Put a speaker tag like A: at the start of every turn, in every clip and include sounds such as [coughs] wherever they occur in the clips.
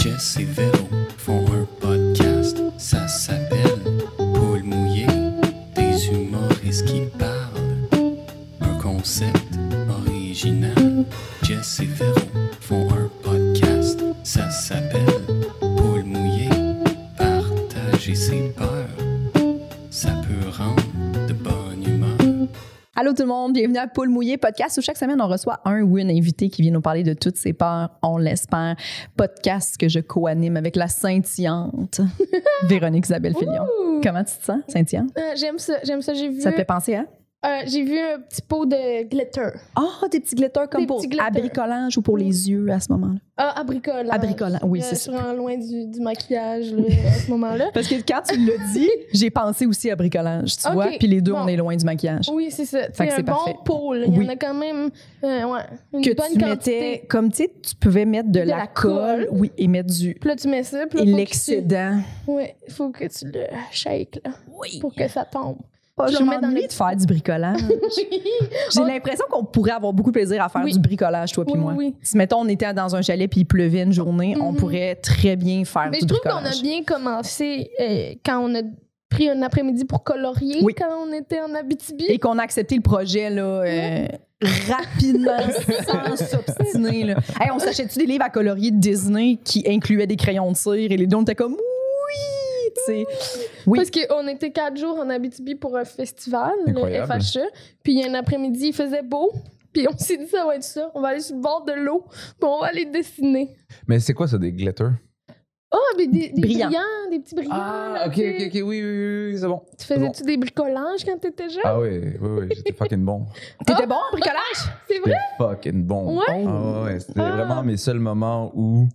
A: Jess et Véro font un podcast, ça s'appelle Paul mouillé, des humoristes qui parlent. Un concept original. Jess et Véro font un podcast, ça s'appelle Paul mouillé, partager ses peurs. Ça peut rendre de bonne humeur.
B: Allô tout le monde, bienvenue à Paul Mouillé Podcast où chaque semaine on reçoit un ou une invitée qui vient nous parler de toutes ses peurs, on l'espère. Podcast que je co-anime avec la
C: [laughs]
B: scintillante Véronique Isabelle Fillion.
C: Ouh! Mmh.
B: Comment tu te sens, scintillante?
C: Euh, j'aime ça, j'aime ça. J'ai vu,
B: Ça te fait penser à?
C: euh, j'ai vu un petit pot de glitter.
B: Oh, des petits glitters comme
C: Des
B: pour
C: petits glitters. Mmh.
B: abricolage ou pour les yeux à ce moment-là.
C: Ah, abricolant.
B: Abricolage, ah, oui, c'est
C: Je suis
B: ça.
C: vraiment loin du, du maquillage là, à ce
B: [laughs]
C: moment-là.
B: Parce que quand tu l'as
C: [laughs]
B: dit, j'ai pensé aussi à bricolage, tu
C: Ok,
B: vois, puis les deux,
C: bon.
B: on est loin du maquillage.
C: Oui, c'est ça. Tu
B: Fait
C: sais,
B: que
C: un
B: c'est
C: bon
B: parfait.
C: pot. là. Il
B: Oui.
C: y en a quand même euh, ouais, une
B: Que
C: bonne
B: tu
C: quantité.
B: mettais, comme tu sais, tu pouvais mettre de,
C: De
B: la,
C: la
B: colle,
C: colle.
B: oui, et mettre du.
C: Puis là, tu mets ça. Puis
B: Et
C: là, faut que tu-
B: l'excédent.
C: Ouais, faut que tu le shakes là,
B: Oui.
C: pour que
B: [laughs]
C: ça tombe.
B: Pas
C: Je
B: je
C: le mets dans
B: m'ennuie
C: le-
B: de faire du
C: [laughs]
B: bricolage. J'ai
C: On-
B: l'impression qu'on pourrait avoir beaucoup de plaisir à faire
C: Oui.
B: du bricolage, toi puis
C: Oui,
B: moi.
C: oui.
B: Si, mettons, on était dans un chalet puis il pleuvait une journée, on
C: Mhm.
B: pourrait très bien faire
C: Mais
B: du
C: je trouve qu'on
B: bricolage.
C: a bien commencé euh, quand on a pris un après-midi pour colorier
B: Oui.
C: quand on était en Abitibi.
B: Et qu'on a accepté le projet, là. euh,
C: [laughs]
B: rapidement, sans s'obstiner. là. Hey, on s'achète-tu des livres à colorier de Disney qui incluaient des crayons de cire et les deux, on était comme oui! tu sais. Oui.
C: Parce qu'on était quatre jours en Abitibi pour un festival, le
D: Incroyable.
C: FHE. Puis un après-midi, il faisait beau. Puis on s'est dit, ça va être ça. On va aller sur le bord de l'eau. Puis on va aller dessiner.
D: Mais c'est quoi ça, des glitters?
C: Ah, mais des, des
B: Brillants. Ah,
C: brillants. des petits brillants.
D: Ah,
C: là, tu sais.
D: oui, oui, oui, oui, c'est bon.
C: Tu faisais-tu des bricolages quand t'étais jeune?
D: Ah oui, oui, oui, j'étais fucking bon.
B: T'étais
C: Ah,
B: bon en
C: ben
B: bricolage?
C: C'est vrai? [laughs]
D: J'étais fucking bon.
C: Ouais?
D: Ah ouais, c'était
C: Ah.
D: vraiment mes seuls moments où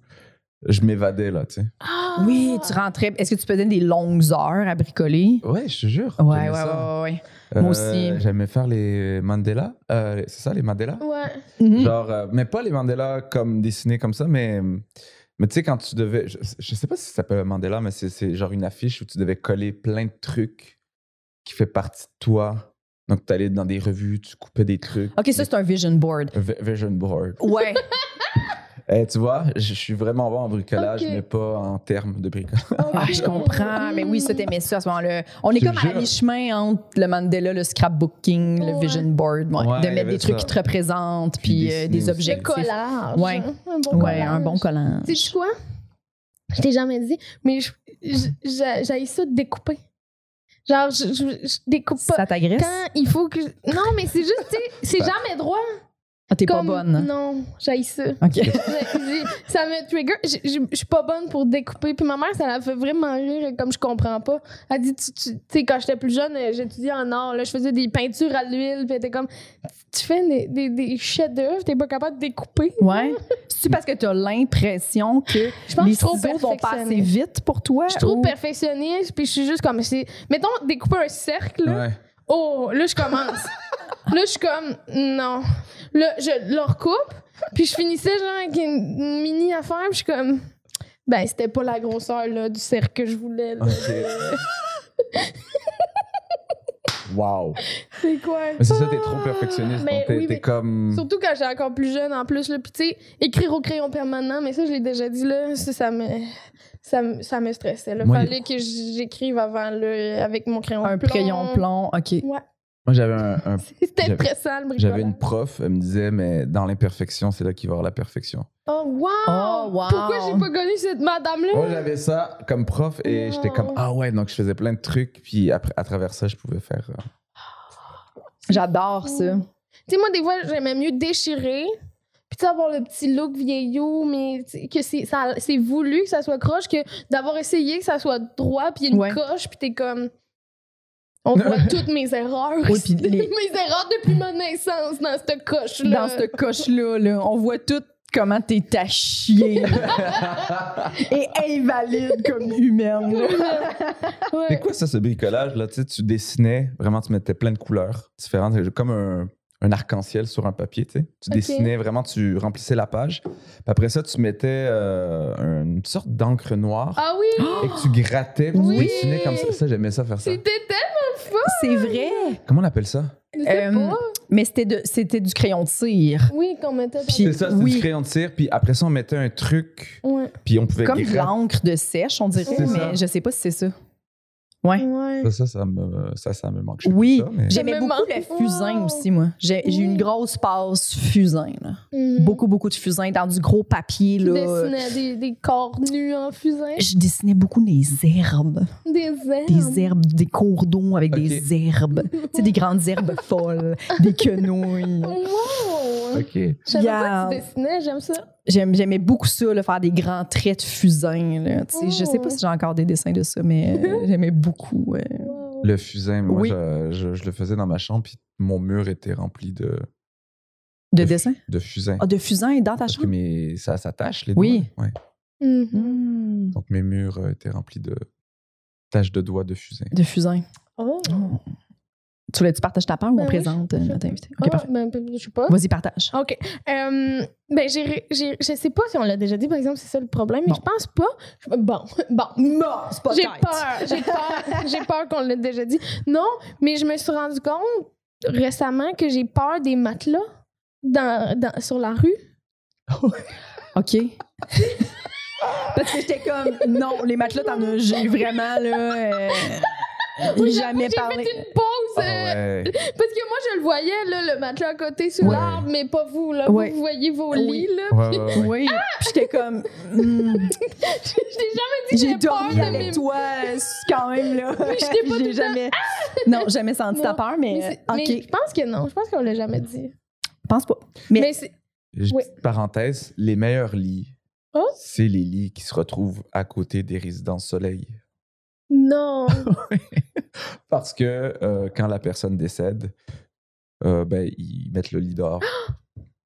D: je m'évadais, là, tu sais.
C: Ah!
B: Oui, tu rentrais. Est-ce que tu faisais des longues heures à bricoler?
D: Ouais, je te jure.
B: Ouais, ouais,
D: j'aimais
B: ouais,
D: Oh, ça. Euh,
B: ouais, ouais. moi aussi.
D: J'aimais faire les Mandela. Euh, c'est ça, les Mandela?
C: Ouais.
B: Mhm.
D: Genre, euh, mais pas les Mandela comme dessinés comme ça, mais. Mais tu sais, quand tu devais. Je, je sais pas si ça s'appelle Mandela, mais c'est- c'est genre une affiche où tu devais coller plein de trucs qui fait partie de toi. Donc, tu allais dans des revues, tu coupais des trucs.
B: OK, ça, c'est un vision board.
C: Ah.
D: Vi- Vision board.
B: Ouais.
D: Eh, tu vois, je suis vraiment bon en bricolage,
C: Ok.
D: mais pas en termes de bricolage.
B: Ah, je
C: Oh,
B: comprends. Mais
C: mm,
B: oui, ça, t'aimais ça à ce moment-là. On est
D: Je te
B: comme à
D: jure.
B: mi-chemin entre le Mandela, le scrapbooking, le
C: Ouais.
B: vision board, ouais,
D: Ouais,
B: de
D: il
B: mettre
D: y
B: des
D: avait
B: trucs
D: ça.
B: qui te représentent,
D: Puis
B: puis
D: dessiner
B: euh, des
D: aussi.
C: Le
B: objectifs.
C: collage.
B: Ouais.
C: Un bon
B: Ouais, un bon
C: collage.
B: collage.
C: Tu sais quoi? Je t'ai jamais dit, mais je- je- j'a- j'haïs ça de découper. Genre, je, je- je découpe pas.
B: Ça t'agresse?
C: Quand il faut que. je- Non, mais c'est juste, tu
B: [laughs]
C: sais, c'est jamais droit.
B: Ah, t'es pas
C: Comme-
B: bonne.
C: Non, j'haïs ça.
B: OK.
C: [laughs]
B: [laughs]
C: J'ai- j'ai- ça me trigger. J'ai- j'ai- Je suis pas bonne pour découper. Puis ma mère, ça la fait vraiment rire, comme je comprends pas. Elle dit, tu tu- tu sais, quand j'étais plus jeune, euh, j'étudiais en art, là, je faisais des peintures à l'huile, puis elle était comme, tu fais des, des, des chefs-d'œuvre, t'es pas capable de découper.
B: Ouais. C'est-tu parce que t'as l'impression que
C: Je pense que
B: les
C: je suis trop
B: ciseaux vont passer
C: perfectionniste.
B: vite pour toi?
C: Je suis trop
B: ou-
C: perfectionniste, puis je suis juste comme, c'est- mettons, découper un cercle, là.
D: Ouais.
C: oh, là, je commence. là, je suis comme, non. Là, je leur recoupe, puis je finissais genre avec une mini affaire, puis je suis comme, ben, c'était pas la grosseur là, du cercle que je voulais. là. [laughs]
D: Ok. wow.
C: C'est quoi?
D: Mais c'est ça, t'es trop perfectionniste.
C: Mais
D: donc t'es
C: oui,
D: t'es
C: mais-
D: comme.
C: Surtout quand j'étais encore plus jeune, en plus, là. Puis, tu sais, écrire au crayon permanent, mais ça, je l'ai déjà dit, là, ça, ça me, ça me, ça me stressait. Il
D: Moi,
C: fallait que j'écrive avant, là, avec mon crayon
B: Un
C: plomb.
B: crayon plomb, OK.
D: Moi, j'avais un- un
C: [laughs] C'était
D: J'avais-
C: stressant, le bricolage.
D: J'avais une prof, elle me disait, mais dans l'imperfection, c'est là qu'il va y avoir la perfection.
C: Oh, wow!
B: Oh, wow! Oh,
C: Pourquoi j'ai pas connu cette madame-là?
D: Moi, j'avais ça comme prof et j'étais comme,
C: Wow.
D: ah ouais, donc je faisais plein de trucs, puis après, à travers ça, je pouvais faire. euh,
B: J'adore ça.
C: Tu sais, moi, des fois, j'aimais mieux déchirer. Puis, tu sais, avoir le petit look vieillot, mais tu sais, que c'est ça- c'est voulu que ça soit croche, que d'avoir essayé que ça soit droit, puis il y a une
B: Ouais.
C: coche, puis t'es comme. On
B: [laughs]
C: voit toutes mes erreurs.
B: Oui,
C: [laughs]
B: puis les-
C: mes erreurs depuis ma naissance dans cette coche-là.
B: dans cette coche-là, là, on voit tout comment t'es à [laughs] chier et invalide comme humaine. là.
C: Ouais.
D: C'est quoi ça, ce bricolage là Tu sais, tu dessinais, vraiment, tu mettais plein de couleurs différentes, comme un, un arc-en-ciel sur un papier, tu sais. Tu
C: Ok.
D: dessinais vraiment, tu remplissais la page. Puis après ça, tu mettais euh, une sorte d'encre noire
C: Ah oui!
B: [gasps]
D: et que tu grattais, puis
C: Oui.
D: tu dessinais comme ça. Ça, j'aimais ça faire ça.
C: C'était tellement fou!
B: C'est vrai.
D: Comment on appelle ça
C: Je sais
B: Euh,
C: pas.
B: Mais c'était de- c'était du crayon de cire.
C: Oui, qu'on mettait. dans-
B: Puis-
D: C'est ça, c'est
B: oui.
D: du crayon de cire, puis après ça, on mettait un truc,
C: Ouais.
D: puis on pouvait
B: Comme de
D: gratter.
B: l'encre de sèche, on dirait,
C: C'est
B: mais
D: ça.
B: je sais pas si c'est ça. Ouais.
C: Ouais.
D: Ça, ça, ça me, ça, ça me manque. Je sais
B: Oui.
D: plus ça, mais-
B: J'aimais
C: me
B: beaucoup
C: manque.
B: le fusain
C: Wow.
B: aussi, moi. J'ai j'ai eu une
C: Oui.
B: grosse passe fusain. là.
C: Mhm.
B: Beaucoup, beaucoup de fusain dans du gros papier.
C: Tu
B: Là. euh,
C: dessinais des, des corps nus en fusain.
B: Je dessinais beaucoup des herbes.
C: Des ailes.
B: Des herbes, des cours d'eau avec
D: Ok.
B: des herbes. tu sais, des grandes herbes folles, des quenouilles.
C: Oh, Wow!
D: OK.
C: Je savais
B: Yeah.
C: pas que tu dessinais, j'aime ça.
B: J'aime- J'aimais beaucoup ça, là, faire des grands traits de fusain. là. Tu sais, Je sais
C: Oh.
B: pas si j'ai encore des dessins de ça, mais
C: [laughs]
B: euh, j'aimais beaucoup. euh.
C: Wow.
D: Le fusain, moi,
B: Oui.
D: je, je- je le faisais dans ma chambre, puis mon mur était rempli de,
B: De
D: fu-
B: dessins?
D: de fusain.
B: Ah, de fusain dans ta
D: Parce que
B: chambre?
D: mes, ça s'attache, les
B: Oui.
D: doigts. Ouais.
C: Mhm.
B: Hmm.
D: Donc, mes murs euh, étaient remplis de taches de doigts de fusain.
B: De fusain.
C: Oh.
B: Oh. Tu voulais-tu partager ta part ou
C: Ben
B: on
C: oui,
B: présente euh,
C: je-
B: notre invité?
C: Ah,
B: OK, parfait.
C: ben, je sais pas.
B: Vas-y, partage.
C: OK. Euh, ben, j'ai, ré- j'ai- je sais pas si on l'a déjà dit, par exemple, c'est ça le problème, mais
B: Non.
C: je pense pas. Je- Bon, [laughs] bon.
B: Non, c'est
C: J'ai peur, j'ai peur, j'ai peur qu'on l'ait déjà dit. Non, mais je me suis rendu compte récemment que j'ai peur des matelas dans, dans- sur la rue.
B: OK. [laughs] Parce que j'étais comme, non, les matelas, t'en as, j'ai vraiment, là, euh,
C: Oui,
B: jamais
C: j'ai
B: parlé.
C: fait une
B: Ah
C: pause. euh,
D: Ah
B: [laughs]
D: ouais.
C: Parce que moi, je le voyais, là, le matelas à côté sur
D: Ouais.
C: l'arbre, mais pas vous. Là. Vous,
B: Ouais.
C: Vous voyez vos
B: Oui.
C: lits. Là.
D: Ouais, ouais, ouais.
B: Oui,
C: Ah!
B: puis j'étais comme, hmm,
C: je n'ai jamais dit
B: j'ai
C: que j'ai peur
B: dormi
C: de
B: avec
C: mes...
B: toi euh, quand même,
C: [laughs]
B: là.
C: j'étais pas tout le temps-
B: jamais, non, jamais senti ta
C: Non,
B: peur,
C: Mais,
B: mais,
C: c'est-
B: euh,
C: mais
B: OK,
C: je pense que non. Je pense qu'on l'a jamais dit.
B: je pense pas. Mais-
C: Mais, c'est-
D: Juste
C: Oui.
D: petite Parenthèse, les meilleurs lits,
C: Oh.
D: c'est les lits qui se retrouvent à côté des résidences soleil.
C: non.
D: Parce que euh, quand la personne décède, euh, ben, ils mettent le lit dehors.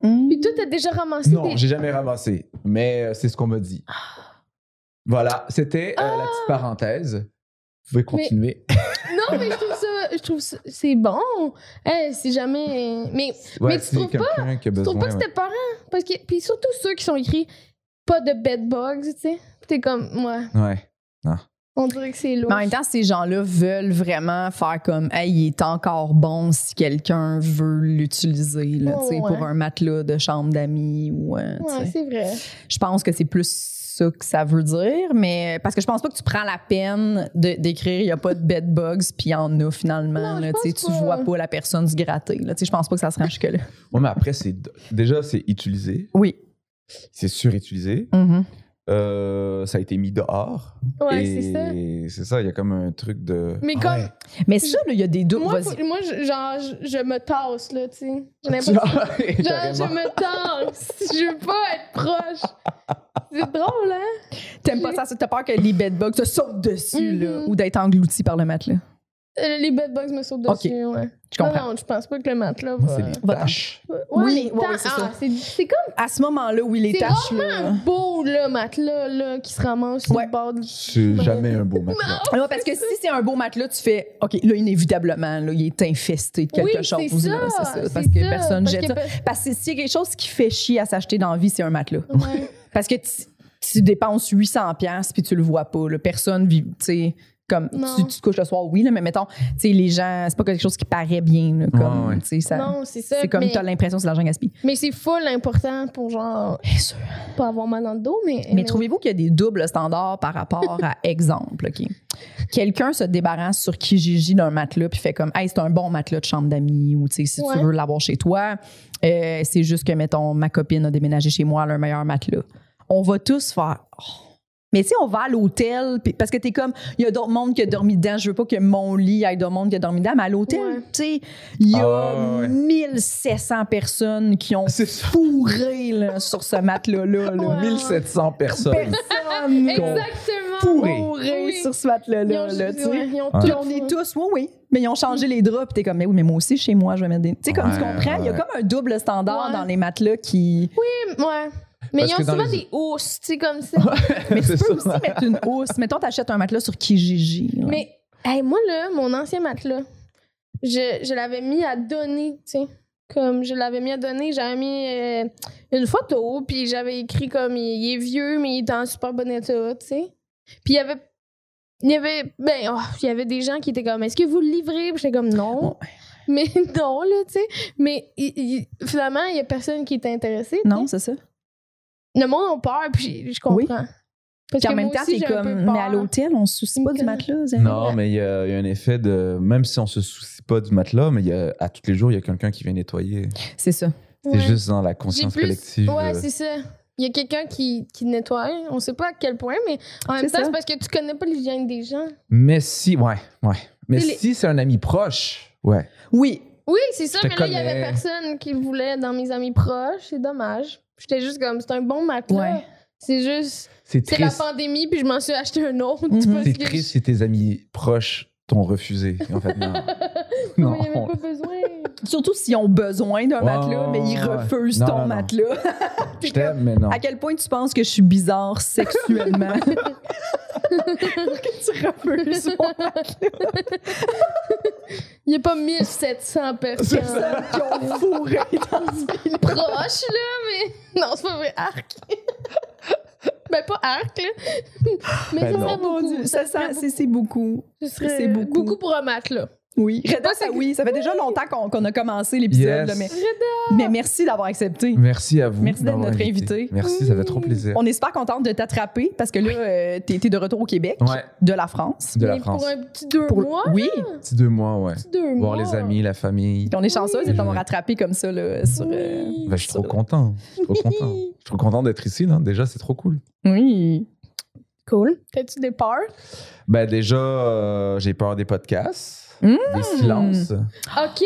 B: Hmm.
C: Puis toi, t'as déjà ramassé
D: non,
C: des...
D: j'ai jamais ramassé, mais euh, c'est ce qu'on
C: [gasps]
D: me dit. Voilà, c'était euh, la petite parenthèse.
C: Ah! Mais-
D: Vous pouvez continuer.
C: Non, mais je trouve ça... Je trouve ça- C'est bon. Eh, si jamais... [laughs] Mais
D: Ouais,
C: mais tu
D: c'est
C: trouves
D: quelqu'un qui a
C: je
D: besoin.
C: trouve pas que
D: ouais.
C: c'était parent. Parce que... Puis surtout ceux qui sont écrits « pas de bed bugs », tu sais. T'es comme... Ouais.
D: Ouais.
C: On dirait que c'est
B: Mais en
C: lourd.
B: même temps, ces gens-là veulent vraiment faire comme, hey, il est encore bon si quelqu'un veut l'utiliser, là,
C: Ouais,
B: tu sais,
C: ouais.
B: pour un matelas de chambre d'amis ou. euh, tu
C: Ouais,
B: sais.
C: c'est vrai.
B: je pense que c'est plus ça que ça veut dire, mais parce que je pense pas que tu prends la peine de- d'écrire, il n'y a pas de bed bugs, puis il y en a finalement,
C: Non,
B: là,
C: je
B: tu sais,
C: pense
B: tu
C: pas.
B: vois pas la personne se gratter, là, tu sais, je pense pas que ça se rend jusque-là.
D: Ouais, mais après, c'est déjà, c'est utilisé.
B: Oui.
D: C'est surutilisé.
C: Mm-hmm.
B: Mhm.
D: Euh, ça a été mis dehors.
C: Ouais,
D: Et
C: c'est ça.
D: C'est ça, il y a comme un truc de.
C: Mais
D: Ah
C: comme-
D: ouais.
B: Mais ça, là, il y a des doutes.
C: Moi,
B: Vas-y.
C: faut- moi je- genre, je, je me tasse, là, tu sais. J'ai
D: [laughs] Tu
C: l'impression-
D: vois,
C: Genre, je
D: carrément.
C: me tasse. je veux pas être proche. C'est drôle, hein?
B: T'aimes pas ça, ça, t'as peur que les bed bugs se sautent dessus, là,
C: Mhm.
B: ou d'être engloutis par le matelas.
C: Euh, Les bedbugs me sautent
B: Ok.
C: dessus, ouais. Ah
B: Je comprends.
C: Non, non, je pense pas que le matelas
D: Moi,
C: va...
D: c'est les
B: Va-t'en.
D: taches.
C: Ouais,
B: Oui,
C: les
B: ouais, ouais,
C: tas-
B: c'est
C: ah,
B: ça.
C: c'est- C'est comme
B: À ce moment-là, oui, les
C: C'est
B: taches, là.
C: un beau là, matelas là, qui se ramasse sur
B: Ah. Ouais.
C: le bord du...
D: C'est jamais
C: [laughs]
D: un beau matelas.
B: Ouais, Ah parce que si c'est un beau matelas, tu fais OK, là, inévitablement, là, il est infesté de quelque
C: oui,
B: chose.
C: c'est
B: là,
C: ça,
B: c'est ça,
C: c'est
B: parce que
C: ça,
B: personne
C: parce
B: jette
C: que
B: ça.
C: pe-
B: Parce que s'il y a quelque chose qui fait chier à s'acheter dans la vie, c'est un matelas.
C: Ouais.
B: Parce que tu, tu dépenses 800 pièces puis tu le vois pas. là. Personne vit, tu sais, comme
C: Non.
B: tu, tu te couches le soir, oui, là, mais mettons, tu sais, les gens, c'est pas quelque chose qui paraît bien. là, comme,
D: Ouais, ouais.
B: tu sais, ça-
C: Non, c'est ça.
B: C'est comme
C: mais
B: t'as l'impression que c'est l'argent gaspillé.
C: mais c'est full important pour genre pas avoir mal dans le dos, mais...
B: Mais trouvez-vous qu'il y a des doubles standards par rapport
C: [laughs]
B: à exemple, OK? Quelqu'un se débarrasse sur Kijiji d'un matelas puis fait comme, hey, c'est un bon matelas de chambre d'amis ou, tu sais, si
C: Ouais.
B: tu veux l'avoir chez toi, euh, c'est juste que, mettons, ma copine a déménagé chez moi, elle a un meilleur matelas. On va tous faire. Oh. Mais si on va à l'hôtel, puis- parce que t'es comme, il y a d'autres mondes qui ont dormi dedans, je veux pas que mon lit aille d'autres mondes qui ont dormi dedans, mais à l'hôtel,
C: Ouais.
B: tu sais, il y a
D: Ah, ouais.
B: 1700 personnes qui ont
D: C'est ça.
B: fourré là, sur ce matelas-là. là.
C: Ouais.
D: 1700 personnes.
B: Personne
C: Exactement!
B: pourré,
C: Oui.
B: sur ce matelas
C: Ils
B: là,
C: ont
B: là,
C: ju-
B: tu sais.
C: ouais, ils ont
D: Ouais.
B: Puis
C: tout
B: on
C: fait.
B: est tous, oui, oui. Mais ils ont changé les draps, puis t'es comme, mais oui, mais moi aussi, chez moi, je vais mettre des. Tu sais, comme tu
D: Ouais,
B: comprends, il y a
D: ouais.
B: comme un double standard
C: Ouais.
B: dans les matelas qui.
C: Ouais. Mais
D: Parce
C: ils ont
D: que dans
C: souvent
D: les-
C: des hausses, tu sais, comme ça.
B: Mais tu
D: C'est
B: peux aussi
D: ça.
B: mettre une housse. Mettons, t'achètes un matelas sur Kijiji. là.
C: Mais, hey, moi, là, mon ancien matelas, je, je l'avais mis à donner, tu sais. Comme je l'avais mis à donner, j'avais mis euh, une photo, puis j'avais écrit comme il, il est vieux, mais il est en super bon état, tu sais. Puis il y avait. Il y avait, ben, oh, il y avait des gens qui étaient comme, est-ce que vous le livrez? Puis j'étais comme, non. Mais [laughs] non, là, tu sais. Mais il- il- finalement, il y a personne qui est intéressé. tu
B: Non,
C: sais.
B: c'est ça.
C: Le monde a peur, puis je comprends.
B: Oui.
C: Parce
B: Puis en
C: que
B: même
C: moi
B: temps,
C: aussi,
B: t'es
C: j'ai un peu
B: comme,
C: peur.
B: mais à l'hôtel, on se soucie pas du
C: Une
B: matelas. Zéro.
D: Non, mais il y, a il y a un effet de. Même si on se soucie pas du matelas, mais il y a, à tous les jours, il y a quelqu'un qui vient nettoyer.
B: C'est ça.
C: Ouais.
D: C'est juste dans la
C: J'ai
D: conscience
C: plus-
D: collective.
C: Ouais,
D: euh,
C: c'est ça. Il y a quelqu'un qui, qui nettoie. On sait pas à quel point, mais en même
B: C'est
C: temps,
B: ça.
C: c'est parce que tu connais pas l'hygiène des gens.
D: Mais si, ouais, ouais. Mais
C: Tu sais, les-
D: si c'est un ami proche, ouais.
B: Oui.
C: Oui, c'est ça,
D: Je te
C: mais là, il y avait
D: connais.
C: personne qui le voulait dans mes amis proches. C'est dommage. J'étais juste comme, c'est un bon matelas.
B: Ouais.
C: C'est juste,
D: C'est
C: c'est la
D: triste.
C: pandémie, puis je m'en suis acheté un autre.
B: Mhm.
C: parce
D: C'est
C: que
D: triste si tes amis proches t'ont refusé. En fait,
C: [laughs]
D: non.
C: je-
D: non.
C: mais Il n'y avait pas
D: [laughs]
C: besoin.
B: Surtout s'ils ont besoin d'un
D: Ouais,
B: matelas, mais ils
D: ouais, ouais.
B: refusent
D: Non,
B: ton
D: non, non.
B: matelas. T'es
D: Je t'aime, mais non.
B: À quel point tu penses que je suis bizarre [laughs] sexuellement? Pour que tu refuses mon matelas.
C: [laughs] Il n'y a pas
D: [laughs]
C: 1700
B: C'est
C: personnes
B: ça qui ont fourré dans ce pays.
C: proches, là, mais. [laughs] Non, c'est pas vrai, arc. ben, pas arc,
D: [laughs]
C: là. mais
D: Ben
C: ça
D: non.
C: serait
B: Mon Dieu,
C: beaucoup.
B: ça sent- c'est c'est beaucoup.
C: Ce serait
B: c'est beaucoup.
C: beaucoup pour un matelas.
B: Oui. Reda, ça, oui. Ça fait déjà longtemps qu'on qu'on a commencé l'épisode,
D: Yes.
B: là, mais, mais merci d'avoir accepté.
D: Merci à vous.
B: Merci d'être
D: d'avoir
B: notre invité.
D: Merci, ça fait trop plaisir.
B: On est super contente de t'attraper parce que là, euh, t'es t'es de retour au Québec,
D: Ouais.
B: de la France.
D: De la
C: Mais
D: France.
C: Pour un petit deux
B: Pour-
C: mois.
B: oui,
D: Petit deux mois, ouais.
C: petit deux
D: Voir
C: mois.
D: les amis, la famille.
B: puis on est chanceuse de
D: Oui.
B: t'avoir attrapé comme ça là, sur. euh,
C: Oui.
D: Ben, je suis
B: sur-
D: trop content. Je suis trop
C: [laughs]
D: content. Je suis trop content d'être ici, là. Déjà, c'est trop cool.
B: Oui.
C: Cool. T'as-tu des peurs?
D: Ben, déjà, euh, j'ai peur des podcasts,
B: Mmh.
D: des silences.
C: OK.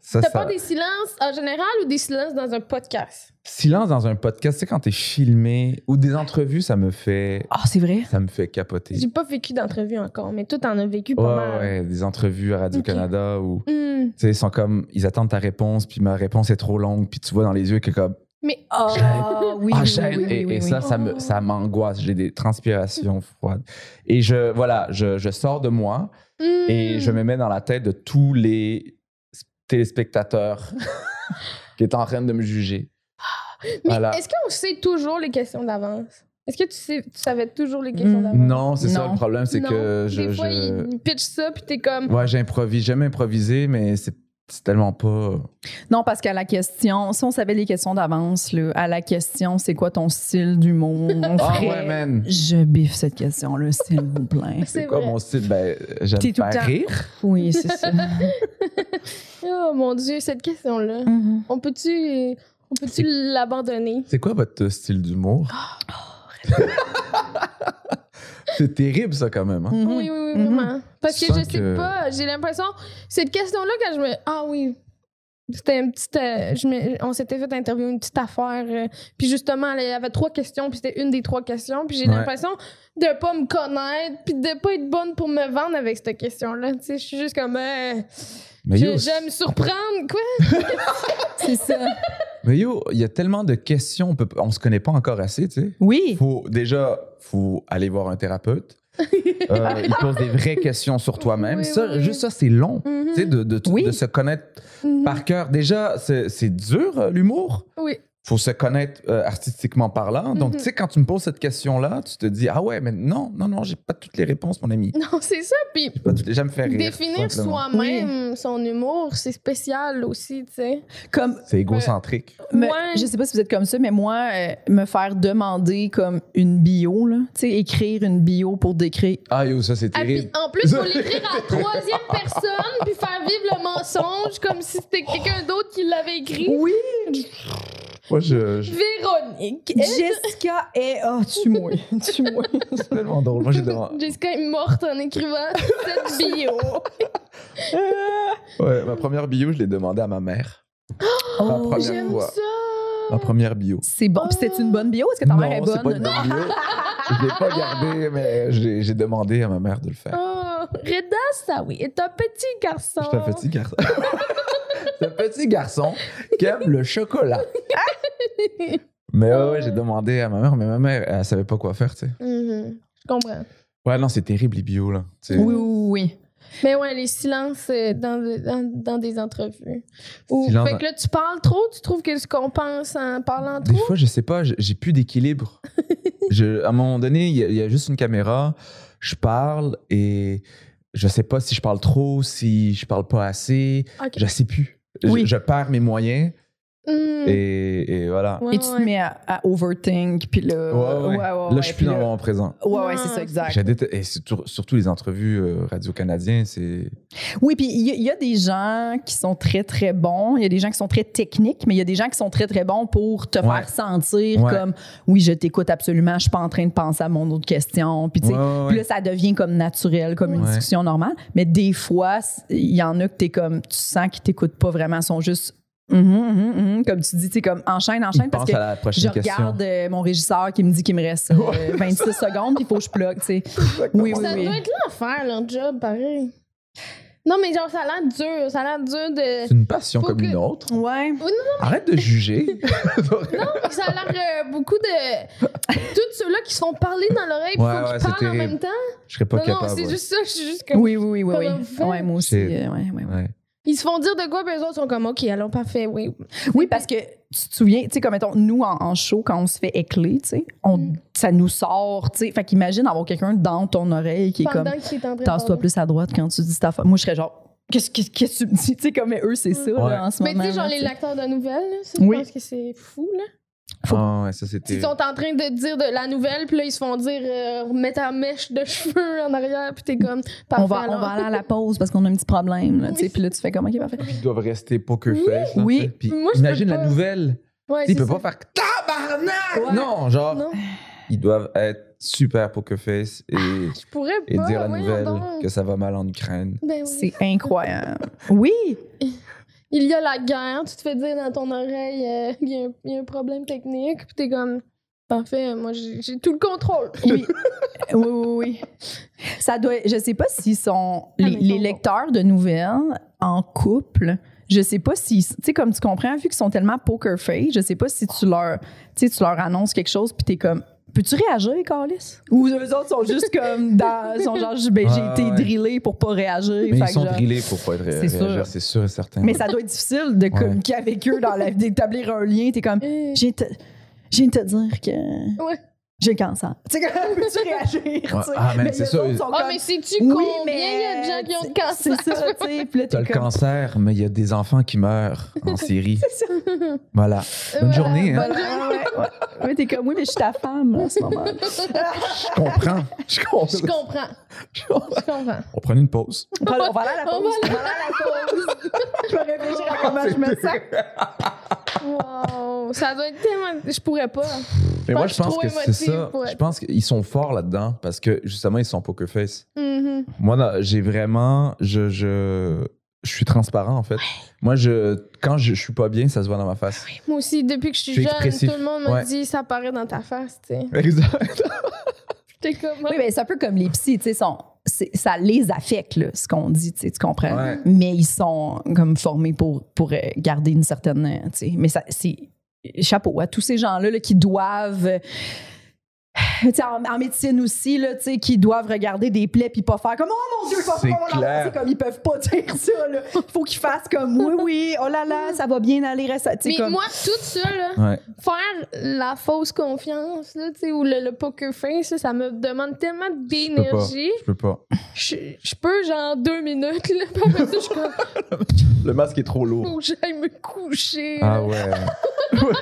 D: Ça,
C: T'as
D: ça...
C: peur des silences en général ou des silences dans un podcast?
D: Silence dans un podcast, tu sais, quand t'es filmé ou des entrevues, ça me fait.
B: Ah, c'est vrai.
D: Ça me fait capoter.
C: J'ai pas vécu d'entrevue encore, mais toi, t'en as vécu pas
D: Ouais,
C: mal.
D: ouais, des entrevues à Radio-Canada où,
C: Hmm.
D: tu sais, ils sont comme, ils attendent ta réponse, puis ma réponse est trop longue, puis tu vois dans les yeux que comme,
C: Mais
B: Ah,
C: Oh.
B: oui.
D: ah,
B: oui,
D: j'aime.
B: oui, oui,
D: et,
B: oui, oui.
D: et ça, ça me, ça m'angoisse. J'ai des transpirations froides. Et je, voilà, je, je sors de moi
C: [laughs] hmm.
D: et je me mets dans la tête de tous les s-
C: [laughs]
D: téléspectateurs qui est en train de me juger.
C: Mais
D: Voilà.
C: est-ce qu'on sait toujours les questions d'avance? Est-ce que tu, sais, tu savais toujours les questions
B: Hmm.
C: d'avance?
D: Non, c'est ça
B: Non.
D: le problème, c'est
C: Ah Non.
D: que je,
C: Des fois,
D: je-
C: ils pitchent ça, puis t'es comme.
D: ouais, j'improvise, j'aime improviser, mais c'est, c'est tellement pas.
B: Non, parce qu'à la question, si on savait les questions d'avance, là, à la question, c'est quoi ton style d'humour? on
D: [laughs] Ah
B: ferait,
D: ouais, man.
B: Je biffe cette question-là, s'il vous plaît.
C: C'est
D: Quoi,
C: vrai.
D: mon style, ben, j'aime
B: T'es tout le
D: faire
B: temps-
D: rire.
B: Oui, c'est ça.
C: Oh mon Dieu, cette question-là.
B: [laughs] Mhm.
C: On peut-tu on peut-tu l'abandonner?
D: C'est quoi votre style
C: [gasps]
D: d'humour?
C: Oh,
D: c'est terrible, ça, quand même. hein?
B: Mhm.
C: Oui, oui, oui,
B: Mhm.
C: vraiment. Parce que
D: Tu
C: je
D: sens
C: sais
D: que-
C: pas, j'ai l'impression. Cette question-là, quand je me. Ah oui. C'était une petite. euh, je me- on s'était fait interviewer une petite affaire. euh, puis justement, là, il y avait trois questions, puis c'était une des trois questions. Puis j'ai
D: Ouais.
C: l'impression de pas me connaître, puis de pas être bonne pour me vendre avec cette question-là. Tu sais, je suis juste comme. euh,
D: Mais
C: je-
D: yo,
C: j'aime me surprendre, quoi.
B: C'est ça.
D: mais yo, il y a tellement de questions, on, peut, on se connaît pas encore assez, tu sais.
B: Oui.
D: Faut, déjà, faut aller voir
C: [laughs]
D: un thérapeute. Euh, il pose des vraies questions sur toi-même.
C: Oui,
D: ça,
C: oui, oui.
D: Juste ça, c'est long.
C: Mhm.
D: Tu sais, de, de-
B: Oui.
D: de se connaître
C: Mhm.
D: par cœur. Déjà, c'est c'est dur, euh, l'humour.
C: Oui.
D: Faut se connaître euh, artistiquement parlant. Donc,
C: Mhm.
D: tu sais, quand tu me poses cette question-là, tu te dis Ah ouais, mais non, non, non, j'ai pas toutes les réponses, mon ami.
C: [laughs] Non, c'est ça. Puis
D: J'ai pas toutes les- J'aime faire rire.
C: définir
D: simplement.
C: soi-même son humour, c'est spécial aussi, tu sais.
B: Comme
D: C'est égocentrique.
B: Me-
C: Ouais.
B: Je sais pas si vous êtes comme ça, mais moi, euh, me faire demander comme une bio, là, tu sais, écrire une bio pour décrire.
D: Ah yo, ça c'est
C: Ah, puis,
D: terrible.
C: en plus, faut l'écrire
D: [laughs]
C: à la troisième personne, puis faire vivre le mensonge comme si c'était quelqu'un d'autre qui l'avait écrit.
B: Oui,
D: Moi je, je-
C: Véronique. elle-
B: Jessica est. Ah, tu [laughs] moi, tu moi.
D: c'est tellement drôle. Moi j'ai demandé.
C: Jessica est morte en écrivant [laughs] cette bio.
D: Ouais, ma première bio, je l'ai demandé à ma mère. La
B: Oh,
D: première
C: J'aime
D: fois.
C: ça.
D: Ma première bio.
B: c'est bon. Puis c'est une bonne bio. Est-ce que ta
D: non,
B: mère est
D: c'est pas
B: bonne?
D: une bonne bio.
B: [laughs]
D: je l'ai pas gardée, mais j'ai j'ai demandé à ma mère de le faire.
C: Oh, Reda Sawi est un petit
B: Ah,
C: garçon.
D: Je suis un petit garçon. [laughs] C'est un petit garçon qui aime
B: [laughs]
D: le chocolat. Mais ouais, ouais, j'ai demandé à ma mère, mais ma mère, elle savait pas quoi faire, tu sais.
C: Mhm, Je comprends.
D: Ouais, non, c'est terrible les bios, là. tu sais.
B: Oui, oui, oui.
C: Mais ouais, les silences euh, dans, dans, dans des entrevues. Ou,
D: Silence
C: fait que là, tu parles trop, tu trouves que tu compenses en parlant
D: Des
C: trop.
D: fois, je sais pas, j'ai- j'ai
B: [laughs]
D: plus d'équilibre. Je- à un moment donné, il y, a- il y a juste une caméra, je parle et je sais pas si je parle trop, si je parle pas assez,
C: Ok.
D: je sais plus. Je-
B: Oui.
D: Je, perds mes moyens
C: Hmm.
D: et, et voilà.
C: Ouais,
B: Et tu te
C: ouais.
B: mets à, à overthink, puis là.
D: Ouais, ouais. là, je suis
B: puis
D: plus dans le moment présent.
B: Ouais, ouais, c'est
C: Non.
B: ça, exact.
D: Je déteste- et surtout, surtout les entrevues euh, radio-canadiens, c'est.
B: Oui, puis il y, a- il y a des gens qui sont très, très bons. Il y a des gens qui sont très techniques, mais il y a des gens qui sont très, très bons pour te
D: Ouais.
B: faire sentir
D: Ouais.
B: comme oui, je t'écoute absolument, je suis pas en train de penser à mon autre question. Puis tu sais,
D: Ouais, ouais,
B: puis
D: ouais.
B: là, ça devient comme naturel, comme une
D: Ouais.
B: discussion normale. Mais des fois, c- il y en a que t'es comme, tu sens qu'ils t'écoutent pas vraiment, ils sont juste, Mhm, mhm, mhm. comme tu dis, tu sais, comme enchaîne,
D: Ils
B: enchaîne, parce
D: pensent
B: que
D: à la
B: je
D: prochaine question.
B: regarde euh, mon régisseur qui me dit qu'il me reste euh, [laughs] 26 secondes, puis il faut que je plug, tu sais. Oui, oui,
C: Ça
B: oui.
C: doit être l'enfer, leur job, pareil. Non, mais genre, ça a l'air dur. Ça a l'air dur de.
D: C'est une passion
C: Faut
D: comme
C: que-
D: une autre.
B: Ouais.
D: Arrête de juger. [laughs]
C: Ça a l'air euh, beaucoup de. Tous ceux-là qui se font parler dans l'oreille, il
D: Ouais,
C: faut
D: ouais,
C: qu'ils
D: c'est
C: parlent en
D: terrible.
C: même temps.
D: je serais pas
C: non,
D: capable.
C: non, c'est
D: ouais.
C: juste ça. Je suis juste comme.
B: Oui, oui, oui, oui.
C: Comment
B: oui.
C: faire?
B: Ouais, moi aussi.
D: C'est-
B: euh, ouais, ouais, ouais.
D: Ouais.
C: Ils se font dire de quoi, puis les autres sont comme, OK, alors parfait, oui.
B: Oui, parce que tu te souviens, tu sais, comme mettons, nous en, en show, quand on se fait écler, tu sais, on-
C: Mm.
B: ça nous sort, tu sais. Fait qu'imagine avoir quelqu'un dans ton oreille qui est comme.
C: Pendant qu'il est en train de
B: tasse-toi
C: parler.
B: plus à droite quand tu dis ta fa- Moi, je serais genre, qu'est-ce qu'est-ce- qu'est-ce que tu me dis? Tu sais, comme eux, c'est ça,
D: Ouais.
B: là, en ce
C: Mais tu
B: moment.
C: sais, genre,
B: là,
C: les
B: tu sais.
C: acteurs de nouvelles, là, ça,
B: Oui.
C: je pense que c'est fou, là.
B: Faut-
D: Ah, ouais, ça, c'est
C: Ils
D: terrible.
C: sont en train de dire de la nouvelle, puis là, ils se font dire, euh, remets ta mèche de [laughs] cheveux en arrière, puis t'es comme, parfait.
B: on va, on
C: alors.
B: va aller à la pause parce qu'on a un petit problème. Là, tu sais.
C: Oui.
B: Puis là, tu fais comme, OK, parfait.
D: Ils doivent rester poker face.
B: Oui.
D: tu sais. Puis
C: Moi, je peux
D: imagine la
C: pas.
D: nouvelle.
C: Ouais,
D: Tu sais,
C: c'est
D: il peut
C: ça.
D: pas faire tabarnak!
B: Ouais.
D: Non, genre,
C: Non.
D: ils doivent être super poker face et,
C: Je pourrais
D: et
C: pas.
D: dire la
C: Ah. voyons
D: nouvelle
C: donc.
D: que ça va mal en Ukraine.
C: Ben oui.
B: C'est incroyable. Oui!
C: Il y a la guerre, tu te fais dire dans ton oreille, euh, il y, a un- il y a un problème technique, puis t'es comme, parfait, moi, j'ai j'ai tout le contrôle.
D: [laughs]
B: Oui. Oui, oui, oui. Ça doit, je sais pas s'ils sont.
D: Ah,
B: Les,
C: mais ils
B: les
C: sont
B: lecteurs de nouvelles en couple, je sais pas si. Tu sais, comme tu comprends, vu qu'ils sont tellement poker face, je sais pas si tu leur, tu sais, tu leur annonces quelque chose puis t'es comme. Peux-tu réagir, Carlis? Ou eux autres sont juste comme dans. sont genre, ben, j'ai
D: Ouais,
B: été
D: ouais.
B: drillé pour pas réagir.
D: Mais
B: Fait
D: ils
B: que
D: sont
B: genre-
D: drillés pour pas être
B: C'est
D: ré-
B: sûr.
D: réagir, c'est sûr et certain.
B: mais ça doit être difficile de communiquer avec eux, dans la- d'établir un lien. T'es comme,
C: Euh,
B: j'ai te, j'ai te dire que
C: Ouais.
B: j'ai le cancer. Tu sais, comment
C: [laughs]
B: peux-tu réagir? tu sais?
D: Ah, man,
B: Mais
D: c'est
B: les
D: ça,
B: autres
D: ils-
B: sont
C: Ah,
B: comme,
C: mais sais-tu
B: Oui,
C: combien
B: mais,
C: il y a de gens qui ont le cancer?
B: C'est ça, tu sais. Puis là, t'es
D: T'as le
B: comme-
D: cancer, mais il y a des enfants qui meurent
B: [laughs]
D: en Syrie.
B: C'est ça.
D: Voilà. Bonne
C: Voilà.
D: journée, hein.
B: Voilà, ouais, ouais. Ouais, t'es comme, oui, mais je suis ta femme en ce
C: [laughs]
B: moment. [laughs]
D: Je comprends. Je
C: Je
D: comprends. [laughs]
C: comprends,
D: Je comprends.
C: je comprends.
D: On prend une pause.
B: On va on va aller à la
C: On va
B: pause.
C: aller à
B: [laughs] Je vais réfléchir à comment
D: Ah,
B: je me sens.
C: la pause. Wow, ça doit être tellement... Je pourrais pas.
D: Mais moi,
C: pense
D: je pense
C: trop
D: que c'est
C: émotive
D: ça.
C: pour
D: Je
C: être-
D: pense qu'ils sont forts là-dedans parce que justement, ils sont poker face.
C: Mhm.
D: Moi, non, j'ai vraiment. Je, je, je suis transparent, en fait. Moi, je, quand je, je suis pas bien, ça se voit dans ma face.
B: Ah
C: Moi aussi, depuis que je suis
D: Je suis
C: jeune,
D: expressif.
C: tout le monde me
D: Ouais.
C: dit ça paraît dans ta face, tu sais.
D: Exact.
C: J'étais comme
D: ben,
B: Oui, mais c'est un peu comme les psys, tu sais, sont- c'est- ça les affecte, là, ce qu'on dit, tu sais, tu comprends?
D: Ouais.
B: Mais ils sont comme formés pour, pour euh, garder une certaine. euh, tu sais, Mais ça, c'est. Chapeau à tous ces gens-là là, qui doivent. euh, tu sais, En, en médecine aussi, là, tu sais, qui doivent regarder des plaies puis pas faire comme Oh mon Dieu, faut pas
D: C'est
B: on va l'enlever.
D: clair.
B: C'est comme ils peuvent pas [laughs] dire ça. Là. Faut qu'ils fassent comme Oui, oui, oh là là, ça va bien aller. reste- tu sais,
C: Mais
B: comme-
C: moi, tout ça, là,
D: Ouais.
C: faire la fausse confiance, là, tu sais, ou le, le poker face, là, ça me demande tellement
D: peux pas.
C: d'énergie.
D: Je peux pas.
C: Je, je peux, genre, deux minutes, là, [laughs] puis après ça, je suis comme,
D: Le masque est trop lourd.
C: faut que j'aille me coucher.
D: Ah
B: [laughs]
C: là.
D: ouais.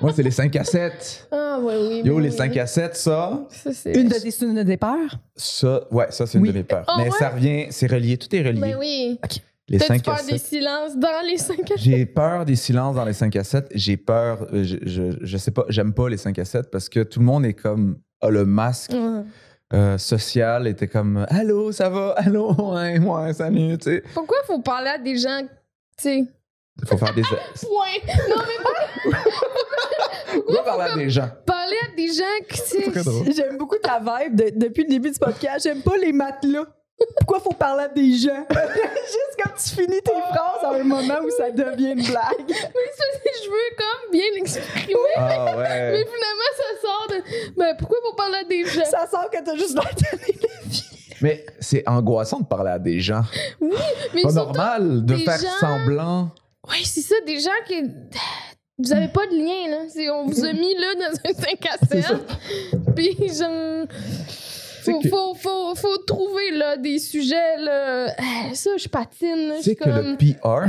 D: Moi, c'est les 5 à 7.
C: Ah, ouais, oui.
D: Yo,
C: oui,
D: les
C: oui.
D: 5 à 7, ça.
C: Ça, c'est...
B: une de tes une de tes peurs.
D: Ça, ouais, ça, c'est une
B: Oui.
D: de mes peurs.
C: Oh,
D: Mais
C: ouais?
D: ça revient, c'est relié, tout est relié.
C: Ben oui.
D: Les
C: T'as-tu
D: 5 à
C: peur des
D: 7.
C: silences dans les 5 à
D: J'ai peur des silences dans les 5 à 7. J'ai peur, euh, je, je, je sais pas, j'aime pas les 5 à 7 parce que tout le monde est comme, a le masque
C: Ouais.
D: euh, social était comme Allô, ça va? [laughs] Allô, ouais, ouais, salut, tu sais.
C: Pourquoi faut parler à des gens, tu sais,
D: Faut faire
C: [laughs]
D: des.
C: point? Non, mais
D: Pourquoi parler à des gens?
C: parler à des gens qui, tu sais,
D: Très drôle.
B: J'aime beaucoup ta vibe de- depuis le début du podcast. J'aime pas les matelas. Pourquoi faut parler à des gens? [laughs] Juste quand tu finis tes phrases à un moment où ça devient une blague.
C: [laughs] je veux comme bien exprimer,
D: Ah
C: mais
D: ouais.
C: finalement ça sort de. Ben pourquoi faut parler à des gens?
B: Ça sent que t'as juste l'air de-
D: Mais c'est angoissant de parler à des gens.
C: Mais
D: Pas
C: surtout,
D: normal de
C: des
D: faire
C: gens-
D: semblant.
C: ouais, c'est ça, des gens qui. Vous avez pas de lien, là. C'est- on vous a mis là dans un 5 à 7. Puis, genre.
D: sais
C: Faut,
D: que-
C: faut, faut, faut trouver là, des sujets. Là. Ah, Ça, je patine. là, Je
D: Tu sais
C: suis
D: que
C: comme.
D: le PR.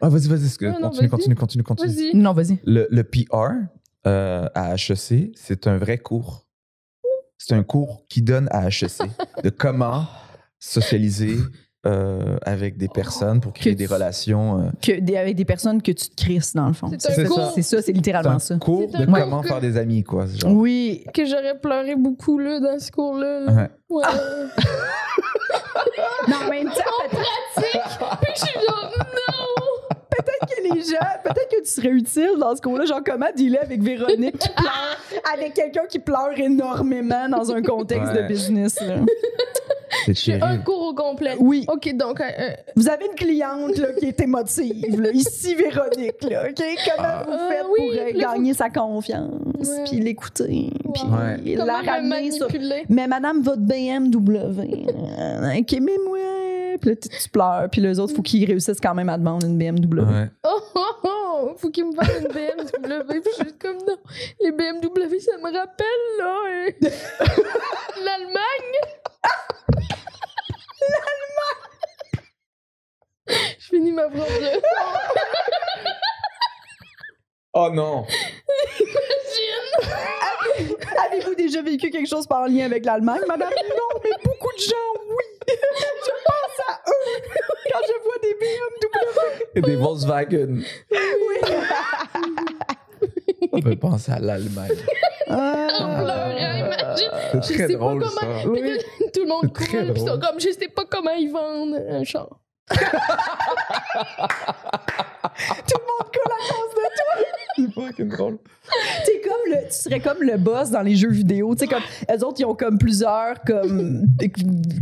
D: Ah, vas-y, vas-y, excuse-
C: Non, non,
D: continue,
C: vas-y.
D: continue, continue, continue.
C: Vas-y.
B: Non, vas-y.
D: Le, le PR euh, à HEC, c'est un vrai cours. C'est un cours qui donne à HEC
C: [laughs]
D: de comment socialiser euh, avec des personnes pour créer
B: Que
D: des
B: tu-
D: relations. euh.
B: Que des- avec des personnes que tu te crisses, dans le fond.
C: C'est un
D: C'est
C: cours
D: ça.
B: C'est ça, c'est
D: C'est un
B: littéralement ça.
D: cours
C: C'est
D: de
C: un cours
D: comment
C: que-
D: faire des amis, quoi. ce genre.
B: Oui.
C: que j'aurais pleuré beaucoup là, dans ce cours-là. là.
D: Ouais.
C: Ouais.
B: Mais en même temps,
C: [laughs] Puis je suis genre, non!
B: peut-être que les gens, peut-être que tu serais utile dans ce cours-là. Genre, comment dealer avec Véronique qui pleure, avec quelqu'un qui pleure énormément dans un contexte
D: Ouais.
B: de business. là.
D: C'est
C: Un
D: terrible.
C: cours au complet.
B: Oui.
C: Ok, donc, euh, euh,
B: Vous avez une cliente là, qui est émotive, là. ici Véronique. Là, OK? Comment
D: Ah.
B: vous faites
C: Ah oui,
B: pour euh,
C: le-
B: gagner sa confiance,
C: Ouais.
B: puis l'écouter, puis
D: Ouais.
B: la
C: comment me
B: ramener sur...
C: manipuler?
B: Mais madame, votre BMW, euh, OK, mais moi... Puis là, tu tu pleures, puis les autres, faut qu'ils réussissent quand même à demander une BMW.
D: Ouais.
C: Oh, oh, oh! Faut qu'il me fasse une BMW. Puis je suis comme, non, les BMW, ça me rappelle, là. [laughs] euh, L'Allemagne! L'Allemagne! Je finis ma propre. [laughs]
D: Oh non!
C: Gin.
B: Avez-vous déjà vécu quelque chose par lien avec l'Allemagne,
C: [laughs]
B: madame? Non, mais beaucoup de gens, oui. [laughs] Je pense à eux quand je vois des BMW.
D: Et
C: [laughs]
D: des Volkswagen.
B: Oui.
D: On peut penser à l'Allemagne.
C: En
D: Euh,
C: pleurant, imagine.
D: C'est
C: Je
D: très
C: sais pas
D: drôle,
C: comment-
D: ça.
B: Oui.
C: Puis là, tout le
D: C'est
C: monde court,
D: très
C: puis ils sont
D: drôle.
C: comme, je sais pas comment ils vendent un char.
B: Tout le monde coule à cause de toi.
D: C'est fucking drôle.
B: T'es comme le, tu serais comme le boss dans les jeux vidéo. Tu sais, comme, eux autres, ils ont comme plusieurs comme,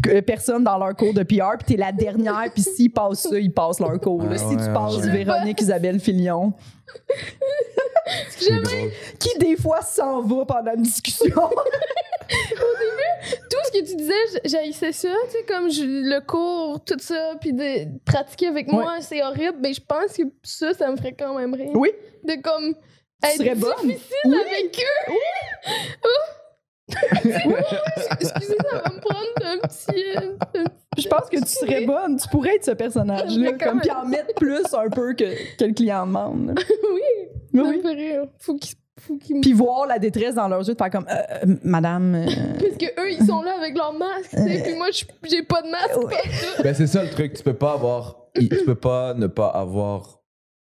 B: que- personnes dans leur cours de PR, puis t'es la dernière, puis s'ils passent ça, ils passent leur cours. là.
D: Ah
B: si
D: ouais,
B: tu
D: ah
B: passes
D: ouais.
B: Véronique Isabelle Filion,
D: C'est drôle.
B: qui des fois s'en va pendant une
D: [laughs]
B: discussion.
C: tout ce que tu disais, j- j'haïssais ça, tu sais, comme je- le cours, tout ça, puis de pratiquer avec moi, c'est horrible, mais je pense que ça, ça me ferait quand même rire.
B: Oui.
C: De comme
B: Tu
C: être
B: serais bonne.
C: difficile
B: Oui.
C: avec eux. Oui. [laughs] Excusez, ça va me prendre un petit... un petit- euh,
B: Je pense que tu serais bonne, tu pourrais être ce personnage-là,
C: Mais quand
B: comme
C: même.
B: puis en mettre plus un peu que, que le client demande.
C: [laughs] oui, ça me
B: Oui.
C: fait rire. Faut qu'ils... Faut qu'ils... me-
B: Puis voir la détresse dans leurs yeux, de faire comme Euh, euh, Madame. euh,
C: Parce que eux, ils sont là avec leur masque, tu sais, puis moi, je- j'ai pas de masque.
B: ouais.
D: Ben, c'est ça le truc. Tu peux pas avoir. Tu peux pas ne pas avoir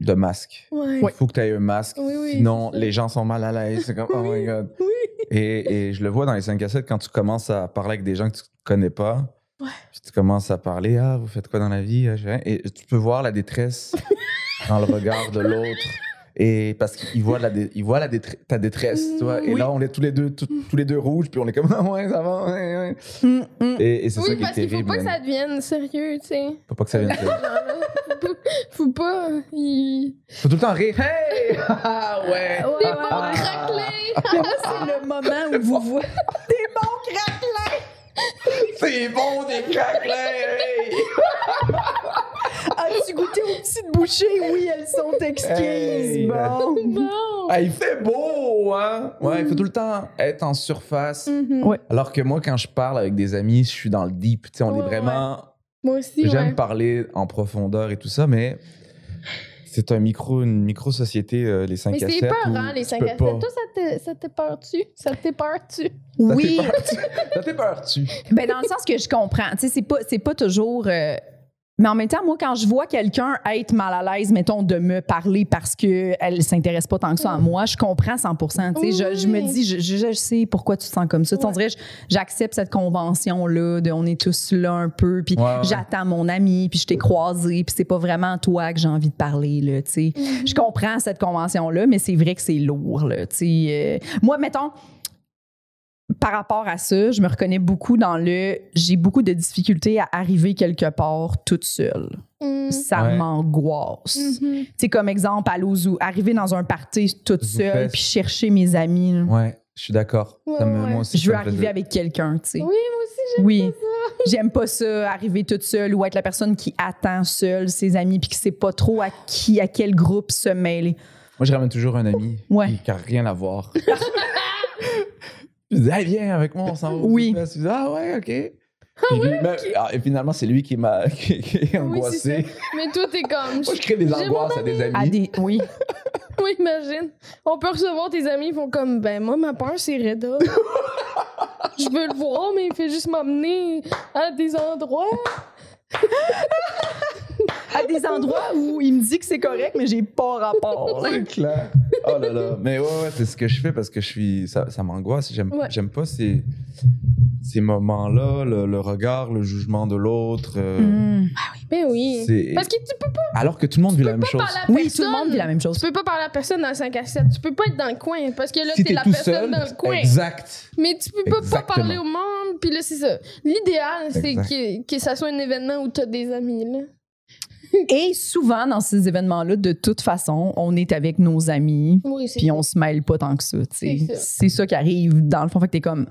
D: de masque.
C: Ouais.
D: Il faut que tu aies un masque.
C: Oui, oui,
D: sinon,
C: c'est ça.
D: les gens sont mal à l'aise. C'est comme, oh my god.
C: Oui.
D: Et, et je le vois dans les 5 à 7, quand tu commences à parler avec des gens que tu connais pas,
C: Ouais.
D: puis tu commenges à parler, ah, vous faites quoi dans la vie? Ah, j'ai rien. Et tu peux voir la
C: [laughs]
D: détresse dans le regard de l'autre. Et parce qu'il voit, la dé- il voit la détre- ta détresse, tu vois. Et
B: Oui.
D: là, on est tous les deux, tout- tous les deux rouges, puis on est comme, [laughs] ah ouais, ça va, ouais, ouais.
B: mm, mm.
D: Et, et c'est ça
C: Oui,
D: qui est
C: parce qu'il faut
D: terrible.
C: pas que
D: man.
C: ça devienne sérieux, tu sais.
D: Faut pas que ça
C: [laughs]
D: vienne. de-
C: Faut pas. Il...
D: Faut tout le temps rire. Hey! [laughs] Ah, ouais!
C: Des bons
D: Ah.
C: craquelés!
B: Mais
C: [laughs]
B: moi, Ah, c'est le moment où vous voyez des bons craquelins.
D: C'est bon, des craquelins! hey!
B: As-tu goûté Ah, aux petites bouchées? Oui, elles sont exquises.
D: Hey.
B: Bon.
C: Bon!
D: Ah, il fait beau, hein? Ouais, il faut tout le temps être en surface.
C: Mhm.
B: Ouais.
D: Alors que moi, quand je parle avec des amis, je suis dans le deep. Tu sais, on
C: Ouais,
D: est vraiment.
C: Moi aussi,
D: J'aime
C: ouais.
D: parler en profondeur et tout ça, mais c'est un micro, une micro-société, euh, les 5
C: Mais
D: à 7.
C: c'est peur,
D: où
C: hein, les
D: tu
C: 5
D: peux
C: à 7.
D: pas.
C: Toi, ça te- ça te peur-tu? Ça te [laughs] peur-tu?
D: Ça
B: Oui.
C: [laughs]
D: t'est peur, tu- Ça t'est peur, tu.
B: Ben dans le sens que je comprends, tu sais c'est pas c'est pas toujours euh, mais en même temps, moi, quand je vois quelqu'un être mal à l'aise, mettons, de me parler parce qu'elle s'intéresse pas tant que ça à moi, je comprends 100 tu sais. je, je me
C: Oui.
B: dis, je, je- je sais pourquoi tu te sens comme ça. Tu sais, On
C: Ouais.
B: dirait, je- j'accepte cette convention-là de on est tous là un peu, puis
D: Ouais, ouais.
B: j'attends mon ami, puis je t'ai croisé, puis c'est pas vraiment toi que j'ai envie de parler, là, tu sais. Je comprends cette convention-là, mais c'est vrai que c'est lourd, là, tu sais. Euh, moi, mettons, par rapport à ça, je me reconnais beaucoup dans le j'ai beaucoup de difficultés à arriver quelque part toute seule.
C: Mhm.
B: Ça
D: Ouais.
B: m'angoisse.
C: Mhm.
B: Tu sais, comme exemple, à l'Ouzou, arriver dans un party toute
D: Vous
B: seule
D: faites-
B: puis chercher mes amis. là.
D: Ouais, je suis d'accord.
C: Ouais,
D: Ça me-
C: ouais.
D: Moi aussi,
B: Je veux
D: ça me faisait-
B: arriver avec quelqu'un, tu sais.
C: Oui, moi aussi, j'aime.
B: Oui.
C: [laughs]
B: J'aime pas ça, arriver toute seule ou être la personne qui attend seule ses amis puis qui sait pas trop à qui, à quel groupe se mêler.
D: Moi, je ramène toujours un ami
B: Ouais.
D: qui- qui n'a rien à voir. Puis Je disais, hey, viens avec moi, on s'en va. au
B: Oui.
D: Zoufest. Il disait, ah ouais, ok. Puis lui- mais- ah, et finalement, c'est lui qui m'a [laughs] qui, qui est angoissé.
C: Mais toi, t'es comme.
D: Moi, je crée des
C: J'ai
D: angoisses à des amis.
B: À des, oui.
C: Oui, imagine. On peut recevoir tes amis, ils font comme, ben moi, ma peur, c'est Reda. Je veux le voir, mais il fait juste m'emmener à des endroits.
B: À des endroits où il me dit que c'est correct, mais j'ai pas
C: [laughs]
B: rapport.
D: C'est clair. Oh là là. Mais ouais, ouais, c'est ce que je fais parce que je suis. Ça, ça m'angoisse. J'aime
C: Ouais.
D: j'aime pas ces, ces moments-là, le, le regard, le jugement de l'autre. euh,
B: Hmm.
C: Ben oui.
D: c'est-
C: Parce que tu peux
D: Alors que tout le monde vit la même chose.
C: parler à
B: Oui, tout
C: personne.
B: le monde vit la même chose.
C: Tu peux pas parler à personne dans 5 à 7. Tu peux pas être dans le coin. Parce que là,
D: si
C: t'es
D: t'es
C: la
D: tout
C: personne
D: seul,
C: dans le coin.
D: exact.
C: Mais tu peux pas, pas
D: Exactement.
C: parler au monde. Puis là, c'est ça. L'idéal, c'est
D: Exact.
C: que, que ça soit un événement où t'as des amis. Là.
B: Et souvent, dans ces événements-là, de toute façon, on est avec nos amis.
C: Oui, c'est
B: Puis on se mêle pas tant que ça. tu sais.
C: C'est ça.
B: C'est ça qui arrive dans le fond. Fait que t'es comme,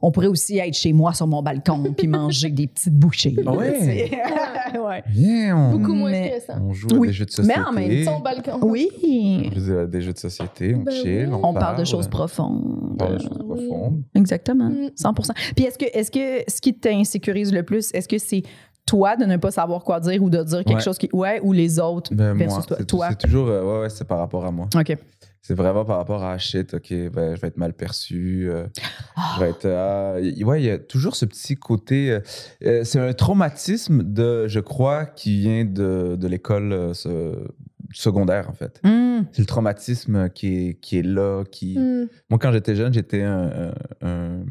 B: on pourrait aussi être chez moi sur mon balcon puis manger des petites bouchées. là,
D: Ouais.
B: tu sais. [laughs] ouais.
D: Viens, on,
C: beaucoup moins
B: Mais-
C: stressant.
D: on joue à
B: Oui.
D: des jeux de société.
B: Mais en même
C: Son balcon.
B: Oui.
D: On joue à des jeux de société, on
C: Ben
D: chill,
C: oui.
D: on,
B: On parle de choses euh,
D: On
B: profondes.
D: parle de choses
C: Oui.
D: profondes.
B: Exactement.
C: Mm.
B: 100%. Puis est-ce que, est-ce que ce qui t'insécurise le plus, est-ce que c'est toi de ne pas savoir quoi dire ou de dire quelque
D: Ouais.
B: chose qui. Ouais, ou les autres
D: Ben, moi,
B: versus toi?
D: c'est-
B: Toi.
D: C'est toujours. euh, ouais, ouais, c'est par rapport à moi.
B: OK.
D: C'est vraiment par rapport à shit, ok, ben, je vais être mal perçu. euh, Je
B: [gasps]
D: vais être. euh, y- ouais, il y a toujours ce petit côté. euh, euh, c'est un traumatisme, de, je crois, qui vient de, de l'école euh, se- secondaire, en fait.
B: Mm.
D: C'est le traumatisme qui est, qui est là. qui
C: Hmm.
D: Moi, quand j'étais jeune, j'étais un. un- un-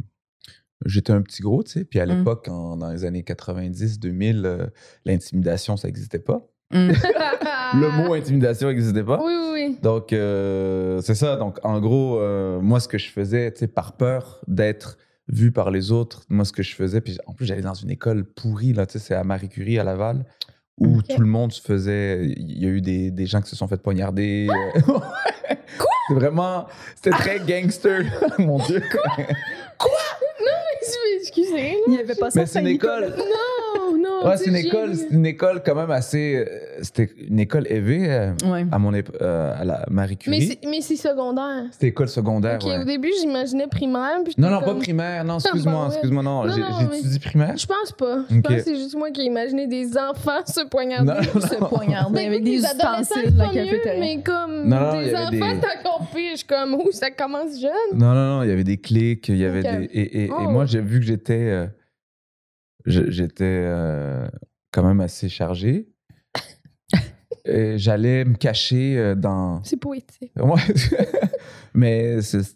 D: J'étais un petit gros, tu sais. Puis à
B: Mm.
D: l'époque, en- dans les années 90, 2000, euh, l'intimidation, ça n'existait pas.
C: [laughs]
B: Mm.
D: Le mot intimidation n'existait pas.
C: Oui, oui,
D: [laughs]
C: oui.
D: Donc, euh, c'est ça. Donc, en gros, euh, moi, ce que je faisais, tu sais, par peur d'être vu par les autres, moi, ce que je faisais, puis en plus, j'allais dans une école pourrie, là, tu sais, c'est à Marie Curie, à Laval, où
C: Ok.
D: tout le monde se faisait. Il y a eu des, des gens qui se sont fait
C: [gasps]
D: poignarder. [laughs] Quoi? C'est vraiment. C'était très gangster, [laughs] mon Dieu.
C: Je m'excuser.
B: Il n'y avait pas ça.
D: Mais c'est une école.
C: Non, non.
D: Ouais, c'est une
C: tu sais,
D: école,
C: j'ai-
D: c'est une école quand même assez. euh, C'était une école élevée euh,
B: Ouais.
D: à mon époque, à la Marie
C: Mais
D: Curie.
C: c'est- mais c'est secondaire.
D: C'était école secondaire.
C: Ok,
D: ouais.
C: au début, j'imaginais primaire. Puis
D: Non,
C: j'étais
D: non, pas
C: comme-
D: primaire. Non, excuse-moi,
C: bah ouais.
D: excuse-moi. Non,
C: Non,
D: j'ai
C: non,
D: j'ai-tu
C: mais-
D: dit primaire?
C: Je pense pas. Je
D: Ok.
C: pense que c'est juste moi qui ai imaginé des enfants se poignarder.
D: Non, [laughs]
B: se poignarder avec des
C: adolescents,
B: ustensiles
C: c'est
B: dans la
C: pas mieux,
B: cafétéria.
C: Mais comme
D: Non, non, il
C: des
D: y avait
C: enfants,
D: des-
C: c'est encore pire. Je suis comme, ouh, ça commence jeune.
D: Non, non, non, il y avait des clics, il y avait
C: Ok.
D: des... Et, et- et
C: Oh.
D: moi, j'ai vu que j'étais... euh, je- j'étais euh, quand même assez chargé. Et J'allais me cacher euh, dans... [laughs]
C: C'est poétique.
D: Ouais. Mais c'est-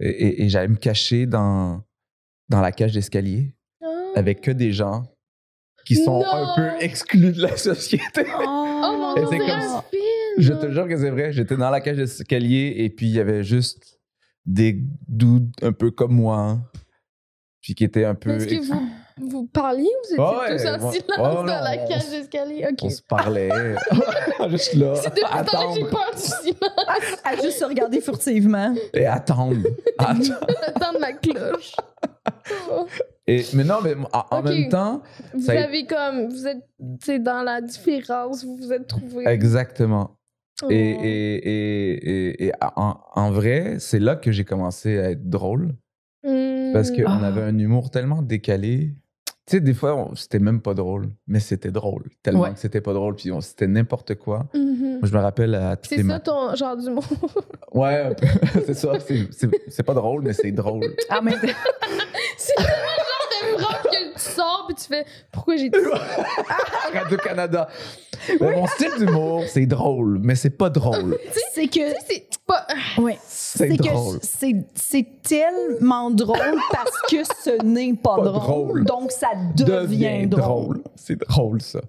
D: Et, et- et j'allais me cacher dans, dans la cage d'escalier
C: Ah.
D: avec que des gens qui sont
C: Non.
D: un peu exclus de la société.
C: Oh mon
D: Et
C: dieu,
D: c'est
C: c'est
D: comme
C: un film.
D: Je te jure que c'est vrai. J'étais dans la cage d'escalier et puis il y avait juste des dudes un peu comme moi, hein, puis qui étaient un peu.
C: Est-ce que vous, vous parliez ou vous étiez
D: Ah ouais,
C: tous en
D: moi-
C: silence
D: oh non,
C: dans la
D: on-
C: cage d'escalier?
D: On
C: Ok.
D: se parlait.
C: [laughs]
D: juste [laughs] là.
C: C'est depuis ce temps-là que j'ai
D: Attendre.
C: peur du silence.
B: À juste se regarder furtivement.
D: Et attendre. Attendre.
C: J'attends ma cloche. Oh.
D: Et, mais non, mais en, en
C: Ok.
D: même temps.
C: Vous
D: Ça a été-
C: avez comme, vous êtes tu sais, dans la différence, vous vous êtes trouvés.
D: Exactement.
C: Oh.
D: Et, et, et, et- et en, en vrai, c'est là que j'ai commencé à être drôle.
C: Hmm.
D: Parce qu'on
B: Ah.
D: avait un humour tellement décalé. Tu sais, des fois, on- c'était même pas drôle, mais c'était drôle. Tellement
B: Ouais.
D: que c'était pas drôle, puis on- c'était n'importe quoi.
C: Mhm.
D: Moi, je me rappelle à tous les
C: C'est ça
D: matins.
C: ton genre d'humour. [laughs]
D: Ouais, un peu. [laughs] c'est ça. c'est- C'est c'est pas drôle, mais c'est drôle.
B: Ah,
C: [laughs]
B: mais
C: C'est le genre de rock que tu sors puis tu fais pourquoi j'ai dit ça?
D: Radio-Canada. Mais Mon style d'humour, c'est drôle, mais c'est pas drôle.
B: c'est que.
C: Tu sais, c'est pas.
B: Ouais.
D: C'est
B: que
D: drôle.
B: c'est- c'est tellement drôle parce que ce n'est pas,
D: Pas
B: drôle,
D: drôle.
B: Donc ça devient, drôle.
D: C'est drôle, ça.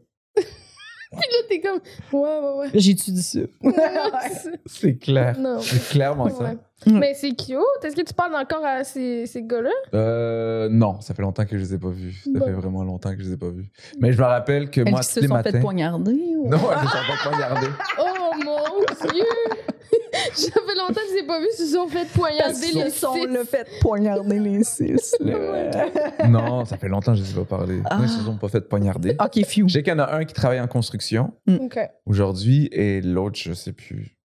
C: Puis là, t'es comme ouais, ouais, ouais.
B: J'ai-tu dit ça?
C: [laughs]
D: C'est clair.
C: Non.
D: C'est clairement ça.
C: Ouais.
D: Mm.
C: Mais c'est cute. Est-ce que tu parles encore à ces, ces
B: [laughs]
C: gars-là?
D: Euh, non, ça fait longtemps que je les ai pas vus. Ça
C: Bon.
D: fait vraiment longtemps que je les ai pas vus. Mais je me rappelle que
B: Elles
D: moi,
B: qui
D: tous
B: se
D: les
B: sont fait
D: matins.
B: poignarder? ou-
D: Non, elles se sont pas regardées.
C: Oh mon dieu! [laughs] Ça fait longtemps que je les ai pas vu, ils se sont fait
B: Parce
C: poignarder les
B: qu'ils sont
C: six.
B: le fait poignarder
D: [laughs]
B: les six. là.
D: Non, ça fait longtemps que je les ai pas parlé.
B: Ah.
D: Non, ils se sont pas fait poignarder.
B: OK, phew.
D: Je sais qu'il y en a un qui travaille en construction
C: Ok.
D: aujourd'hui et l'autre, je sais plus.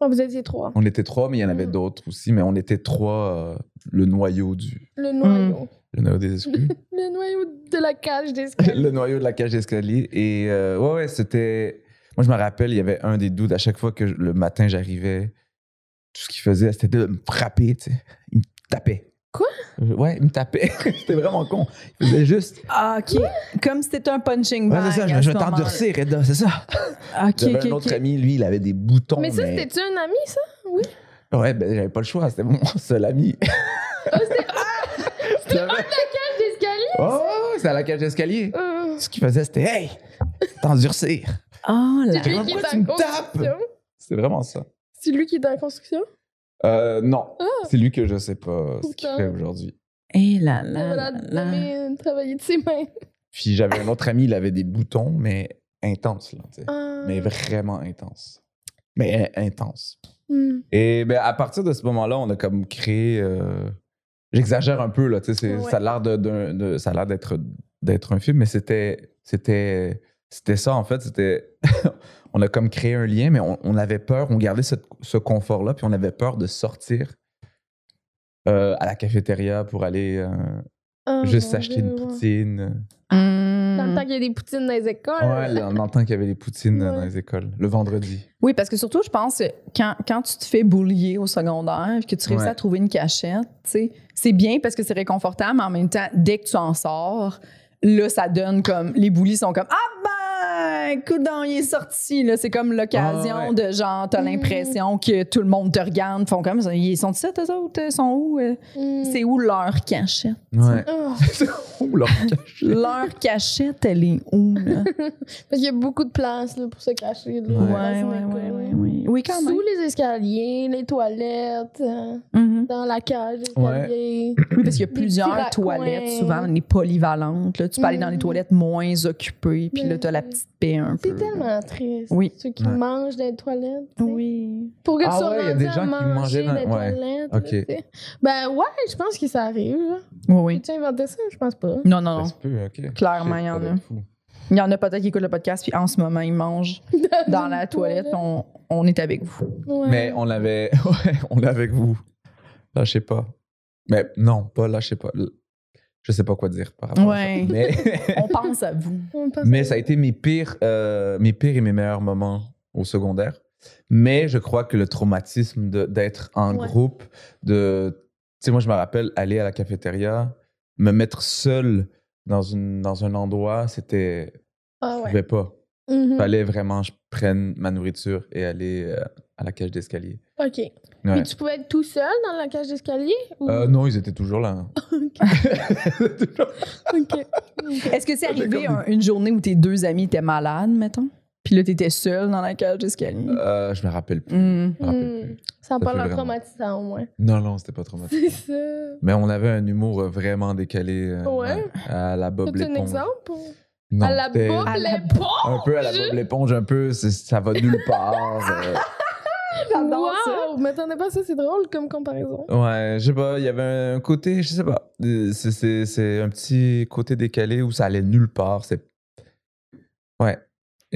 C: Ah, vous étiez trois.
D: On était trois, mais il y en avait
C: Mm.
D: d'autres aussi. Mais on était trois, euh, le noyau du.
C: Le noyau.
D: Le noyau des esprits.
C: Le noyau de la cage des
D: [laughs] le noyau de la cage d'escalier. Et euh, ouais, ouais, c'était. Moi, je me rappelle, il y avait un des doutes. À chaque fois que je- le matin, j'arrivais, tout ce qu'il faisait, c'était de me frapper, tu sais. Il me tapait.
C: Quoi?
D: Je- Ouais, il me tapait. [laughs] c'était vraiment con. Il faisait juste.
B: Ah, OK. Comme si c'était un punching
D: Ouais,
B: bag.
D: c'est ça, je,
B: à
D: je
B: ce
D: vais t'endurcer, Reda, c'est ça.
B: moment-là. OK,
D: J'avais
B: OK,
D: un autre
B: OK.
D: ami, lui, il avait des boutons.
C: Mais ça, c'était-tu un ami, ça?
D: Ouais, ben, j'avais pas le choix, c'était mon [laughs] seul ami. [laughs] J'avais-
C: Cage d'escalier?
D: Oh, c'est à la cage d'escalier.
C: Euh,
D: Ce qu'il faisait, c'était Hey, t'endurcir.
B: Oh là.
C: C'est lui qui
D: Pourquoi
C: est
D: tu
C: en
D: me tapes?
C: construction.
D: C'est vraiment ça.
C: C'est lui qui est en construction.
D: Euh, non, c'est lui que je sais pas ce qu'il
C: Putain.
D: fait aujourd'hui.
B: Eh là
C: Il
B: là
C: avait l'air
B: là
C: de
B: là.
C: jamais euh, travailler de ses mains.
D: Puis j'avais un autre ami, il avait des boutons, mais intenses, là, tu sais.
C: Ah.
D: Mais vraiment intenses. Mais in- intenses.
C: Hmm.
D: Et ben, à partir de ce moment-là, on a comme créé. euh, J'exagère un peu, là. tu sais, c'est-
C: Ouais.
D: Ça a l'air de- d'un- de- ça a l'air d'être d'être un film, mais c'était. C'était. C'était ça, en fait. C'était. [laughs] on a comme créé un lien, mais on, on avait peur, on gardait cette- ce confort-là, puis on avait peur de sortir euh, à la cafétéria pour aller euh,
B: Oh
C: Ah,
D: juste
C: mon
D: s'acheter
C: Dieu,
D: une
C: ouais.
D: poutine.
C: Dans le
B: Hum.
C: temps qu'il y a des poutines dans les
B: Oh
C: écoles.
D: Ouais, on entend qu'il y avait des poutines
C: Ouais.
D: dans les écoles le vendredi.
B: Oui, parce que surtout, je pense, que quand, quand tu te fais boulier au secondaire puis que tu réussis
D: Ouais.
B: à trouver une cachette, tu sais, c'est bien parce que c'est réconfortable, mais en même temps, dès que tu en sors, là, ça donne comme. Les boulis sont comme Ah ben, coudon, il est sorti. Là, c'est comme l'occasion
D: Ah
B: de genre, t'as
C: Mm.
B: l'impression que tout le monde te regarde, font comme Ils sont ça, eux autres? Ils sont où? euh?
C: Hmm.
B: C'est où leur cachette?
D: Ouais.
C: Ah.
D: [laughs] Ouh, leur cachet. [laughs]
B: Leur cachette, elle est où? Là?
C: Parce qu'il y a beaucoup de place là, pour se cacher. là,
D: Ouais.
C: dans
B: Ouais,
C: une
B: ouais, ouais,
C: école.
B: ouais, ouais, ouais. Oui, quand même.
C: Sous les escaliers, les toilettes, euh,
B: Mhm.
C: dans la cage d'escalier.
B: Oui, parce qu'il y a
C: Des
B: plusieurs
C: petits
B: toilettes,
C: raccoins.
B: souvent, on est polyvalentes. là. Tu peux aller dans les
C: Mm.
B: toilettes moins occupées, puis là,
C: Ben
B: t'as la
C: oui.
B: petite paix un peu.
C: C'est tellement triste.
B: Oui.
C: Ceux qui
D: Ouais.
C: mangent dans les toilettes. tu sais.
B: Oui.
C: Pour que
D: Ah
C: tu sois
D: ouais, il y a
C: rendu
D: des
C: à
D: gens qui
C: manger
D: mangeaient dans-
C: dans les
D: ouais.
C: toilettes.
D: Ok.
C: là, tu sais. ben ouais, je pense que ça arrive. là.
B: Oui, oui.
C: Tu as inventé ça? Je pense pas.
B: Non, non,
D: Ça
B: non.
D: se peut, ok.
B: Clairement, il
D: Shit,
B: y
D: ça
B: en
D: doit
B: a.
D: être fou.
B: Il y en a peut-être qui écoutent le podcast, puis en ce moment, ils mangent [laughs] dans la toilette, puis on, on est avec vous.
C: Ouais.
D: Mais on l'avait. [laughs] Ouais, on l'a avec vous. Lâchez pas. Mais non, pas lâchez pas. L- Je sais pas quoi dire par rapport
B: Ouais.
D: à ça.
C: [laughs]
D: Mais,
B: [laughs] On pense à vous.
C: On pense
D: mais
C: à-
D: ça a été mes pires, euh, mes pires et mes meilleurs moments au secondaire. Mais je crois que le traumatisme de- d'être en
C: Ouais.
D: groupe, de. Tu sais, moi, je me rappelle aller à la cafétéria, me mettre seul dans, une, dans un endroit, c'était.
C: Ah
D: Je
C: ouais.
D: pouvais pas.
C: Mhm.
D: fallait vraiment que je prenne ma nourriture et aller euh, à la cage d'escalier.
C: OK.
D: Ouais.
C: Puis tu pouvais être tout seul dans la cage d'escalier? Ou...
D: Euh, non, ils étaient toujours là. hein.
C: [laughs]
D: [laughs] Toujours. [laughs]
C: OK.
B: Est-ce que c'est
D: J'avais
B: arrivé
D: comme
B: un- une journée où tes deux amis étaient malades, mettons? Puis là, t'étais seule dans la cage d'escalier?
D: Euh, je me rappelle plus.
B: Mm.
D: Je me rappelle
C: Hmm.
D: plus.
C: Ça
D: fait
C: parle en
D: vraiment-
C: traumatisant, au moins. [laughs]
D: Non, non, c'était pas traumatique.
C: C'est ça.
D: Mais on avait un humour euh, vraiment décalé euh,
C: Ouais.
D: à la Bob
C: C'est un
D: l'éponge.
C: exemple? ou-
D: Non,
C: à la
D: c'était
C: boule
B: À la
C: l'éponge?
D: Un peu à la Bob l'éponge, un peu, c'est- ça va nulle part.
C: [laughs]
D: euh.
B: J'adore ça.
C: Wow! M'attendais pas à ça, c'est drôle comme
D: [laughs]
C: comparaison.
D: Ouais, je sais pas, il y avait un côté, je sais pas, euh, c'est- c'est c'est un petit côté décalé où ça allait nulle part. C'est... Ouais.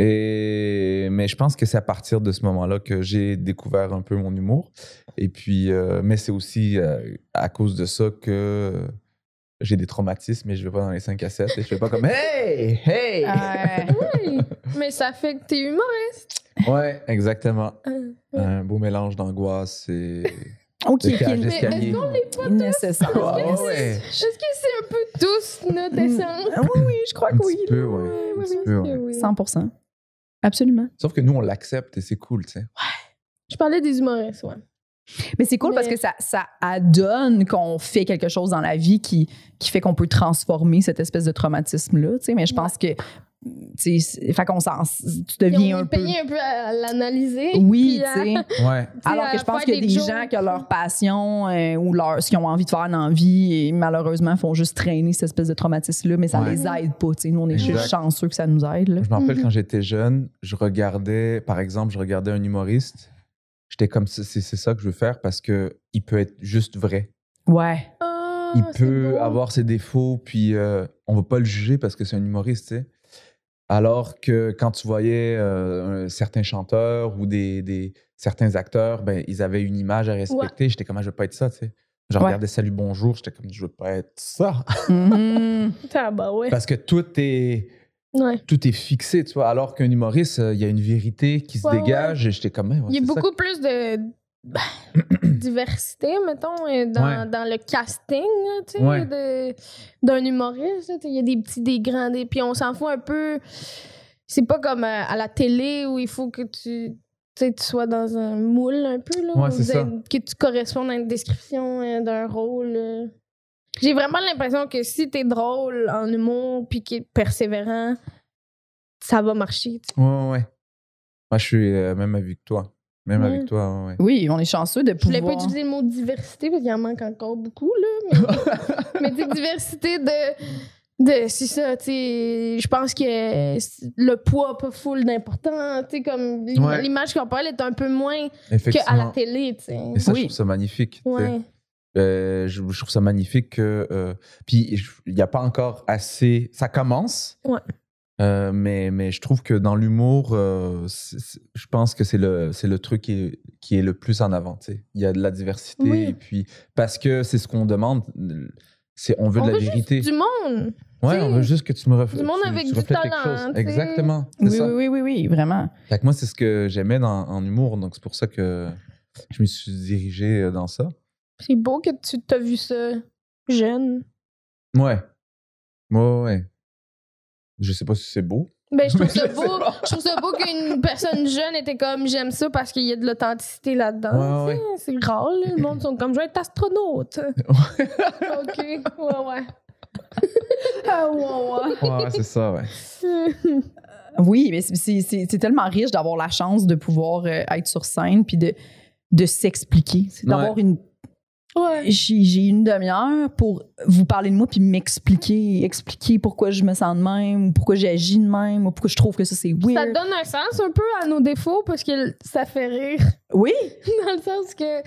D: Et... Mais je pense que c'est à partir de ce moment-là que j'ai découvert un peu mon humour. Et puis, euh, mais c'est aussi euh, à cause de ça que j'ai des traumatismes et je vais pas dans les 5 à 7 et je fais pas comme Hey!
B: [laughs]
D: Hey!
B: Ouais.
C: Oui, mais ça fait que t'es humain.
D: Ouais, exactement.
C: Euh,
D: Un beau mélange d'angoisse et.
B: OK,
D: de cage
B: qui
C: Mais est-ce
D: d'escalier.
C: qu'on est
B: est nécessaire.
D: Ouais, ouais.
C: Est-ce que c'est un peu tous notre essence?
B: Ah Oui, oui, je crois
D: Un
B: que
D: petit
B: oui.
D: peu,
B: là.
D: Hmm. ouais. Un
C: Oui,
D: petit
C: oui,
D: peu,
C: oui,
D: ouais.
B: Mmh.
C: oui.
B: 100 Absolument.
D: Sauf que nous, on l'accepte et c'est cool, tu sais.
C: Je parlais des humoristes, ouais.
B: Mais c'est cool
C: Mais-
B: parce que ça, ça adonne qu'on fait quelque chose dans la vie qui, qui fait qu'on peut transformer cette espèce de traumatisme-là. tu sais. Mais je pense que. tu sais, c'est- Fait qu'on s'en. Tu
C: Puis
B: deviens
C: on
B: un
C: est
B: peu.
C: payé un peu à l'analyser.
B: Oui,
C: puis à-
B: tu
C: [laughs]
B: sais.
D: Ouais.
C: sais,
B: Alors que
C: à
B: je pense
C: faire
B: qu'il y a
C: des
B: des
C: jokes.
B: gens qui ont leur passion euh, ou leur, ce qu'ils ont envie de faire dans la vie et malheureusement font juste traîner cette espèce de traumatisme-là, mais ça
D: Ouais.
B: les aide pas. tu sais. Nous, on est juste
D: Exact.
B: chanceux que ça nous aide. là.
D: Je me rappelle
C: Mhm.
D: quand j'étais jeune, je regardais, par exemple, je regardais un humoriste. J'étais comme, c'est c'est- c'est ça que je veux faire parce que il peut être juste vrai.
B: Ouais.
C: Ah,
D: il
C: c'est
D: peut
C: beau.
D: avoir ses défauts, puis euh, on va pas le juger parce que c'est un humoriste, tu sais. Alors que quand tu voyais euh, un- certains chanteurs ou des, des- certains acteurs, ben, ils avaient une image à respecter. J'étais comme, Ah, je veux pas être ça, tu sais. Je
B: Ouais.
D: regardais Salut Bonjour, j'étais comme, je veux pas être ça.
B: [laughs] Mhm.
C: Ah, bah ouais.
D: Parce que tout est,
C: Ouais.
D: tout est fixé, tu vois. Alors qu'un humoriste, euh, il y a une vérité qui se
C: Ouais,
D: dégage et j'étais comme, Ouais, ouais,
C: Il y a
D: c'est ça.
C: beaucoup plus de bah, [coughs] diversité, mettons, euh, dans,
D: Ouais.
C: dans le casting là, tu sais,
D: Ouais.
C: de- d'un humoriste. là, tu sais, Il y a des petits, des grands, des, puis on s'en fout un peu. C'est pas comme euh, à la télé où il faut que tu, tu sais, tu sois dans un moule un peu, là,
D: Ouais,
C: où
D: c'est
C: vous
D: ça.
C: êtes- que tu correspondes à une description euh, d'un rôle. euh. J'ai vraiment l'impression que si t'es drôle en humour puis que t'es persévérant, ça va marcher. tu sais.
D: Ouais, ouais, ouais. Moi, je suis euh, même avec toi. Même
C: Ouais.
D: avec toi, ouais, ouais.
B: Oui, on est chanceux de
C: Je voulais
B: pouvoir.
C: pas utiliser le mot diversité parce qu'il en manque encore beaucoup, là.
D: [laughs]
C: Mais, mais tu sais, diversité de. de c'est ça, tu sais. Je pense que c'est- le poids a pas full d'importance. Tu sais, comme l'im-
D: Ouais.
C: l'image qu'on parle est un peu moins qu'à la
D: Effectivement.
C: télé, tu sais.
D: Et ça,
B: Oui.
D: je trouve ça magnifique. tu sais.
C: Ouais.
D: Euh, je, je trouve ça magnifique que. euh, puis je- il n'y a pas encore assez. Ça commence.
C: Ouais.
D: Euh, mais, mais je trouve que dans l'humour, euh, c'est- c'est- je pense que c'est le, c'est le truc qui est, qui est le plus en avant. tu sais. Il y a de la diversité.
C: Oui.
D: Et puis, parce que c'est ce qu'on demande. C'est, on veut
C: On
D: de la
C: veut juste
D: vérité.
C: Du monde. tu
D: ouais,
C: sais,
D: on veut juste que tu me refl-
C: du monde
D: tu-
C: avec
D: tu
C: du
D: reflètes quelque
C: talent,
D: chose.
C: tu sais.
D: Exactement. c'est
B: Oui,
D: ça.
B: oui, oui, oui, oui, vraiment.
D: Fait que moi, c'est ce que j'aimais dans, en humour. Donc, c'est pour ça que je me suis dirigé euh, dans ça.
C: C'est beau que tu t'as vu ça jeune.
D: Ouais. Ouais, ouais, ouais. Je sais pas si c'est beau.
C: Ben, je
B: [laughs]
C: trouve ça
D: Je sais
C: beau. Je trouve ça beau qu'une personne jeune était comme j'aime ça parce qu'il y a de l'authenticité là-dedans.
D: Ouais, ouais,
C: tu sais. C'est rare, là. Le monde sont comme je veux
B: [laughs]
C: être astronaute. OK. Ouais, ouais. [laughs] ah, ouais,
D: Ouais, ouais, c'est ça, ouais.
C: ouais.
B: Oui, mais c'est- c'est c'est- c'est tellement riche d'avoir la chance de pouvoir euh, être sur scène puis de, de s'expliquer. C'est D'avoir une.
C: ouais.
B: J'ai j'ai une demi-heure pour vous parler de moi puis m'expliquer, expliquer pourquoi je me sens de même, ou pourquoi j'agis de même, ou pourquoi je trouve que ça c'est
C: Ça
B: weird.
C: donne un sens un peu à nos défauts parce que ça fait rire. [laughs]
B: Oui,
C: Dans le sens que,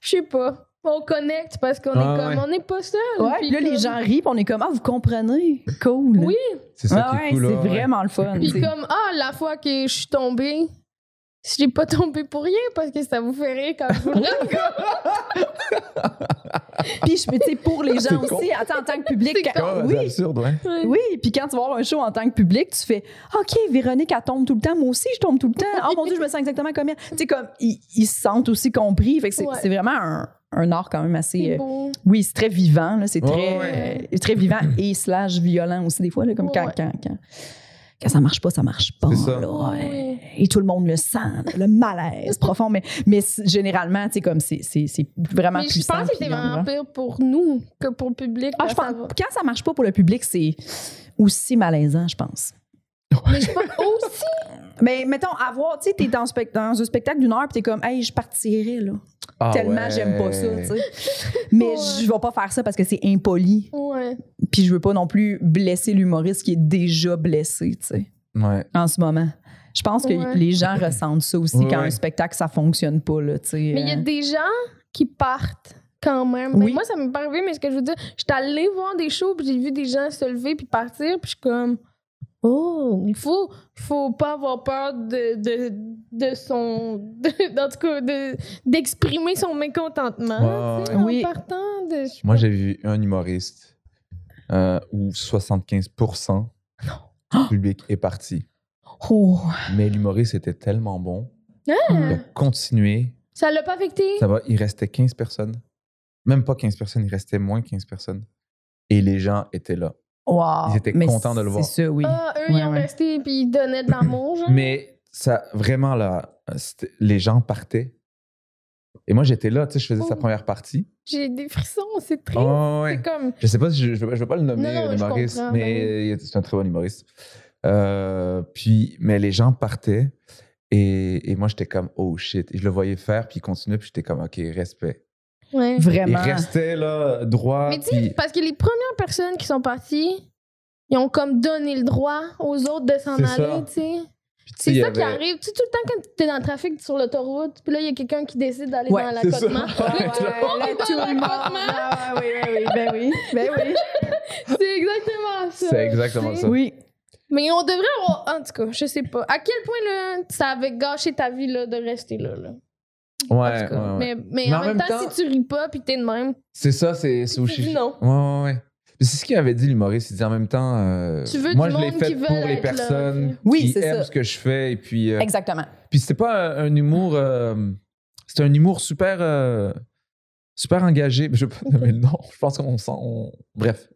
C: je sais pas, on connecte parce qu'on
D: Ah,
C: est comme,
D: ouais.
C: on n'est pas seul.
B: ouais, puis là,
C: comme-
B: les gens rient, puis on est comme Ah, vous comprenez? Cool.
C: Oui,
D: C'est ça
B: Ah
D: qui
B: ouais,
D: est cool,
B: c'est
D: là, ouais.
B: vraiment le fun.
C: Puis
B: t'sais.
C: comme, ah, la fois que je suis tombée, je n'ai pas tombé pour rien parce que ça vous fait rire quand je vous raconte.
B: Puis je peux, tu sais, pour les gens
D: [laughs] C'est con.
B: aussi, attends, en tant que public,
C: C'est
B: quand-
D: Ah ouais, C'est
B: oui,
D: absurde, ouais.
B: oui. Puis quand tu vas voir un show en tant que public, tu fais OK, Véronique, elle tombe tout le temps. Moi aussi, je tombe tout le temps. Oh mon Dieu, je me sens exactement comme elle. Tu sais, comme, ils, ils se sentent aussi compris. Fait que c'est
C: Ouais.
B: c'est vraiment un, un art quand même assez.
C: C'est
B: euh,
C: beau.
B: oui, c'est très vivant. là, C'est
D: Ouais,
B: très,
C: ouais.
B: euh, très vivant et slash violent aussi, des fois, là, comme quand,
C: Ouais.
B: quand, quand, quand ça marche pas, ça marche pas.
D: C'est ça.
B: là, ouais.
C: Ouais.
B: Et tout le monde le sent, le malaise [laughs] profond. Mais, mais c'est- généralement, tu sais, comme c'est c'est- c'est vraiment
C: Mais je
B: puissant.
C: pense que
B: puis
C: c'était
B: violent.
C: vraiment pire pour nous que pour le public.
B: Ah,
C: là,
B: je
C: ça
B: pense,
C: va.
B: quand ça marche pas pour le public, c'est aussi malaisant, je pense.
C: Mais je pense
B: [laughs]
C: aussi.
B: Mais mettons, avoir, tu sais, t'es dans, spec- dans un spectacle d'une heure, puis t'es comme, hey, je partirais, là.
D: Ah
B: Tellement
D: ouais.
B: j'aime pas ça, tu sais.
D: [laughs]
B: Mais
C: Ouais.
B: je vais pas faire ça parce que c'est impoli,
C: Ouais.
B: puis je veux pas non plus blesser l'humoriste qui est déjà blessé, tu sais,
D: Ouais.
B: en ce moment. Je pense que
C: Ouais.
B: les gens ressentent ça aussi
D: Ouais,
B: quand
D: ouais.
B: un spectacle, ça fonctionne pas, là, tu sais. euh.
C: Mais il y a des gens qui partent quand même.
B: Oui.
C: Mais moi, ça m'est pas arrivé, mais ce que je veux dire, j'étais allée voir des shows, puis j'ai vu des gens se lever puis partir, puis je suis comme. Oh, il faut, faut pas avoir peur de, de, de son. [laughs] de- en tout cas, de- d'exprimer son mécontentement.
D: Ouais,
C: tu sais,
B: ouais.
C: En
B: Oui.
C: partant de. je sais
D: Moi,
C: pas.
D: j'ai vu un humoriste euh, où 75% du public est parti.
B: Oh.
D: Mais l'humoriste était tellement bon.
C: Ah!
D: Il a continué.
C: Ça l'a pas affecté?
D: Ça va, il restait 15 personnes. Même pas 15 personnes, il restait moins 15 personnes. Et les gens étaient là.
B: Wow.
D: Ils étaient
B: Mais
D: contents de le voir.
B: C'est ça, oui.
C: Ah, eux,
B: Ouais,
C: ils ont
B: ouais.
C: resté puis ils donnaient de
B: [clears throat]
C: l'amour, genre.
D: Mais ça, vraiment, là, c'était- les gens partaient. Et moi, j'étais là, tu sais, je faisais sa
C: Oh.
D: première partie.
C: J'ai des frissons, c'est triste.
D: Oh, ouais.
C: C'est comme.
D: Je sais pas, si je, je, veux- je veux pas le nommer,
C: Non, non,
D: euh,
C: je
D: l'humoriste,
C: comprends,
D: mais il est- c'est un très bon humoriste. Euh, puis, mais les gens partaient. Et, et moi, j'étais comme, oh shit. Et je le voyais faire, puis il continuait, puis j'étais comme, ok, respect.
C: Ouais.
D: Il
B: Vraiment.
D: restait là, droit.
C: Mais tu sais,
D: puis-
C: parce que les premières personnes qui sont parties, ils ont comme donné le droit aux autres de s'en
D: C'est
C: aller,
D: ça.
C: tu sais.
D: puis tu sais,
C: C'est
D: il y
C: ça qui
D: avait-
C: arrive. Tu sais, tout le temps quand t'es dans le trafic sur l'autoroute, puis là, il y a quelqu'un qui décide d'aller
B: Ouais,
C: dans
D: [laughs] c'est ça.
C: l'accotement.
B: Ah ouais,
C: Là, tout le monde
B: là,
C: est dans
B: tout le monde.
C: l'accotement.
B: Ah ouais, oui, oui, oui, ben oui, ben oui.
C: C'est exactement ça.
D: C'est exactement
C: tu sais.
D: ça.
B: Oui.
C: Mais on devrait avoir. En tout cas, je sais pas. À quel point, là, ça avait gâché ta vie, là, de rester là, là. En
D: Ouais,
C: tout
D: ouais,
C: cas.
D: Ah ouais.
C: Mais, mais,
D: Mais
C: en même, temps, si tu ris pas puis t'es de même,
D: C'est ça, c'est c'est au
C: Tu dis
D: chiffre.
C: non.
D: Ouais, ouais, ouais. Mais c'est ce qu'il avait dit, l'humoriste. Il dit en même temps, euh,
C: Tu veux
D: moi,
C: du
D: je l'ai
C: monde
D: fait
C: qui veulent
D: pour les
C: être là.
D: personnes
B: Oui,
D: qui
B: c'est
D: aiment
B: ça.
D: ce que je fais. Et puis, euh,
B: Exactement.
D: puis c'était pas un, un humour. euh, c'était un humour super. euh, super engagé.
C: [laughs]
D: Je peux pas nommer le nom. Je pense qu'on sent. on- Bref.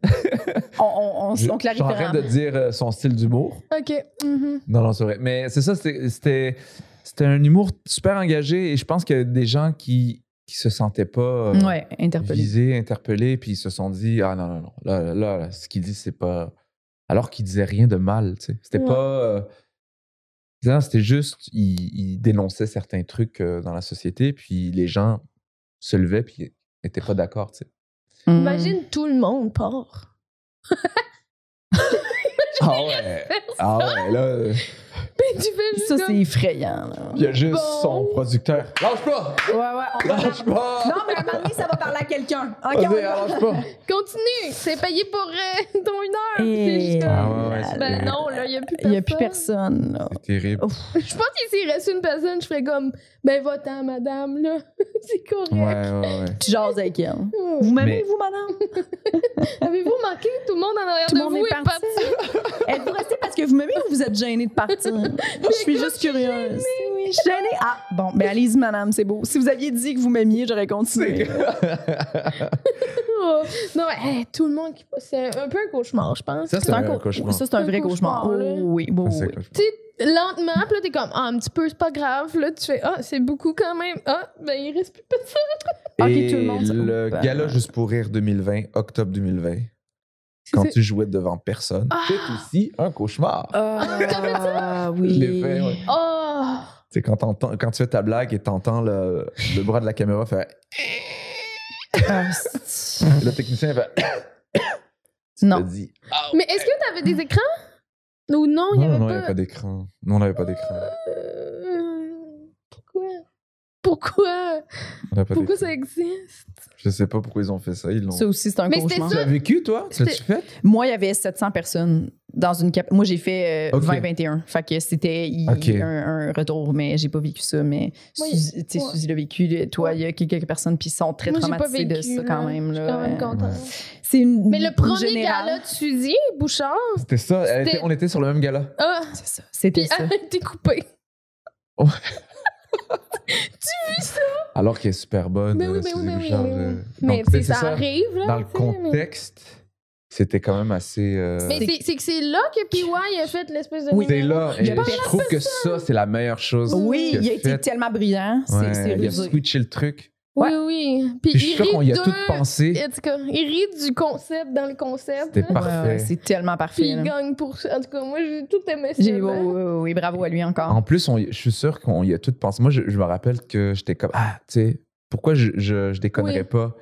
B: On, on, on,
D: Je-
B: on
D: je suis en
B: clarifiera.
D: train de dire euh, son style d'humour.
C: OK. mhm.
D: Non, non, c'est vrai. Mais c'est ça, c'était- c'était c'était un humour super engagé et je pense qu'il y a des gens qui, qui se sentaient pas euh,
B: Ouais, interpellé.
D: visés, interpellés, puis ils se sont dit Ah non, non, non, là, là, là, là, ce qu'il dit, c'est pas. Alors qu'il disait rien de mal, tu sais. C'était
C: Ouais.
D: pas. euh, non, C'était juste, il, il dénonçait certains trucs euh, dans la société, puis les gens se levaient, puis n'étaient pas d'accord, tu sais.
B: Hmm.
C: Imagine tout le monde part.
D: [laughs]
C: [laughs]
D: Ah ouais! Ah ouais, là. euh,
C: Puis tu fais juste
B: Ça,
C: comme-
B: c'est effrayant. là.
D: Il y a juste
C: Bon.
D: son producteur. Lâche pas!
B: Ouais, ouais. on-
D: Lâche pas!
B: Non, mais à un moment donné, ça va parler à quelqu'un. OK,
D: Vas-y,
B: on y va.
D: lâche pas!
C: Continue! C'est payé pour euh, [laughs] ton une heure!
B: Et-
C: Puis t'es juste comme,
D: Ah ouais, ouais, c'est
C: ben
D: vrai.
C: non, là, il n'y a plus
B: Il
C: personne.
B: n'y a plus personne. là.
D: C'est terrible.
C: [laughs] Je pense que s'il reste une personne, je ferais comme, ben va-t'en, madame, là. [laughs] c'est correct.
D: Ouais, ouais, ouais.
B: Tu jases avec elle.
C: Ouais.
B: Vous m'aimez,
D: Mais-
B: vous, madame?
C: Avez-vous manqué? Tout le monde en arrière
B: Tout le
C: de
B: monde
C: vous
B: est
C: est parti.
B: parti. [laughs] Êtes-vous restée parce que vous m'aimez ou vous êtes gênée de [laughs] partir? je suis juste curieuse. Je suis gênée. Ah, bon, ben allez-y, madame, c'est beau. Si vous aviez dit que vous m'aimiez, j'aurais continué.
C: Oh. Non, mais, hey, tout le monde qui C'est un peu un cauchemar, je pense.
D: Ça, c'est un
B: co-
D: cauchemar.
B: Ça, c'est un
C: Un
B: vrai
C: cauchemar,
B: cauchemar.
C: là.
B: Oh, oui, oui, oui.
C: Tu sais, lentement, puis là, t'es comme, ah, un petit peu, c'est pas grave. Là, tu fais, ah, c'est beaucoup quand même. Ah, ben il reste plus personne.
B: Ok,
D: Et
B: tout le monde, ça-
D: le
B: Ben-
D: gala Juste pour rire 2020, octobre 2020,
C: C'est-
D: quand
C: c'est-
D: tu jouais devant personne,
C: Ah!
D: c'est aussi un cauchemar.
B: Ah, oui.
D: Je l'ai fait, ouais.
C: Oh!
D: C'est quand, t'entends- quand tu fais ta blague et t'entends le, le bras de la caméra faire. [coughs]
B: Ah, c'est-
D: et Le technicien fait. [coughs]
B: non.
D: t'as dit.
C: Mais est-ce que t'avais des écrans? Ou non, il n'y
D: Non, non,
C: avait
D: non, il n'y
C: pas.
D: avait pas d'écran. Non, on n'avait pas d'écran.
C: Euh, Pourquoi? Pourquoi?
D: On n'avait pas
C: Pourquoi
D: d'écran.
C: ça existe?
D: Je sais pas pourquoi ils ont fait ça. Ils l'ont.
B: Ça aussi, c'est un
C: Mais c'était
B: cauchemar.
D: Tu l'as vécu, toi Tu l'as-tu
C: C'était-
D: fait
B: Moi, il y avait 700 personnes dans une cap. Moi, j'ai fait euh,
D: Ok.
B: 20-21. Fait que c'était il-
D: Ok.
B: un, un retour, mais j'ai pas vécu ça. Mais
C: Moi,
B: Suzy, tu sais,
C: ouais.
B: Suzy l'a vécu. le- Toi, il y a quelques personnes, puis ils sont très
C: Moi, j'ai pas
B: traumatisés de
C: vécu,
B: ça quand
C: là.
B: même.
C: Je suis
B: là.
C: quand même contente.
D: Ouais.
B: C'est une.
C: Mais le
B: une
C: premier
B: générale.
C: gala de Suzy, Bouchard,
D: C'était ça. elle
C: C'était-
D: était- on était sur le même gala.
C: ah,
B: C'est ça. C'était
C: puis
B: ça.
C: elle a été coupée.
D: Alors qu'elle est super bonne.
C: Mais Ben oui,
D: euh,
C: mais oui, mais
D: Suzy
C: oui,
D: Bouchard,
C: mais oui.
D: euh,
C: Mais
D: donc,
C: tu sais,
D: c'est
C: ça, arrive, là.
D: dans le
C: tu sais, mais-
D: contexte, c'était quand même assez. euh,
C: Mais c'est- c'est que c'est là que PY a fait l'espèce de.
B: Oui.
D: c'est
C: numéro.
D: là.
B: Il y
D: Et
B: a pas
D: je trouve que ça, c'est la meilleure chose.
B: Oui,
D: qu'il
B: il a été
D: faite.
B: tellement brillant. C'est
D: Ouais,
B: c'est
D: il a
B: rusé.
D: switché le truc.
C: Oui, oui. Puis,
D: Puis je suis
C: il
D: sûr
C: rit
D: qu'on y a
C: de- euh,
D: tout pensé.
C: En tout cas, il rit du concept dans le concept.
D: C'était
C: là.
B: Ouais,
D: parfait.
B: ouais, c'est tellement
C: Puis
B: parfait.
C: il
B: là.
C: gagne pour ça. En tout cas, moi, j'ai tout aimé ça.
B: J'ai-
C: là.
B: Oui, oui, oui, oui, bravo à lui encore.
D: En plus, on y- je suis sûr qu'on y a tout pensé. Moi, je, je me rappelle que j'étais comme ah, tu sais, pourquoi je, je, je déconnerais
C: Oui.
D: pas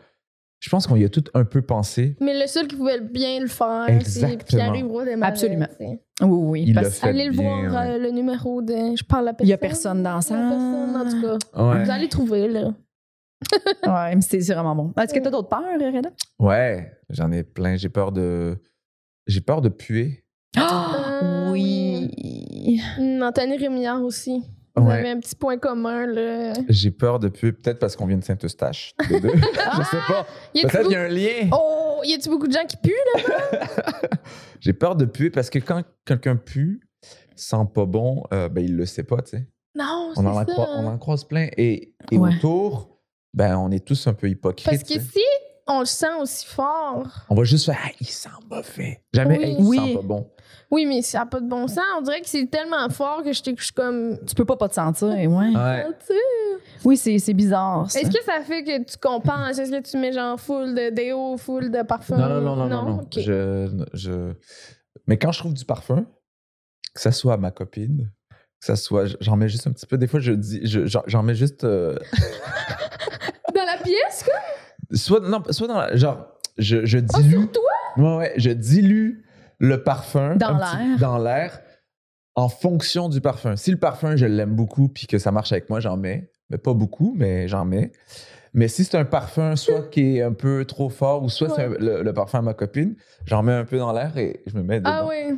D: Je pense qu'on y a tout un peu pensé.
C: Mais le seul qui pouvait bien le faire, c'est
D: Exactement.
C: Pierre-Yves Roy des Marais,
B: Absolument.
C: tu sais.
B: Oui, oui.
D: Il
B: parce-
D: l'a fait.
C: Allez le voir,
D: bien, ouais.
C: euh, le numéro de Je parle à personne.
B: Il y a personne dans la
C: Il y a personne, en tout cas.
D: Ouais.
C: euh, Vous allez trouver, là.
B: Ouais, mais c'est c'est vraiment bon. Est-ce que t'as d'autres peurs, Reda?
D: Ouais, j'en ai plein. J'ai peur de, j'ai peur de puer.
C: Ah,
B: oui.
C: Hum, Anthony Rémillard aussi. Vous
D: Ouais.
C: avez un petit point commun, là.
D: J'ai peur de puer. Peut-être parce qu'on vient de Saint-Eustache.
C: [laughs]
D: les deux. je sais pas.
C: Y a-tu
D: Peut-être
C: beaucoup...
D: qu'il y a un lien.
C: Ah! Oh, y a-tu beaucoup de gens qui puent, là?
D: J'ai peur de puer parce que quand quelqu'un pue, sent pas bon, euh, ben il le sait pas, tu sais.
C: Non, Oh, c'est
D: On, en
C: ça.
D: croi- on en croise plein. Et, et
B: Ouais.
D: autour, ben on est tous un peu
C: Parce
D: hypocrites.
C: que
D: tu sais.
C: si on le sent aussi fort...
D: On va juste faire, ah, il sent mauvais. Jamais,
C: Oui.
D: Hey, il
B: Oui.
D: sent pas bon.
C: Oui, mais ça n'a pas de bon sens. On dirait que c'est tellement fort que je t'ai- je suis comme...
B: Tu peux pas pas te sentir, ouais.
D: Ouais.
C: Tu sais,
B: Oui, c'est c'est bizarre. ça.
C: Est-ce que ça fait que tu compenses? Est-ce que tu mets genre full de déo, full de parfum?
D: Non, non, non, non, non. non.
C: ok.
D: Je, je- Mais quand je trouve du parfum, que ça soit à ma copine, que ça soit, j'en mets juste un petit peu. Des fois, je dis, je- j'en j'en mets juste. euh,
C: Dans la pièce, quoi?
D: soit, non, soit dans la- Genre, je, je
C: Ah,
D: dilue.
C: sur toi?
D: Ouais, ouais, je dilue le parfum
B: Dans
D: un petit-
B: l'air.
D: dans l'air en fonction du parfum. Si le parfum, je l'aime beaucoup puis que ça marche avec moi, j'en mets. Mais pas beaucoup, mais j'en mets. Mais si c'est un parfum, soit qui est un peu trop fort ou soit c'est un- le, le parfum à ma copine, j'en mets un peu dans l'air et je me mets dedans. Euh,
C: Ah oui.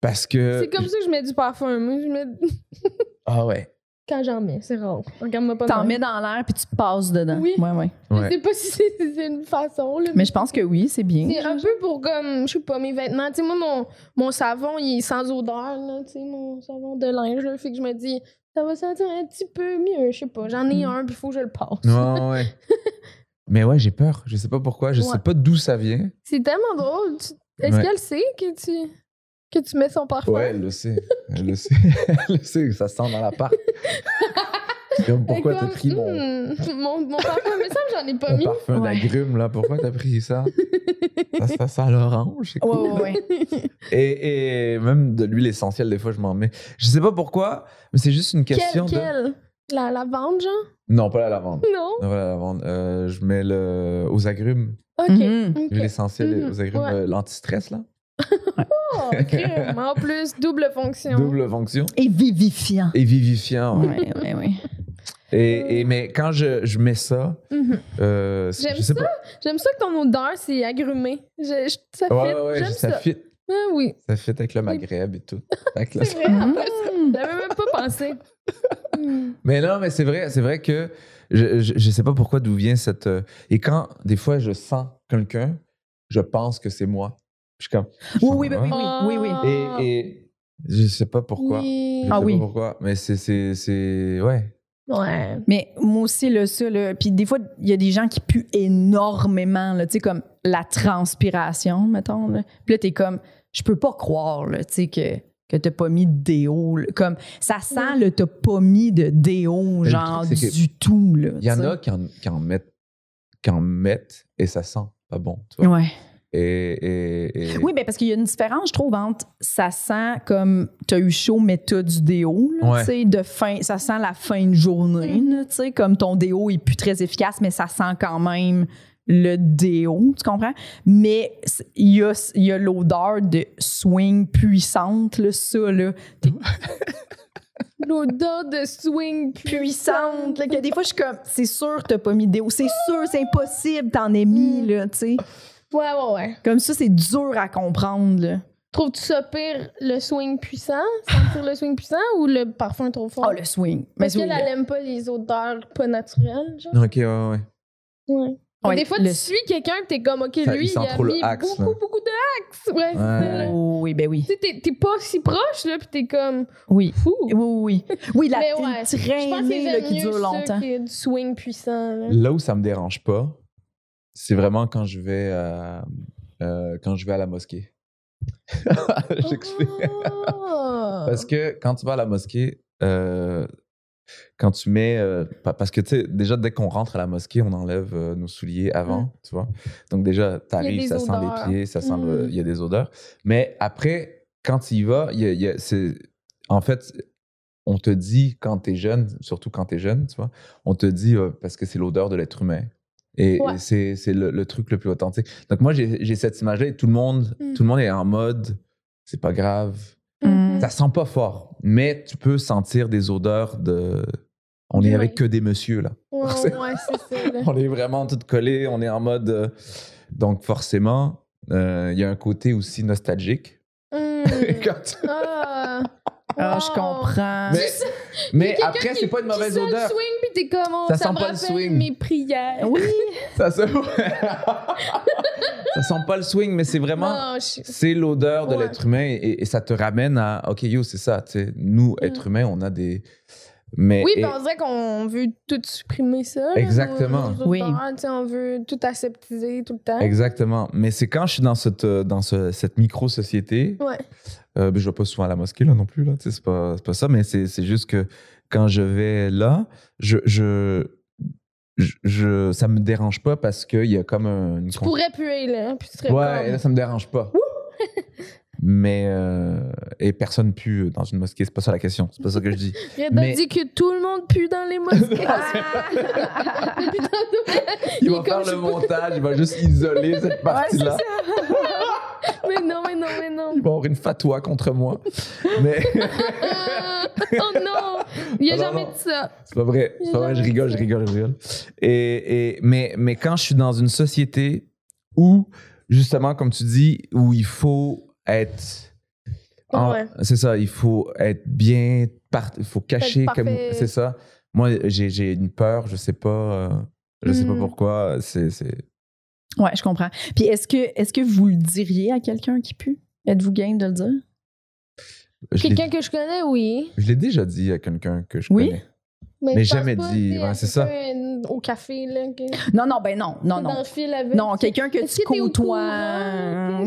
D: Parce que.
C: C'est comme ça que je mets du parfum. Moi, je mets...
D: Ah ouais.
C: Quand j'en mets, c'est rare. Regarde-moi pas.
B: T'en
C: mal.
B: mets dans l'air puis tu te passes dedans.
C: Oui.
B: Ouais, ouais.
C: Je sais pas si c'est si c'est une façon, là.
B: Mais je pense que oui, c'est bien.
C: C'est un peu pour comme, je sais pas, mes vêtements. Tu sais, moi, mon, mon savon, il est sans odeur, là. Tu sais, mon savon de linge, là. Fait que je me dis, ça va sentir un petit peu mieux. Je sais pas, j'en ai
B: Mm.
C: un, puis il faut que je le passe. [laughs]
D: Ouais, ouais. Mais ouais, j'ai peur. Je sais pas pourquoi. Je
C: Ouais.
D: sais pas d'où ça vient.
C: C'est tellement drôle. Tu- Est-ce
D: Ouais.
C: qu'elle sait que tu, que tu mets son parfum?
D: Ouais, elle le sait. Elle le sait. [laughs] elle le sait que ça sent
C: [laughs]
D: dans l'appart. C'est comme,
C: Elle est
D: pourquoi t'as
C: comme,
D: pris mon,
C: Hmm, [laughs] mon, mon parfum? Mais ça, j'en ai pas
D: mon
C: mis.
D: parfum
B: Ouais.
D: d'agrumes, là? Pourquoi t'as pris ça? ça, ça sent l'orange. c'est
B: Ouais,
D: cool.
B: ouais, ouais.
D: Et, et même de l'huile essentielle, des fois, je m'en mets. Je sais pas pourquoi, mais c'est juste une [laughs] question
C: Quelle,
D: de...
C: quelle? La lavande, genre?
D: Non, pas la lavande.
C: Non?
D: Non, pas la lavande. Euh, je mets le... aux agrumes.
C: Ok.
B: Mhm.
C: ok.
D: L'huile essentielle
C: Mhm.
D: aux agrumes.
C: Ouais.
D: euh, L'anti-stress, là.
C: Oh, crème. En plus, double fonction.
D: Double fonction.
B: Et vivifiant.
D: Et vivifiant.
B: Ouais, ouais,
C: [laughs]
B: ouais.
D: Et, et- mais quand je, je mets ça,
C: Mhm.
D: euh, c'est-
C: J'aime
D: je sais pas.
C: J'aime ça que ton odeur, c'est agrumé. Je- je- ça fait.
D: Ouais, ouais, ouais,
C: J'aime
D: ça
C: ça.
D: fit.
C: Ah oui.
D: Ça fit avec le Maghreb
C: [laughs]
D: et tout. Avec le-
C: C'est vrai.
B: Mhm.
C: en plus. J'avais même pas
D: [laughs]
C: pensé. Hmm.
D: Mais non, mais c'est vrai, c'est vrai que je, je, je sais pas pourquoi d'où vient cette. euh, Et quand des fois je sens quelqu'un, je pense que c'est moi. Je suis comme.
B: Oui, oui, ben oui,
C: Ah.
B: oui, oui, oui.
D: Et, et je sais pas pourquoi.
C: Oui.
D: Je sais
B: Ah oui.
D: pas pourquoi. Mais c'est, c'est, c'est- ouais.
C: Ouais.
B: Mais moi aussi, le ça, là, puis des fois, il y a des gens qui puent énormément, là, tu sais, comme la transpiration, mettons. Là. Puis là, t'es comme, je peux pas croire, là, tu sais, que, que t'as pas mis de déo. là. Comme, ça sent le t'as pas mis de déo,
D: le
B: genre,
D: truc, c'est que
B: du tout, là.
D: Il y en
B: tu
D: a qui en, qui en mettent, qui en mettent et ça sent pas bon. Tu
B: sais.
D: vois?
B: Ouais.
D: Et, et, et-
B: Oui, ben parce qu'il y a une différence, je trouve, entre ça sent comme t'as eu chaud, mais t'as du déo, là,
D: Ouais.
B: tu sais, de fin, ça sent la fin de journée, là, tu sais, comme ton déo est plus très efficace, mais ça sent quand même le déo, tu comprends? Mais c'est- il y a, il y a l'odeur de swing puissante, là, ça, là,
C: L'odeur de swing
B: puissante, là, que des fois, je suis comme, c'est sûr, t'as pas mis de déo, c'est sûr, c'est impossible, t'en as mis, là, tu sais.
C: Ouais, ouais, ouais.
B: Mm. Comme ça, c'est dur à comprendre, là.
C: Trouves-tu ça pire, le swing puissant? Sentir le swing puissant ou le parfum trop fort?
B: Oh, le swing. Mais
C: Parce
B: oui,
C: qu'elle,
B: là.
C: elle aime pas les odeurs pas naturelles, genre.
D: Ok, ouais, ouais.
C: Ouais.
B: Ouais,
C: des fois,
B: le-
C: tu suis quelqu'un que t'es comme, OK,
D: Ça,
C: lui,
D: il
C: il,
D: sent
C: a
D: trop le
C: mis
D: axe,
C: beaucoup,
D: là.
C: beaucoup de axe. Ouais, c'est ça.
D: Ouais.
B: Oh, oui, ben oui.
C: Tu sais, t'es- t'es pas si proche, là, pis t'es comme,
B: Oui.
C: fou.
B: Oui, oui, oui. Oui, la
C: Mais
B: une
C: ouais, Je pense que
B: traînée là,
C: j'aime
B: qui
C: mieux
B: dure
C: ça
B: longtemps.
C: que du swing puissant. là.
D: Là où ça me dérange pas, c'est vraiment quand je vais, euh, euh, quand je vais à la mosquée. [laughs] J'explique.
C: Ah.
D: Parce que quand tu vas à la mosquée, euh, quand tu mets. euh, pa- parce que, tu sais, déjà, dès qu'on rentre à la mosquée, on enlève euh, nos
C: Mmh.
D: souliers avant, tu vois. Donc, déjà,
C: des
D: t'arrives, ça sent
C: odeurs.
D: les pieds, ça sent. le-
C: Mm.
D: Il y a des odeurs. Mais après, quand tu y vas, il y a- il y a- c'est- en fait, on te dit quand t'es jeune, surtout quand t'es jeune, tu vois, on te dit euh, parce que c'est l'odeur de l'être humain. Et,
C: Ouais.
D: et c'est c'est le, le truc le plus authentique. Donc, moi, j'ai j'ai cette image-là et tout le, monde,
C: Mm.
D: tout le monde est en mode c'est pas grave,
B: Mm.
D: ça sent pas fort, mais tu peux sentir des odeurs de. On est
C: Ouais.
D: avec que des messieurs, là. [laughs]
C: Ouais,
D: C'est-
C: ouais, c'est ça.
D: [laughs]
C: là.
D: On est vraiment tout collés, on est en mode. euh, Donc, forcément, euh, il y a un côté aussi nostalgique.
C: [laughs] Hmm.
D: Quand tu-
C: Ah.
B: Ah, je
C: Wow.
B: comprends.
D: Mais, mais
C: Quelqu'un
D: après,
C: qui-
D: c'est pas une mauvaise
C: qui sent
D: odeur.
C: le swing, puis t'es comme, oh,
D: Ça
C: ça,
D: sent
C: me
D: pas le
C: rappelle
D: swing.
C: mes prières.
B: Oui.
D: Ça, sent... [laughs] ça sent pas le swing, mais c'est vraiment.
C: Non, je-
D: C'est l'odeur de
C: Ouais.
D: l'être humain et, et ça te ramène à. Ok, yo, c'est ça. tu sais, Nous, êtres humains, on a des. Mais,
C: Mm. Oui,
D: et-
C: ben, on dirait qu'on veut tout supprimer ça. là,
D: Exactement.
C: nos- nos
B: Oui.
C: odeurs, tu sais, on veut tout aseptiser tout le temps.
D: Exactement. Mais c'est quand je suis dans cette, euh, dans ce- cette micro-société,
C: Ouais.
D: euh, ben, je ne vais pas souvent à la mosquée là non plus, là, tu sais, c'est pas, c'est pas ça, mais c'est c'est juste que quand je vais là, je, je, je, je- ça me dérange pas parce qu'il y a comme un- une...
C: Tu pourrais puer, là, hein, puis tu serais
D: Ouais, et
C: comme-
D: là, ça me dérange pas. [laughs] mais... euh, et personne pue euh, dans une mosquée, c'est pas ça la question, c'est pas ça que je
C: [laughs]
D: dis.
C: Arrête
D: mais- Ah,
C: de dire que tout le monde pue dans les
D: [laughs]
C: mosquées. Ah!
D: Il
C: Il est
D: va
C: comme,
D: faire
C: je
D: le
C: sais pas.
D: montage, il va juste isoler
C: [laughs]
D: cette partie-là.
C: mais non, mais non, mais non.
D: [laughs] il va avoir une fatwa contre moi. mais...
C: [laughs] Ah, oh non! Il n'y a
D: Non,
C: jamais
D: non.
C: dit ça.
D: C'est pas vrai.
C: J'ai
D: C'est pas vrai, je
C: jamais
D: rigole,
C: fait
D: je
C: ça.
D: rigole, je rigole. Et, et- mais, mais quand je suis dans une société où, justement, comme tu dis, où il faut être. En-
C: Ouais.
D: C'est ça, il faut être bien, par- il faut cacher
C: Être
D: comme.
C: parfait.
D: C'est ça. Moi, j'ai j'ai une peur, je sais pas, euh, je sais pas
C: Hmm.
D: pourquoi. C'est. c'est-
B: Ouais, je comprends. Puis est-ce que, est-ce que vous le diriez à quelqu'un qui pue? Êtes-vous game de le dire?
D: Je l'ai-
C: Quelqu'un que je connais, oui.
D: je l'ai déjà dit à quelqu'un que je
B: Oui?
D: connais.
C: Mais,
D: Mais
C: je pense
D: jamais
C: pas,
D: dit,
C: tu sais,
D: ouais,
C: à
D: c'est ça.
C: quelqu'un Au café, là. que-
B: Non, non, ben non, non,
C: Dans
B: non.
C: le fil avec.
B: Non, quelqu'un que
C: Est-ce
B: tu
C: que t'es au
B: côtoies.
C: courant?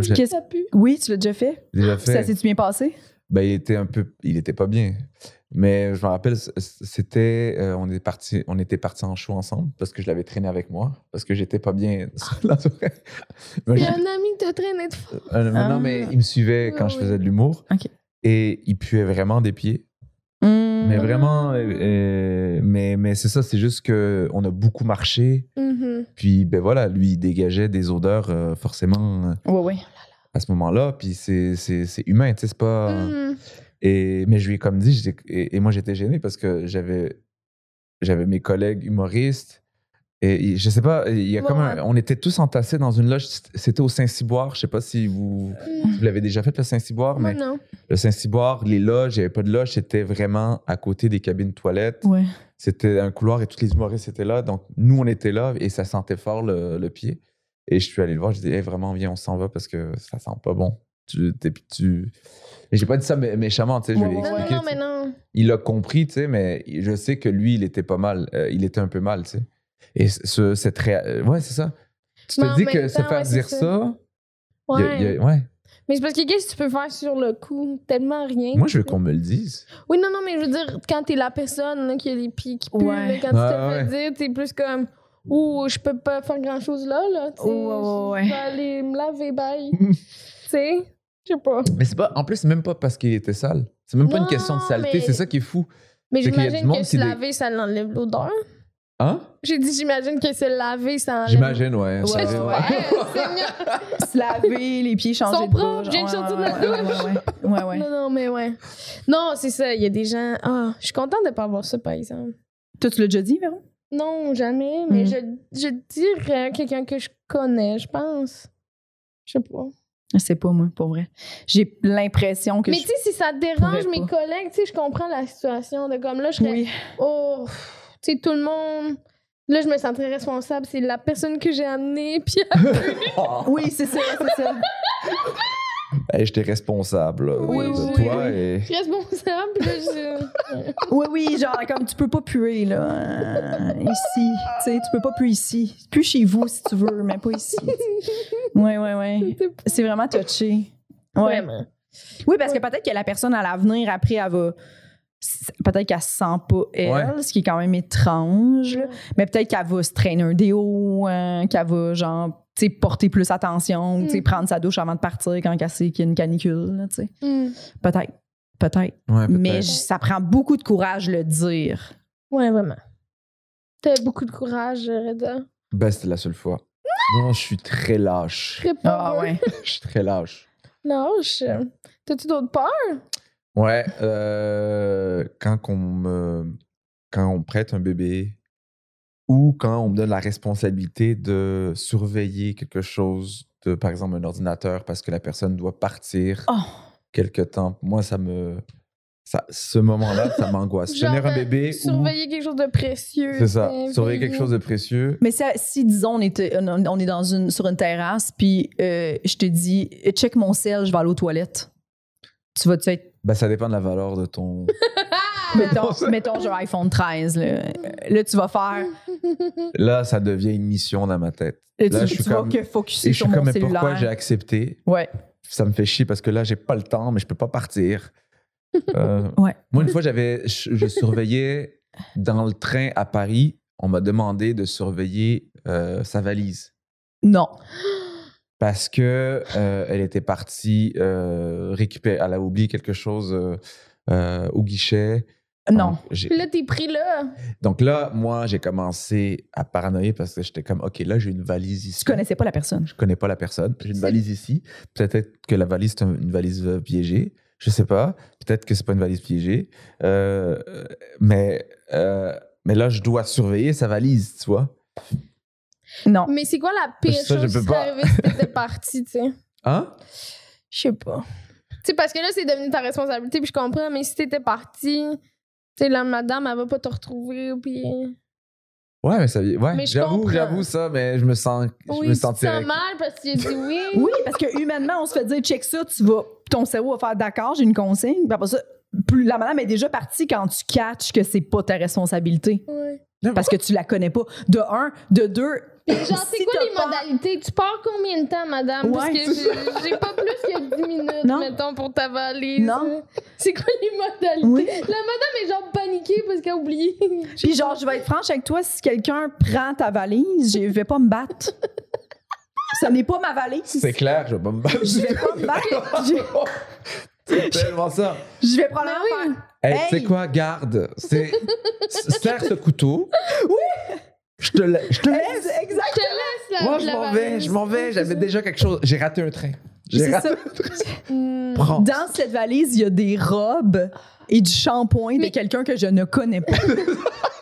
D: J'ai
B: Qu'est-ce-
C: Ça pue.
B: Oui, tu l'as déjà fait?
D: déjà
B: Puis Ça
D: fait.
B: s'est-tu bien passé?
D: Ben, il était un peu. Il était pas bien. Mais je me rappelle, c- c'était. euh, on, est parti, on était partis en show ensemble parce que je l'avais traîné avec moi, parce que j'étais pas bien. [laughs] dans
B: [laughs]
D: la- Mais
C: Il
D: je-
C: y a un ami qui te traîne et te fait-
D: Euh, mais
B: Ah.
D: Non, mais il me suivait quand
C: Ah
D: je
C: oui.
D: faisais de l'humour.
B: Ok.
D: Et il puait vraiment des pieds. Mais
B: Hum.
D: vraiment, euh, euh, mais, mais c'est ça, c'est juste que on a beaucoup marché.
C: Mhm.
D: Puis, ben voilà, lui, il dégageait des odeurs, euh, forcément, euh,
B: Ouais, ouais.
D: à ce moment-là. Puis c'est- c'est c'est humain, tu sais, c'est pas...
B: Mm.
C: Mhm.
D: Et, mais je lui ai comme dit, j'étais- et, et moi, j'étais gêné parce que j'avais j'avais mes collègues humoristes. Et il- je sais pas, il y a
C: Ouais,
D: comme un-
C: ouais.
D: on était tous entassés dans une loge. C'était au Saint-Cyboire. Je sais pas si vous,
C: Mhm.
D: vous l'avez déjà fait, le Saint-Cyboire,
C: Moi,
D: Oh, mais
C: non.
D: le Saint-Cyboire, les loges, il n'y avait pas de loge, c'était vraiment à côté des cabines toilettes.
B: Ouais.
D: C'était un couloir et tous les humoristes étaient là. Donc, nous, on était là et ça sentait fort le, le pied. Et je suis allé le voir, je dis, Hey, vraiment, viens, on s'en va parce que ça sent pas bon. Tu, t'es- puis tu... Et j'ai pas dit ça mé- méchamment, tu sais, je
B: Ouais,
D: lui ai
B: ouais,
C: Non,
B: ouais.
C: non, non,
D: expliqué. tu sais.
C: mais non.
D: Il a compris, tu sais, mais je sais que lui, il était pas mal. euh, il était un peu mal, tu sais. Et ce, cette réa- euh, Ouais, c'est ça. Tu
C: Mais en
D: te dis
C: même
D: que se
C: temps,
D: faire
C: ouais, c'est
D: dire
C: ça.
D: ça, il y a-
C: Ouais.
D: il y a- ouais.
C: Mais c'est parce que qu'est-ce que tu peux faire sur le coup? Tellement rien.
D: Moi, je veux qu'on me le dise.
C: Oui, non, non, mais je veux dire, quand t'es la personne là, qui a les pieds qui puent,
B: Ouais.
C: là, quand
D: Ah, Ouais,
C: tu te fais dire, t'es plus comme, ouh, je peux pas faire grand-chose là, là. tu sais,
B: Ouais, ouais, ouais.
C: Je vais aller me laver,
D: [laughs]
C: bye. tu sais, je sais pas.
D: Mais c'est pas, en plus, c'est même pas parce qu'il était sale. C'est même pas une
C: Non,
D: question de saleté,
C: mais-
D: c'est ça qui est fou.
C: Mais
D: C'est qu'il y a du
C: j'imagine
D: monde
C: que
D: qui
C: se
D: dé-
C: laver, ça l'enlève l'odeur.
D: Hein?
C: J'ai dit, j'imagine que se laver, ça enlève.
D: J'imagine, ouais. ça
B: Ouais,
D: vient,
B: ouais.
D: ouais.
C: Ouais, c'est mieux.
B: Se laver, [laughs] les pieds, changer
C: Sont
B: de
C: propres,
B: bouche.
C: viens de
B: Ouais,
C: sortir de
B: ouais,
C: la
B: ouais, ouais, ouais, ouais, ouais.
C: Non, non, mais ouais. Non, c'est ça, il y a des gens. Ah, je suis contente de pas avoir ça, par exemple.
B: Toi, tu l'as déjà dit, Véron?
C: Non, jamais, mais
B: Mm.
C: je, je dirais à quelqu'un que je connais, je pense. Je sais pas.
B: Je sais pas, moi, pour vrai. J'ai l'impression que
C: mais
B: je...
C: tu sais, si ça te dérange
B: pourrais
C: mes
B: pas.
C: collègues, tu sais, je comprends la situation de comme là, je serais.
B: Oui.
C: Oh, pff, tu sais, tout le monde. Là, je me sentirais responsable. C'est la personne que j'ai amenée. [laughs] Puis
B: Oui, c'est ça, c'est ça.
D: Hey, J'étais responsable là,
C: Oui,
D: de
C: oui,
D: toi
C: oui.
D: et.
C: je suis responsable. puis là,
B: [laughs]
C: je-
B: Oui, oui, genre, comme tu peux pas puer, là, euh, ici. Tu sais, tu peux pas puer ici. Pue chez vous, si tu veux, mais pas ici. Oui, oui, oui.
C: C'était pas-
B: C'est vraiment touché. Ouais.
C: Vraiment.
B: Oui, parce que peut-être que la personne à l'avenir, après, elle va. s- Peut-être qu'elle se sent pas elle,
D: Ouais.
B: ce qui est quand même étrange. là. Mais peut-être qu'elle va se traîner un déo, hein, qu'elle va, genre, tu sais, porter plus attention, tu sais,
C: Mm.
B: prendre sa douche avant de partir quand elle sait qu'il y a une canicule, là, tu sais.
C: Mm.
B: Peut-être. Peut-être.
D: Ouais, peut-être.
B: Mais j- ça prend beaucoup de courage le dire.
C: Ouais, vraiment. T'as beaucoup de courage, Reda.
D: Ben, c'était la seule fois. Non, je suis très lâche.
C: Très
B: Ah
C: peureux.
B: ouais.
D: Je suis très lâche.
C: Lâche. T'as-tu d'autres peurs?
D: Ouais, euh, quand, on me, quand on me prête un bébé ou quand on me donne la responsabilité de surveiller quelque chose, de, par exemple un ordinateur, parce que la personne doit partir
B: [laughs] Oh.
D: quelque temps, moi, ça me. Ça, ce moment-là,
C: [laughs]
D: ça m'angoisse.
C: Genre,
D: Génère un
C: euh,
D: bébé ou.
C: Surveiller quelque chose de précieux.
D: C'est ça.
C: euh,
D: Surveiller quelque chose de précieux.
B: Mais ça, si, disons, on, était, on- on est dans une, sur une terrasse, puis euh, je te dis, check mon sel, je vais aller aux toilettes. Tu vas-tu être.
D: Ben, ça dépend de la valeur de ton.
B: Mettons, mettons j'ai un iPhone 13, là. Euh, là, tu vas faire.
D: Là, ça devient une mission dans ma tête.
B: là,
D: Là,
B: tu
D: je suis
B: tu vas
D: comme-
B: que
D: Et
B: focuser
D: je
B: sur
D: suis
B: mon
D: comme, mais pourquoi j'ai
B: cellulaire.
D: accepté
B: Ouais.
D: Ça me fait chier parce que là, j'ai pas le temps, mais je peux pas partir. Euh,
B: [laughs] Ouais.
D: Moi, une fois, j'avais, je, je surveillais dans le train à Paris. On m'a demandé de surveiller euh, sa valise
B: Non.
D: parce que euh, elle était partie euh, récupérer. Elle a oublié quelque chose euh, euh, au guichet.
B: Non.
D: Donc, j'ai-
C: Puis là, t'es pris là.
D: donc là, moi, j'ai commencé à paranoïer parce que j'étais comme, ok, là, j'ai une valise ici.
B: Tu connaissais pas la personne.
D: je connais pas la personne. J'ai une
C: C'est-
D: valise ici. Peut-être que la valise, c'est un- une valise euh, piégée. Je sais pas. Peut-être que c'est pas une valise piégée. Euh, euh, mais, euh, mais là, je dois surveiller sa valise, tu vois.
B: Non.
C: Mais c'est quoi la pire
D: Ça, je
C: chose
D: peux [laughs]
C: qui t'est
D: pas.
C: arrivée si t'étais partie, tu sais?
D: Hein?
C: Je sais pas. sais, parce que là, c'est devenu ta responsabilité, puis je comprends, mais si t'étais parti, tu sais, la madame, elle va pas te retrouver, puis.
D: Ouais, mais ça ouais,
C: Mais je
D: j'avoue,
C: comprends.
D: j'avoue ça, mais je me sens. je
C: Oui,
D: me
C: tu te sens
D: sentirais.
C: mal parce que tu as dit oui.
B: [laughs] Oui, parce que humainement, on se fait dire check ça, tu vas, ton cerveau va faire d'accord, j'ai une consigne. Puis après ça, plus la madame est déjà partie quand tu catches que c'est pas ta responsabilité.
C: Ouais.
B: Parce que tu la connais pas. De un, de deux.
C: Genre, c'est
B: si
C: quoi
B: t'as
C: les
B: peur-
C: modalités? Tu pars combien de temps, madame? parce
B: Ouais,
C: que
B: c'est
C: j'ai- j'ai pas plus que 10 minutes,
B: Non.
C: mettons, pour ta valise.
B: Non.
C: C'est quoi les modalités?
B: Oui.
C: La madame est genre paniquée parce qu'elle a oublié. [laughs]
B: Puis genre, je vais être franche avec toi, si quelqu'un prend ta valise, je vais pas me battre. Ce n'est pas ma valise.
D: C'est clair, je vais pas me battre.
B: Je vais pas me battre. Je-
D: [laughs] C'est tellement ça.
B: Je vais probablement
C: Ben oui.
B: faire.
D: Hey,
B: Hey!
D: tu sais quoi, garde. C'est. Serre ce couteau. Oui! Je te la- je te laisse.
B: Ex- Exact.
C: Je te laisse la
D: Moi, je
C: la
D: m'en
C: valise.
D: vais, je m'en vais. J'avais déjà quelque chose. J'ai raté un train. J'ai
B: C'est
D: raté.
B: ça.
C: Hmm.
D: [laughs] Prends.
B: Dans cette valise, il y a des robes et du shampoing de
C: Mais-
B: quelqu'un que je ne connais pas.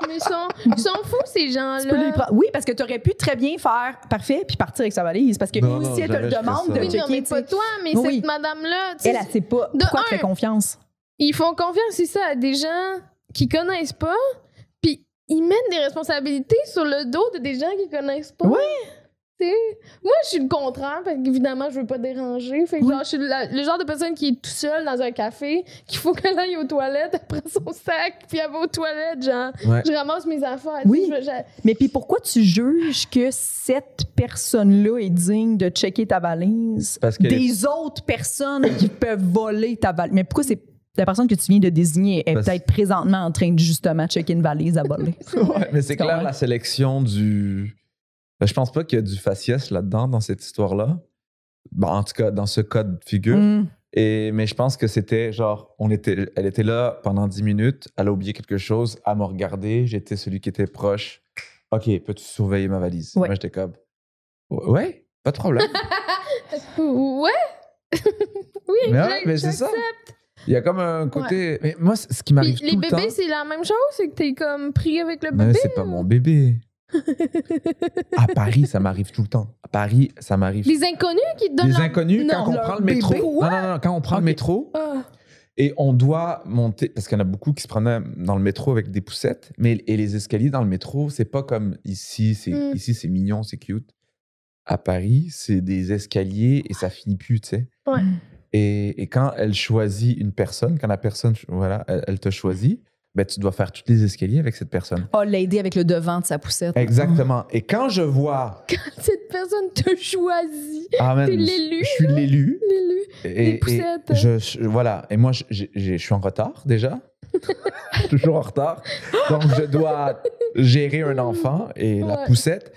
C: Mais ils sont, ils sont fous, ces
B: Tu peux lui
C: gens-là.
B: prendre- Oui, parce que tu aurais pu très bien faire parfait puis partir avec sa valise. Parce que
D: Non, non,
B: si elle te le
D: jamais je fais
B: demande
D: ça.
B: de
C: Oui, non, mais
B: checker, tu
C: pas
B: sais,
C: toi, mais
B: Oui.
C: cette madame-là. tu sais,
B: elle, elle sait pas.
C: De
B: Pourquoi tu
C: un-
B: fais confiance?
C: ils font confiance, c'est ça, à des gens qui connaissent pas, puis ils mettent des responsabilités sur le dos de des gens qui connaissent pas.
B: Ouais.
C: Tu sais, Moi, je suis le contraire, parce qu'évidemment, je veux pas déranger. Fait que
B: Oui.
C: genre, je suis la- le genre de personne qui est tout seul dans un café, qu'il faut [laughs] qu'elle aille aux toilettes, elle prend son sac, puis elle va aux toilettes, genre,
D: Ouais.
C: je ramasse mes affaires.
B: Oui.
C: tu sais, je- je-
B: Mais puis pourquoi tu juges que cette personne-là est digne de checker ta valise?
D: Parce que-
B: Des autres personnes
D: [coughs]
B: qui peuvent voler ta valise. Mais pourquoi c'est la personne que tu viens de désigner est
D: Parce-
B: peut-être présentement en train de justement checker une valise à voler?
D: Ouais, mais [laughs] c'est
B: Tu comprends?
D: clair la sélection du. Ben, je pense pas qu'il y a du faciès là-dedans dans cette histoire-là. Ben, en tout cas, dans ce cas de figure.
B: Mm.
D: Et, mais je pense que c'était genre, on était, elle était là pendant 10 minutes, elle a oublié quelque chose, elle m'a regardé, j'étais celui qui était proche. Ok, peux-tu surveiller ma valise?
B: Ouais.
D: Moi, j'étais comme. Ouais, pas de [laughs] problème.
C: Ouais. [laughs] oui,
D: mais ouais,
C: je-
D: mais c'est ça. Il y a comme un côté. Mais moi, c- ce qui
C: Puis
D: m'arrive
C: les
D: tout le temps.
C: bébés, c'est la même chose, c'est que t'es comme pris avec le
D: Mais
C: bébé. hein?
D: c'est pas
C: [laughs]
D: mon bébé. à Paris, ça m'arrive tout le temps. À Paris, ça m'arrive.
C: Les inconnus qui te donnent
D: Les
C: la-
D: inconnus,
B: Non,
D: quand on
B: leur
D: prend le métro.
B: bébé,
D: non, non, non, quand on prend
B: Ok.
D: le métro
C: Ah.
D: et on doit monter, parce qu'il y en a beaucoup qui se prenaient dans le métro avec des poussettes, mais et les escaliers dans le métro, c'est pas comme ici, c'est
C: Mm.
B: Hmm.
D: ici c'est mignon, c'est cute. À Paris, c'est des escaliers et ça finit plus, tu sais. Hmm.
C: Ouais.
D: Et, et quand elle choisit une personne, quand la personne, voilà, elle, elle te choisit, ben, tu dois faire tous les escaliers avec cette personne.
B: Ah, l'aider avec le devant de sa poussette.
D: Exactement. Et quand je vois,
B: [laughs]
C: Cette personne te choisit. [laughs]
D: ah, man,
C: T'es l'élu.
D: je suis l'élu.
C: L'élu.
D: Et,
C: Des poussettes.
D: et je, je- voilà. Et moi, je, je- je suis en retard
C: [laughs]
D: déjà. Toujours en retard. Donc, je dois gérer un enfant et la
C: Ouais.
D: poussette.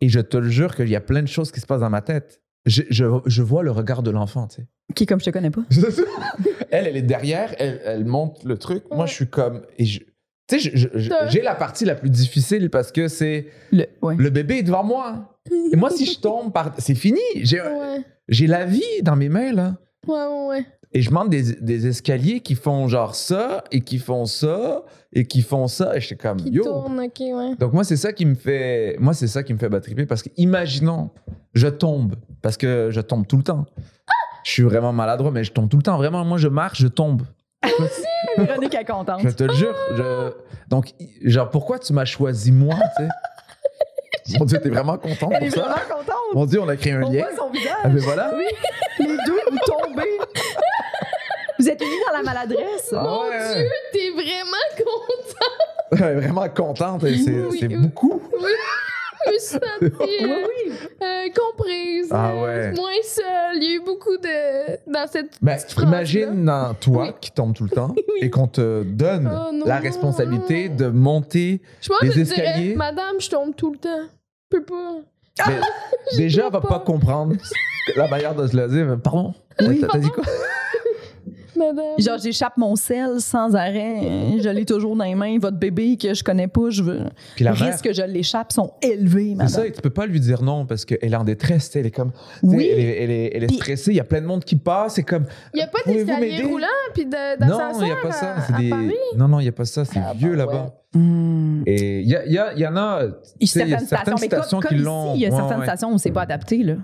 D: Et je te le jure qu'il y a plein de choses qui se passent dans ma tête. Je, je- je vois le regard de l'enfant, tu
B: Qui, comme je te connais pas.
D: sais. [laughs] elle, elle est derrière, elle, elle monte le truc. Moi,
C: Ouais.
D: je suis comme. Et je- tu sais, je- je- je-
C: T'as-
D: j'ai la partie la plus difficile parce que c'est
B: Le, ouais.
D: le bébé est devant moi. Et moi, euh, si je tombe, par- c'est fini. J'ai
C: Ouais,
D: j'ai la vie dans mes mains, là.
C: ouais, ouais. ouais.
D: Et je monte des, des escaliers qui font genre ça, et qui font ça, et qui font ça. Et j'étais comme,
C: Qui
D: yo.
C: tourne, ok, ouais.
D: Donc moi, c'est ça qui me fait, moi, c'est ça qui me fait battriper parce que, imaginons, je tombe, parce que je tombe tout le temps. Je suis vraiment maladroit, mais je tombe tout le temps. Vraiment, moi, je marche, je tombe.
B: Véronique est contente.
D: Je te
C: Ah.
D: le jure. Je- Donc, i- genre, pourquoi tu m'as choisi moi, tu sais? [laughs] Mon Dieu, t'es vraiment content
B: Elle est
D: pour ça?
B: vraiment contente.
D: Mon Dieu, on a créé un
B: On
D: lien.
B: voit son
D: Ah,
B: visage.
D: mais voilà.
B: Les deux, vous tombez. Vous êtes unis dans la maladresse.
D: Ah
C: Mon
D: ouais,
C: Dieu, t'es vraiment content.
D: ouais. Vraiment contente. et C'est
C: Oui,
D: c'est
C: oui.
D: beaucoup.
C: Je me
D: [laughs]
C: suis sentie
B: Oui,
C: euh,
B: oui.
C: euh, comprise.
D: Ah
C: euh,
D: ouais.
C: moins seule. Il y a eu beaucoup de. Dans cette.
D: Ben,
C: petite
D: imagine dans toi
C: [laughs] Oui.
D: qui tombe tout le temps et qu'on te donne
C: Oh non,
D: la responsabilité
C: non.
D: de monter.
C: Je pense
D: Les
C: que je
D: escaliers.
C: dirais, Madame, je tombe tout le temps. Je peux pas. [laughs]
D: Mais ben, déjà, elle va
C: Ah! pas.
D: pas comprendre la manière de se le dire. Mais Pardon, t'as t'as dit quoi?
C: Madame.
B: Genre, j'échappe mon sel sans arrêt. Je l'ai toujours dans les mains. Votre bébé que je connais pas, je veux. Les
D: Puis la mère,
B: risques que je l'échappe sont élevés,
D: c'est
B: madame.
D: ça, et tu peux pas lui dire non parce qu'elle est en détresse. tu sais, Elle est comme, tu sais,
B: Oui.
D: elle est, elle est- elle est
B: Puis-
D: stressée. Il y a plein de monde qui passe. C'est comme,
C: Il n'y a pas
D: Pouvez-vous
C: d'escalier
D: m'aider?
C: roulant, puis de-
D: non, il y
C: d'ascenseur.
D: a pas ça.
C: à-
D: c'est
C: euh, à
D: des-
C: Paris.
D: Non, non, il y a pas ça. C'est
C: Ah,
D: vieux
C: bah,
D: là-bas.
C: ouais.
B: Hmm.
D: Et il y, a- il y a- il y en a. tu
B: Il y
D: sais,
B: a certaines stations, mais comme, comme
D: qui l'ont.
B: ici, il y a
D: Ouais,
B: certaines
D: ouais.
B: stations où c'est pas adapté. Là.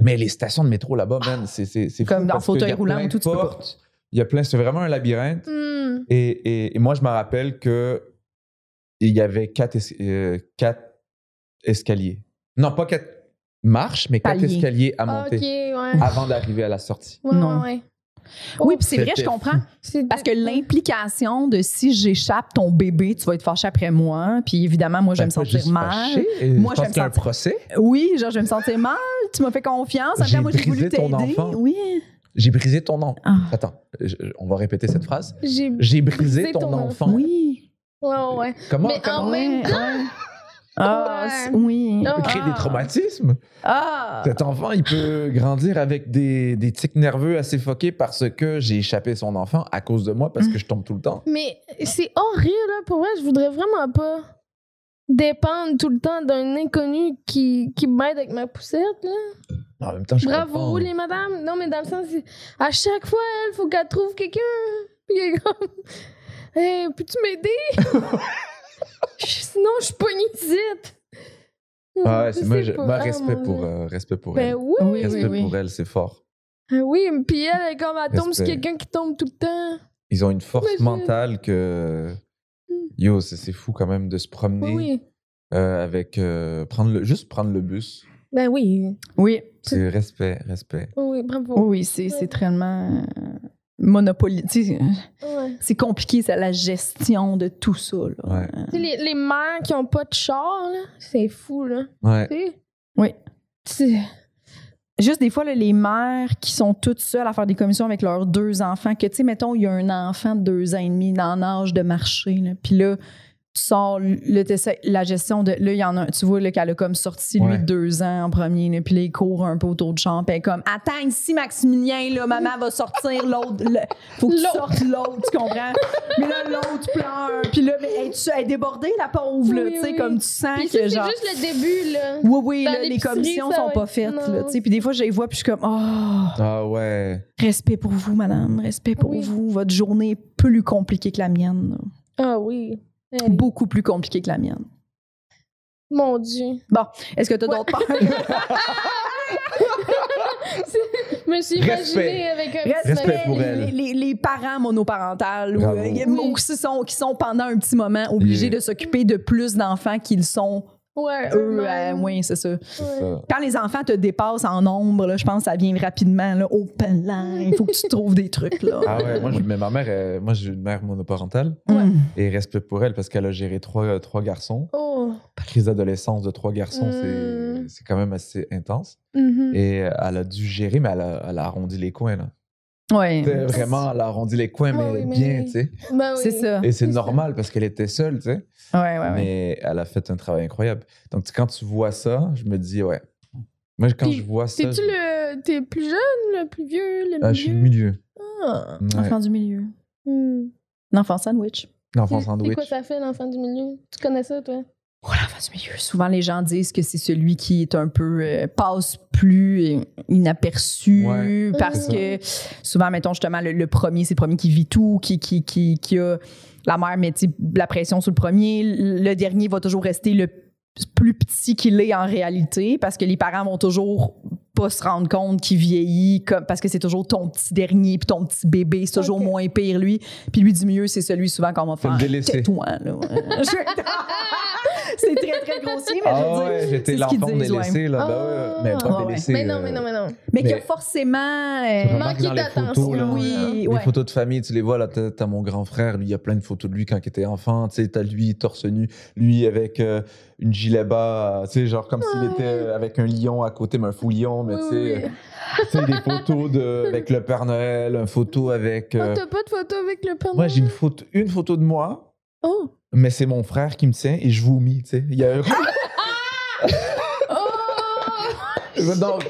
D: Mais les stations de métro là-bas, man, c'est c'est c'est fou
B: Comme dans
D: parce qu'il y a
B: fauteuil roulant
D: plein
B: ou tout,
D: de
B: tu peux pas.
D: portes, Il y a plein, c'est vraiment un labyrinthe.
C: Hmm.
D: Et, et- et moi, je me rappelle que il y avait quatre, es- euh, quatre escaliers. Non, pas quatre marches, mais quatre
B: Paliers.
D: escaliers à
C: Ah,
D: monter
C: ok, ouais.
D: avant d'arriver à la sortie.
C: Ouais,
B: Non.
C: ouais, ouais.
B: Oui, puis c'est vrai, je
D: C'était
B: comprends.
C: C'est-
B: Parce que l'implication de si j'échappe ton bébé, tu vas être fâché après moi. Puis évidemment, moi, je vais me
D: Ben, pas
B: sentir
D: juste
B: mal.
D: fâché, euh,
B: Moi, je
D: je
B: vais
D: pense qu'il y a
B: me
D: un
B: sentir-
D: procès.
B: Oui, genre, je vais me sentir mal. Tu m'as fait confiance. Après,
D: J'ai
B: moi, j'ai voulu
D: brisé ton
B: t'aider.
D: enfant.
B: Oui.
D: J'ai brisé ton enfant.
B: Ah,
D: Attends, je- je- on va répéter cette phrase.
C: J'ai. Ouais,
D: J'ai brisé
C: Brisé
D: ton,
C: ton
D: enfant.
B: oui.
C: ouais, ouais.
D: Comment,
C: Mais
D: comment
C: en même
B: Ouais,
C: [laughs]
B: ouais. Ah, c'est- oui.
D: on peut créer des
B: Ah.
D: traumatismes?
B: Ah.
D: Cet enfant, il peut grandir avec des, des tics nerveux assez foqués parce que j'ai échappé son enfant à cause de moi parce que je tombe tout le temps.
C: Mais c'est horrible, là. Pour vrai, je voudrais vraiment pas dépendre tout le temps d'un inconnu qui, qui m'aide avec ma poussette, là.
D: En même temps, je comprends.
C: Bravo, les madames. Non, mais dans le sens, c'est- à chaque fois, elle, faut qu'elle trouve quelqu'un. [laughs] Puis elle est comme, Hey, peux-tu m'aider?
D: [laughs]
C: Sinon, je suis pognée ici.
D: Ah ouais, c'est moi, je- moi,
C: pas-
D: respect,
C: ah, mon
D: pour,
C: Dieu.
D: euh, respect pour
C: Ben
D: elle.
C: oui,
B: Oui, oui,
D: respect
B: oui.
D: pour elle, c'est fort.
C: Ah oui, puis elle, elle, est comme, elle tombe sur
D: Respect.
C: quelqu'un qui tombe tout le temps.
D: Ils ont une force
C: Imagine.
D: mentale que. Yo, c'est c'est fou quand même de se
C: Oui,
D: promener
C: oui.
D: euh, avec. euh, prendre le, juste prendre le bus.
C: Ben oui.
B: Oui, Oh,
D: C'est respect, respect.
C: Oui, bravo.
B: oui, c'est c'est tellement euh, monopolisé.
C: Ouais.
B: C'est compliqué, c'est la gestion de tout ça. là.
D: Ouais.
C: Tu sais, les, les mères qui ont pas de char, là, c'est fou, là.
D: Ouais.
C: Tu sais?
B: Oui.
C: C'est-
B: Juste des fois, là, les mères qui sont toutes seules à faire des commissions avec leurs deux enfants, que tu sais, mettons, il y a un enfant de deux ans et demi dans l'âge de marcher, là, puis là, tu sors le, t'essaies la gestion de. Là, il y en a un, tu vois, là, qu'elle a comme sorti, lui,
D: Ouais.
B: deux ans en premier, là, puis là, il court un peu autour de champ, puis elle est comme, attends ici, Maximilien, là, maman va sortir l'autre. le- faut que tu
C: L'autre.
B: sortes l'autre, tu comprends? mais là, l'autre pleure, puis là, mais elle, tu, elle est débordée, la pauvre, là,
C: Oui,
B: tu sais,
C: oui.
B: comme tu sens
C: Puis ça,
B: Hein, que
C: c'est
B: genre.
C: juste le début, là.
B: Oui, oui,
C: Dans
B: là, les
C: l'épicerie,
B: commissions
C: ça,
B: sont
C: ouais.
B: pas faites. là,
C: Non.
B: tu sais. Puis des fois, je les vois, puis je suis comme, oh,
D: Ah ouais.
B: respect pour vous, madame, respect pour
C: Oui.
B: vous. Votre journée est plus compliquée que la mienne. là.
C: Ah oui. Hey.
B: Beaucoup plus compliquée que la mienne.
C: Mon Dieu.
B: Est-ce que tu as
C: Ouais. [laughs]
B: d'autres peurs?
C: Je me suis
D: Respect.
C: imaginée avec un petit
D: Respect
C: maillot.
D: pour elle.
B: les, les- les parents monoparentales ou,
D: Bravo.
B: euh,
C: Oui.
B: ou qui, sont, qui sont pendant un petit moment obligés
D: Yeah.
B: de s'occuper de plus d'enfants qu'ils sont
C: Ouais,
B: eux.
C: eux-mêmes.
B: euh, oui, c'est ça.
D: c'est
C: Ouais.
D: ça.
B: Quand les enfants te dépassent en nombre, là, je pense que ça vient rapidement. Là, open line, il faut que tu trouves des trucs. Là.
D: Ah ouais, moi, je- mais ma mère, euh, moi, j'ai une mère monoparentale
B: Mm.
D: et respect pour elle parce qu'elle a géré trois, euh, trois garçons.
C: Oh.
D: Crise d'adolescence de trois garçons,
C: Mm.
D: c'est c'est quand même assez intense.
B: Mm-hmm.
C: Mhm.
D: Et euh, elle a dû gérer, mais elle a, elle a arrondi les coins. Là.
B: Ouais.
D: C'était Vraiment, elle a arrondi les coins, mais
C: Ouais, oui, mais
D: bien,
C: oui.
D: tu sais.
C: Ben oui.
B: Ah, C'est ça.
D: Et c'est normal parce qu'elle était seule, tu sais.
B: Ouais, ouais, ouais.
D: Mais elle a fait un travail incroyable. Donc, tu- quand tu vois ça, je me dis, ouais. Moi, quand
C: Puis,
D: je vois ça.
C: T'es-tu
D: je-
C: le. T'es plus jeune, le plus vieux, le
D: Ah,
C: plus
D: je suis le
C: vieux?
D: milieu.
C: Ah.
D: Ouais.
B: Enfant du milieu. Mm.
C: Hmm.
B: L'enfant sandwich.
D: L'enfant
C: C'est- C'est
D: sandwich.
C: quoi ça fait, l'enfant du milieu? Tu connais ça, toi?
B: Oh, l'enfant du milieu. Souvent, les gens disent que c'est celui qui est un peu euh, passe plus euh, inaperçu
D: Ouais,
B: parce
C: c'est
B: que souvent, mettons justement, le, le premier, c'est le premier qui vit tout, qui, qui, qui, qui a la mère met tu sais, la pression sur le premier. Le dernier va toujours rester le plus petit qu'il est en réalité parce que les parents vont toujours pas se rendre compte qu'il vieillit comme parce que c'est toujours ton petit dernier puis ton petit bébé c'est toujours
C: Ok.
B: moins pire lui puis lui du milieu c'est celui souvent qu'on va
D: C'est le
B: faire
D: délaissé.
B: tais-toi là Ouais. Je- [laughs] c'est très très grossier mais je veux
D: Ah
B: dire
D: ouais, j'étais
B: c'est ce qu'ils
D: l'enfant
B: disent, ouais.
D: délaissé, là.
C: Ah.
D: ben ouais. Mais pas
B: Ouais, ouais.
D: délaissé.
C: mais non,
D: euh,
C: mais non, mais non.
B: mais, qu'il y a
D: Mais-
B: forcément
D: Tu
B: euh,
D: remarques
C: Manquer
D: dans les
C: d'attention.
D: photos, là,
B: Oui,
D: les
B: ouais.
D: photos de famille, tu les vois, là, t'as t'as mon grand frère, lui, il y a plein de photos de lui quand il était enfant, tu sais, t'as lui torse nu, lui avec euh, une gilet bas, euh, tu sais, genre comme s'il était avec un lion à côté, mais un fou lion, mais
C: Oui,
D: tu sais,
C: oui.
D: tu sais, des photos de, avec le Père Noël, une photo avec...
C: Oh,
D: euh,
C: t'as pas de photo avec le père
D: moi,
C: Noël?
D: j'ai une photo, une photo de moi,
C: Oh!
D: mais c'est mon frère qui me tient et je vomis, tu sais. Il y a un... [laughs]
C: Oh!
D: Donc,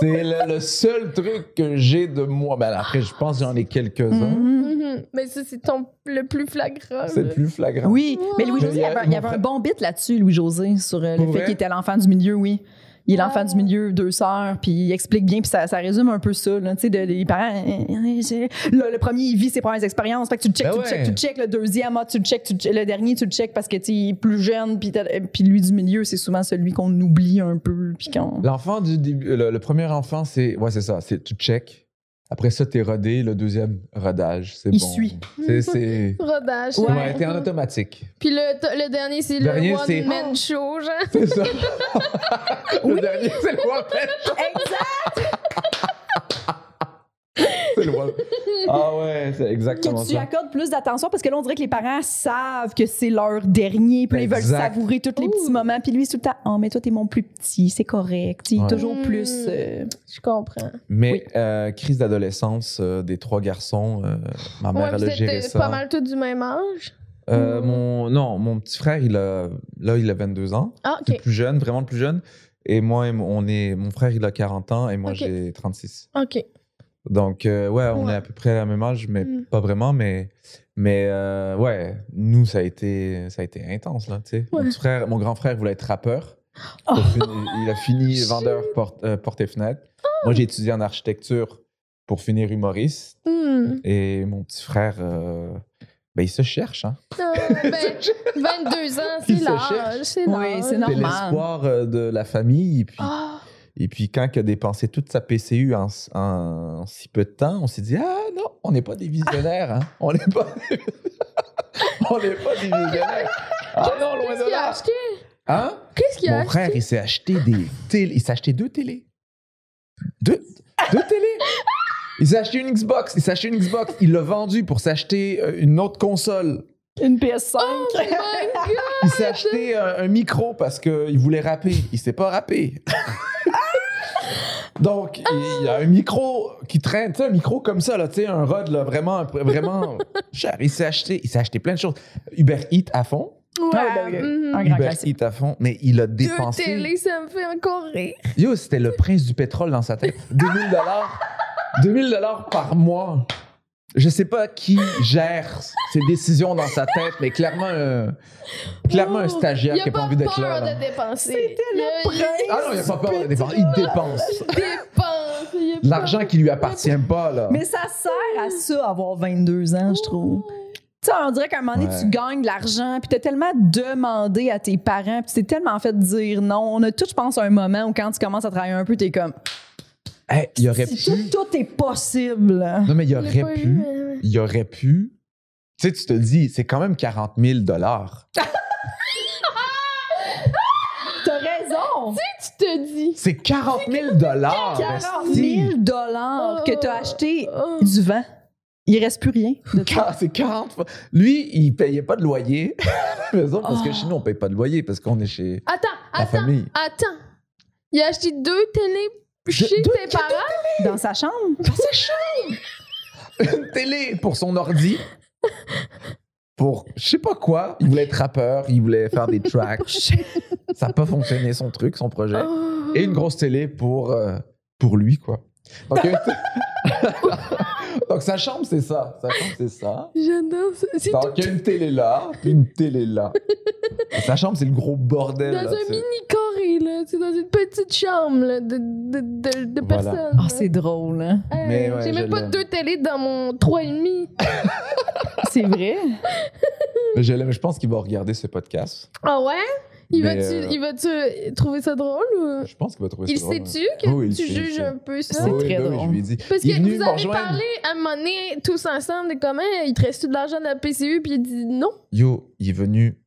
D: c'est le, le seul truc que j'ai de moi. Ben, après, je pense que j'en ai quelques-uns.
B: Mhm.
C: Mhm. Mais ça, c'est ton le plus flagrant.
D: Mm. C'est le plus flagrant.
B: Oui, mais
C: Ouais.
B: Louis-José, il y avait, il y avait un bon bit là-dessus, Louis-José, sur euh, le
D: Pour
B: fait
D: vrai?
B: qu'il était l'enfant du milieu, oui. Il est l'enfant du milieu, deux sœurs, puis il explique bien, puis ça, ça résume un peu ça. Là, tu sais, de, les parents, euh, euh, j'ai- le, le premier, il vit ses premières expériences, fait que tu le check,
E: Ben
B: tu le
E: ouais.
B: check, tu le check. Le deuxième, ah, tu le check, tu le check. le dernier, tu le check parce que tu sais, il est plus jeune, puis t'as- puis lui du milieu, c'est souvent celui qu'on oublie un peu, puis qu'on.
D: L'enfant du début, le, le premier enfant, c'est. Ouais, c'est ça. C'est tu check. Après ça, t'es rodé. Le deuxième, rodage. C'est
B: Il
D: bon.
B: suit.
D: C'est. c'est...
C: Rodage.
D: Ouais,
B: Ouais.
D: t'es en automatique.
C: Puis le, t- le dernier, c'est le
D: Dernier, c'est-
C: One Man Show, genre.
D: C'est ça. le dernier, c'est le one man.
B: Exact.
D: [laughs] C'est le one- Ah ouais, c'est exactement
B: Que tu
D: ça.
B: accordes plus d'attention parce que là, on dirait que les parents savent que c'est leur dernier, puis là, ils veulent
D: Exact.
B: savourer tous les
C: Ouh.
B: petits moments. Puis lui, c'est tout le temps, oh, mais toi, t'es mon plus petit, c'est correct. Il est
D: Ouais.
B: toujours
C: Mm.
B: plus. euh,
C: Je comprends.
D: Mais
B: Oui.
D: euh, crise d'adolescence euh, des trois garçons, euh, ma mère
C: ouais,
D: elle a
C: vous
D: géré
C: êtes euh,
D: ça.
C: pas mal tous du même âge.
D: Euh, mon, non, mon petit frère, il a, là, il a 22 ans.
C: Ah,
D: C'est
C: ok.
D: le plus jeune, vraiment le plus jeune. Et moi, et mon- on est, mon frère, il a 40 ans et moi,
C: Ok.
D: j'ai 36.
C: Ok.
D: Donc, euh, ouais, on
C: Ouais.
D: est à peu près à la même âge, mais
C: Mm.
D: pas vraiment. Mais, mais euh, ouais, nous, ça a été, ça a été intense, là, tu sais. Mon,
C: Ouais.
D: petit frère, mon grand frère voulait être rappeur.
B: Oh.
D: Il a fini- il a fini vendeur porte, euh, porte et fenêtre. Moi, j'ai étudié en architecture pour finir humoriste.
C: Hmm.
D: Et mon petit frère, euh, ben, il se cherche, hein. [laughs]
C: Ah, ben, 22 ans,
D: Il
C: c'est
D: se
C: l'âge.
D: cherche.
C: C'est
B: Oui,
C: l'âge.
B: c'est normal.
D: C'est l'espoir euh, de la famille. Et puis,
C: Ah,
D: et puis quand il a dépensé toute sa PCU en, s- en si peu de temps, on s'est dit Ah non, on n'est pas des visionnaires. hein. On n'est pas, [laughs] on n'est pas des visionnaires. Ah non, loin
C: Qu'est-ce
D: de
C: qu'il a
D: là.
C: acheté?
D: Hein?
C: Qu'est-ce qu'il a
D: Mon
C: acheté?
D: frère, il s'est acheté des télé. Il s'est acheté deux télés. Deux, deux télés. Il s'est acheté une Xbox. Il s'est acheté une Xbox. Il l'a vendue pour s'acheter euh, une autre console.
B: Une PS5.
C: Oh, My God!
D: Il s'est acheté euh, un, un micro parce qu'il voulait rapper. Il s'est pas rappé. [laughs] Donc, il y a un micro qui traîne, tu sais, un micro comme ça, là, tu sais, un rod, là, vraiment,
C: [laughs]
D: vraiment cher. Il s'est acheté, il s'est acheté plein de choses. Uber Eats à fond. [laughs]
B: Ah, ben oui.
C: mhm.
B: Un grand
D: Uber
B: classique.
D: Eats à fond, mais il a
C: Deux
D: dépensé.
C: télés, ça me fait encore rire.
D: Yo, c'était le prince du pétrole dans sa tête. 2000 dollars, 2000 dollars par mois. Je sais pas qui gère ces décisions dans sa tête, mais clairement, euh, clairement un
C: Oh,
D: stagiaire
C: Il
D: qui
C: a
D: a pas
C: pas
D: envie d'être là.
C: peur
D: là.
C: de dépenser. C'était le
D: Ah non, il a pas peur de dépenser. Il dépense.
C: dépense. il a pas-
D: L'argent qui lui appartient pas, là.
B: Mais ça sert à ça, avoir 22 ans, je trouve. Tu sais, on dirait qu'à un moment donné,
D: Ouais.
B: tu gagnes de l'argent, puis t'as tellement demandé à tes parents, puis t'es tellement fait dire non. On a tous, je pense, un moment où quand tu commences à travailler un peu, t'es comme,
D: Hey, Eh, il aurait
B: si tout,
D: pu.
B: tout est possible.
D: Non, mais il
C: Je l'ai
D: aurait
C: pas eu,
D: pu.
C: mais ouais.
D: Il aurait pu. Tu sais, tu te dis, c'est quand même 40 000 dollars.
B: T'as raison.
C: Tu te dis.
D: C'est 40 000 dollars.
B: 40 000 dollars que
C: Oh.
B: t'as acheté du vent. Il reste plus rien. de toi.
D: Car- C'est 40 fois. Lui, il payait pas de loyer. [laughs] Mais non, parce que
B: Oh.
D: chez nous, on paye pas de loyer parce qu'on est chez
C: Attends,
D: la
C: attends,
D: famille.
C: attends. Il a acheté deux télés chez
D: deux
C: tes parents.
B: Dans sa chambre.
D: Une télé pour son ordi. Pour je sais pas quoi. Il voulait être rappeur, il voulait faire des tracks. Ça n'a pas fonctionné son truc, son projet.
C: Oh.
D: Et une grosse télé pour, euh, pour lui, quoi. Donc, il y a une- [laughs] Donc, sa chambre, c'est ça. Sa chambre, c'est ça.
C: J'adore ça. C'est
D: Donc, il y a une télé là, puis une télé là. Et sa chambre, c'est le gros bordel.
C: dans
D: là,
C: un
D: tu sais.
C: mini carré, là. C'est dans une petite chambre, là, de, de, de, de
D: Voilà.
C: personnes.
B: Ah, c'est drôle. hein.
C: Hey,
D: Mais ouais,
C: J'ai
D: je
C: même pas
D: l'aime.
C: deux télés dans mon 3,5.
B: C'est
C: [laughs]
B: vrai.
D: Mais je l'aime, je pense qu'il va regarder ce podcast.
C: Ah ouais? Il
D: Mais,
C: va-tu
D: euh,
C: il va-tu trouver ça drôle ou.
D: Je pense qu'il va trouver
C: Il
D: ça drôle,
C: sait-tu que
D: Oui, il
C: tu
D: sait, il
C: juges
D: sait.
C: un peu ça?
B: C'est
D: Oui,
B: très
D: ben oui,
B: drôle.
D: Je lui ai dit.
C: Parce
D: il est
C: que
D: venu
C: vous
D: me
C: avez
D: rejoindre.
C: parlé à un moment donné, tous ensemble, de comment il te reste de l'argent de la PCU, puis il dit non.
D: Yo, il est venu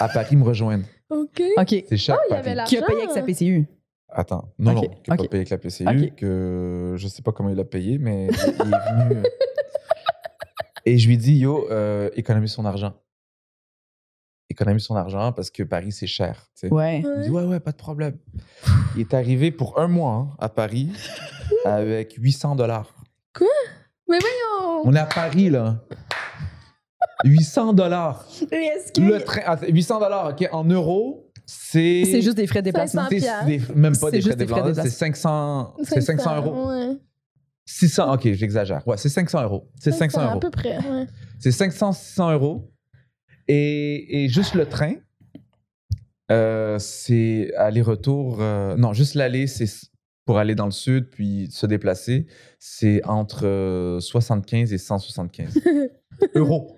D: à Paris me rejoindre.
C: OK.
B: OK.
D: C'est chaque
C: Oh, il y avait
D: Paris.
C: la-
B: Qui a payé avec sa PCU?
D: Attends, non,
B: Ok,
D: non, qu'il n'a
B: ok.
D: pas payé avec la PCU,
B: Ok.
D: que je sais pas comment il a payé, mais il est venu. euh, [laughs] Et je lui dis, yo, euh, économise son argent. Économise son argent parce que Paris, c'est cher. tu sais.
B: Ouais.
D: Il dit, ouais, ouais, pas de problème. Il est arrivé pour un mois hein,
B: [laughs]
D: à Paris avec 800 dollars.
C: Voyons.
B: Oh.
D: On est à Paris, là. 800 dollars.
B: Est-ce
D: Le train, ah, attends, 800 dollars, OK, en euros, c'est...
B: C'est juste des frais de déplacement.
D: c'est
C: 100
D: des- même pas
B: C'est
D: des
B: juste
D: frais
B: des
D: de
B: frais de
D: déplacement, c'est 500, c'est 500 euros.
C: ouais.
D: 600, OK, j'exagère. Ouais, c'est 500 euros. C'est 500,
C: À
D: euros.
C: peu près, ouais.
D: C'est 500, 600 euros. Et, et juste le train, Euh, c'est aller-retour. euh, non, juste l'aller, c'est s- pour aller dans le sud puis se déplacer. C'est entre euh, 75
B: [laughs]
D: et 175 euros.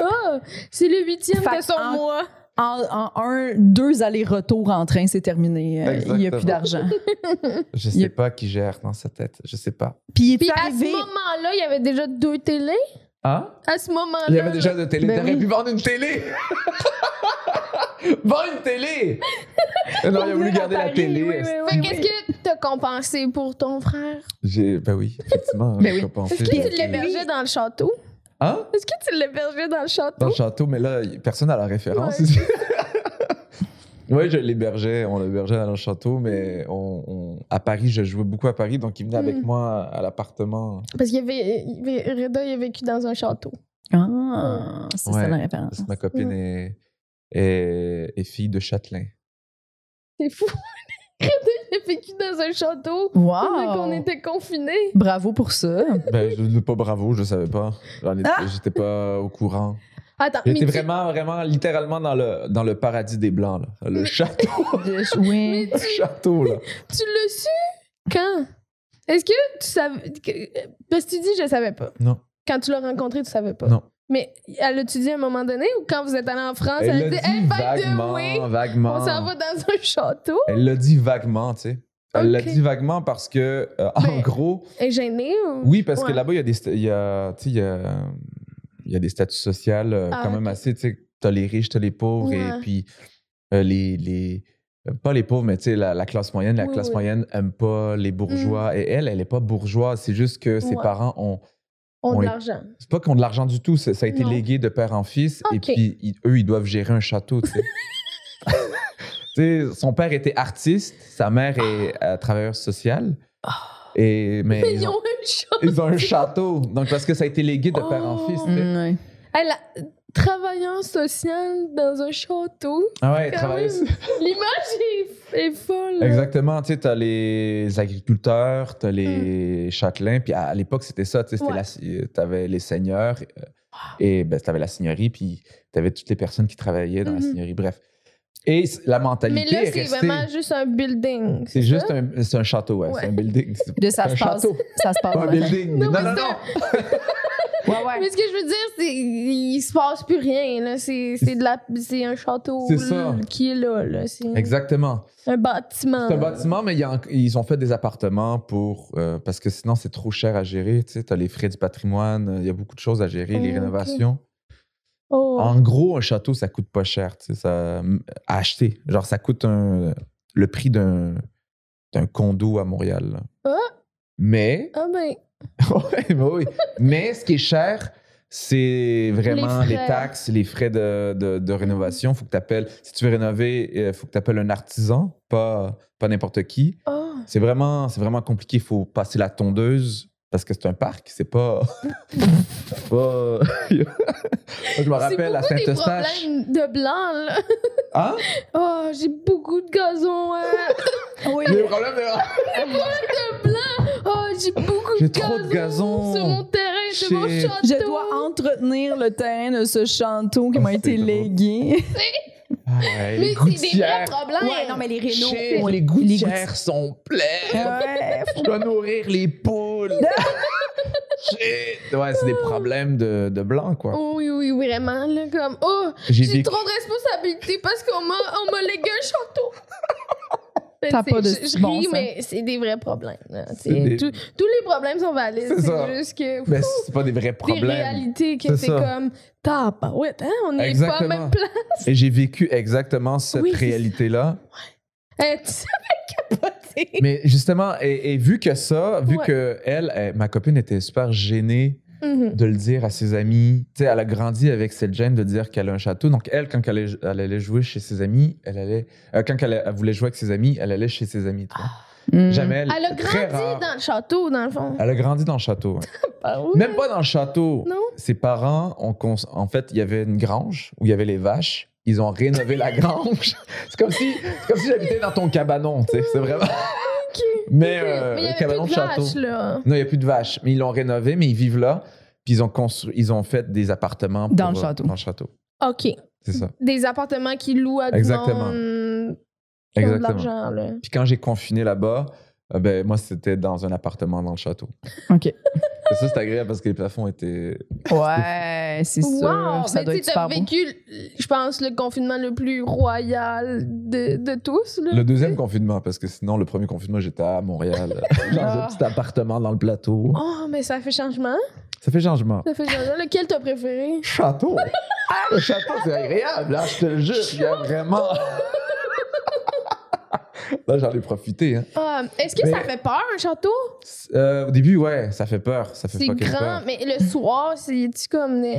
C: Oh, c'est le huitième
B: Fait
C: de son
B: en-
C: mois.
B: En, en un, deux allers-retours en train, c'est terminé. Euh, Il n'y a plus
D: Exactement.
B: d'argent.
D: Je
B: Il y a-
D: sais pas qui gère dans sa tête. Je sais pas.
B: Puis il est
C: Puis à ce
B: arrivé.
C: moment-là, il y avait déjà deux télés.
D: Ah?
C: À ce moment-là.
D: Il y avait déjà de télé.
B: Ben
D: T'aurais
B: oui.
D: pu vendre une télé!
B: [laughs]
D: Vendre une télé! non, il a voulu garder la télé.
C: Fait qu'est-ce que t'as compensé pour ton frère?
D: J'ai- Ben oui,
C: [laughs]
D: effectivement.
B: Ben oui.
D: j'ai pensé
C: Est-ce que
D: que-
C: tu l'hébergeais dans le château?
D: Hein?
C: Est-ce que tu l'hébergeais dans le
D: Dans
C: château?
D: le château, mais là, y- personne n'a la référence. [laughs] ouais, je l'hébergeais, on l'hébergeait dans le château, mais on, on- à Paris, je jouais beaucoup à Paris, donc il venait avec
C: Mm.
D: moi à l'appartement.
C: Parce qu'il y avait, il y avait- Reda, il a vécu dans un château.
B: Ah, c'est ça
D: Ouais.
B: la référence.
D: Parce que ma copine est, est- est fille de Châtelain.
C: C'est fou. [laughs] Reda, il a vécu dans un château. Pendant qu'on
B: Wow!
C: était confinés.
B: Bravo pour
C: [laughs]
B: ça.
D: Ben, je, pas bravo, je savais pas. J'en étais-
B: Ah!
D: J'étais pas au courant.
C: Attends, mais
D: J'étais
C: tu-
D: vraiment, vraiment, littéralement dans le, dans le paradis des Blancs, là.
C: [laughs]
D: Le château,
B: De- Oui.
D: le château, là.
C: tu l'as su quand? Est-ce que tu savais. que- Parce que tu dis, je savais pas.
D: Non.
C: Quand tu l'as rencontré, tu savais pas.
D: Non.
C: Mais elle l'a-tu dit à un moment donné ou quand vous êtes allé en France,
D: Elle
C: elle,
D: l'a
C: Ah, a dit, hey, by
D: dit
C: the way,
D: vaguement, vaguement.
C: on s'en va dans un château.
D: Elle l'a dit vaguement, tu sais. Elle l'a
C: Ok.
D: dit vaguement parce que, euh, en
C: Ben,
D: gros,
C: Elle est gênée ou.
D: oui, parce que
C: ouais.
D: là-bas, il y a des, sta- il y a, tu sais, il y a, il y a des statuts sociaux euh,
C: Ah,
D: quand même
C: ok.
D: assez, tu sais, t'as les riches, t'as les pauvres,
C: Ouais.
D: et puis euh, les, les- euh, pas les pauvres, mais tu sais, la, la classe moyenne, la
C: Oui,
D: classe
C: oui. Mmh.
D: moyenne aime pas les bourgeois, et elle, elle est pas bourgeoise, c'est juste que ses
C: Ouais.
D: parents ont,
C: On
D: on
C: de
D: est-
C: l'argent.
D: c'est pas qu'ils ont de l'argent du tout, c'est- ça a été
C: Non.
D: légué de père en fils, et
C: Ok.
D: puis ils- eux, ils doivent gérer un
C: [laughs]
D: château, tu sais. Tu sais, son père était artiste, sa mère est euh, travailleuse sociale. Et, mais
C: Mais
D: ils
C: Ah. [laughs] ils
D: ont-
C: ont un château.
D: ils ont un château. Donc, parce que ça a été légué de père en fils.
C: Oh.
D: tu sais.
B: Mm, ouais.
C: Elle a travaillant social dans un château.
D: Ah ouais,
C: Quand
D: travailler-
C: même. L'image est, est folle.
D: Exactement. Tu sais, t'as les agriculteurs, t'as les châtelains. Puis à, à l'époque, c'était ça. Tu sais, c'était
C: Mm. Ouais.
D: la si- euh, t'avais les seigneurs euh, et ben, t'avais la seigneurie. Puis t'avais toutes les personnes qui travaillaient dans la
C: Mhm.
D: seigneurie. Bref. Et c- la
C: Mais
D: mentalité
C: là,
D: est
C: c'est
D: restée. Mm,
C: vraiment juste un building.
D: C'est juste un, c'est un château, ouais,
C: Ouais.
D: C'est un building.
C: [laughs]
D: C'est
B: De ça
D: un
B: se passe.
D: château,
B: Ça se passe.
D: pas un
B: là.
D: building.
C: Non,
D: Non,
C: mais
D: non,
C: c'est un-
D: non.
B: Ouais, ouais.
C: Mais ce que je veux dire, c'est il se passe plus rien. là. C'est c'est de la- c'est un château
D: C'est ça.
C: là, qui est là. là. C'est
D: Exactement.
C: un bâtiment.
D: C'est un bâtiment, mais il y a en- ils ont fait des appartements pour. euh, parce que sinon, c'est trop cher à gérer. Tu sais, as les frais du patrimoine, euh, il y a beaucoup de choses à gérer, les
C: Ah, ok.
D: rénovations.
C: Oh.
D: En gros, un château, ça coûte pas cher, tu sais, ça, à acheter. Genre, ça coûte un- le prix d'un d'un condo à Montréal. là.
C: Ah. [laughs]
D: Mais. [laughs]
C: Ah ben,
D: Ouais, bah oui. Mais ce qui est cher, c'est vraiment
C: Les
D: les,
C: frais.
D: taxes, les frais de, de, de rénovation. Faut que t'appelles- si tu veux rénover, il faut que tu appelles un artisan, pas, pas n'importe qui.
C: oh.
D: C'est vraiment, c'est vraiment compliqué. Il faut passer la tondeuse parce que c'est un parc. C'est
C: [laughs]
D: pas. [laughs] c'est pas- [laughs] je me
C: c'est
D: rappelle à
C: beaucoup des
D: Saint-Eustache.
C: problèmes de blanc. Là.
D: Hein?
C: Oh, j'ai beaucoup de gazon.
D: [laughs]
C: hein.
B: Oui.
D: Des problèmes de-
C: Oh, j'ai beaucoup
D: J'ai
C: de gazon.
D: trop de gazon.
C: Sur mon terrain, c'est mon
D: Shit.
C: château.
B: Je dois entretenir le terrain de ce château qui
D: Oh,
B: m'a
D: c'est
B: été
D: drôle.
B: légué.
D: Ah
C: Mais
D: ouais,
C: c'est
D: les
C: des hein, vrais
D: gouttières.
C: problèmes.
B: les
D: Shit, les gouttières sont pleines.
B: Ouais,
D: Je dois nourrir
C: [laughs]
D: les poules. Shit. Ouais, c'est des problèmes de, de blanc, quoi.
C: Oh, oui, oui, vraiment. Là, comme, oh,
D: J'ai
C: j'ai
D: vécu.
C: trop de responsabilités parce qu'on m'a on m'a légué un château.
B: [laughs]
C: Mais
B: T'as
C: c'est-
B: pas de
C: je, je
B: bon
C: ris,
B: sens.
C: mais c'est des vrais problèmes. là. C'est-
D: des-
C: tous- tous les problèmes sont valides.
D: C'est
C: C'est
D: ça.
C: juste que
D: Mais c'est pas des vrais
C: des
D: problèmes.
C: réalités que c'est
D: C'est ça.
C: comme t'as pas ouais, hein, on n'est pas à
D: Exactement.
C: même [laughs] place.
D: Et j'ai vécu exactement cette
C: Oui, c'est ça.
D: réalité-là.
C: Hein, tu savais capoter.
D: Mais justement, et, et vu que ça, vu
C: Ouais.
D: que elle, elle- ma copine était super gênée
C: Mhm.
D: de le dire à ses amis. Tu sais, elle a grandi avec cette gêne de dire qu'elle a un château. Donc elle, quand elle, allait- elle allait jouer chez ses amis, elle allait, euh, quand elle, elle voulait jouer avec ses amis, elle allait chez ses amis. tu vois. Jamais.
C: Elle a
D: très rare.
C: grandi dans le château, dans le fond.
D: Elle a grandi dans le château. ouais.
C: Ah ouais.
D: Même pas dans le château.
C: Non.
D: Ses parents, ont cons- en fait, il y avait une grange où il y avait les vaches. Ils ont
C: [laughs]
D: rénové la grange. C'est comme si, c'est comme si j'habitais dans ton cabanon. tu sais. C'est vraiment. [laughs] Mais, euh,
C: Mais il y avait
D: cabanon
C: plus
D: de
C: de
D: château.
C: vaches, là.
D: Non, il n'y a plus de vaches. Mais ils l'ont rénové, mais ils vivent là. Puis ils ont construit, ils ont fait des appartements
B: Dans
D: pour,
B: le
D: euh,
B: château. Mm.
D: Dans le château.
C: OK.
D: C'est ça.
C: des appartements qui louent à du
D: Exactement.
C: monde qui ont de
D: Exactement.
C: l'argent. là.
D: Puis quand j'ai confiné là-bas, euh, ben, moi, c'était dans un appartement dans le château.
B: OK.
D: [laughs] Et ça, c'est agréable parce que les plafonds étaient.
B: Ouais, c'est sûr.
C: Wow!
B: Ça
C: Mais
B: doit
C: tu
B: être
C: sais, t'as
B: super beau.
C: vécu, je pense, le confinement le plus royal de, de tous. Là.
D: Le deuxième confinement, parce que sinon, le premier confinement, j'étais à Montréal, euh,
B: [laughs]
D: dans un
B: Ah.
D: petit appartement dans le plateau.
C: Oh, mais ça fait changement.
D: Ça fait changement.
C: Ça fait changement. Lequel t'as préféré?
D: Château! le château, c'est agréable, hein, je te le jure, il y
B: [laughs]
D: a vraiment. [laughs] Là, j'en ai profité. hein.
C: Ah, Est-ce que
D: Mais-
C: ça fait peur, un château?
D: Euh, au début, ouais, ça fait peur. Ça fait
C: C'est
D: fucking
C: grand,
D: peur.
C: mais [laughs] le soir, c'est-tu comme. euh,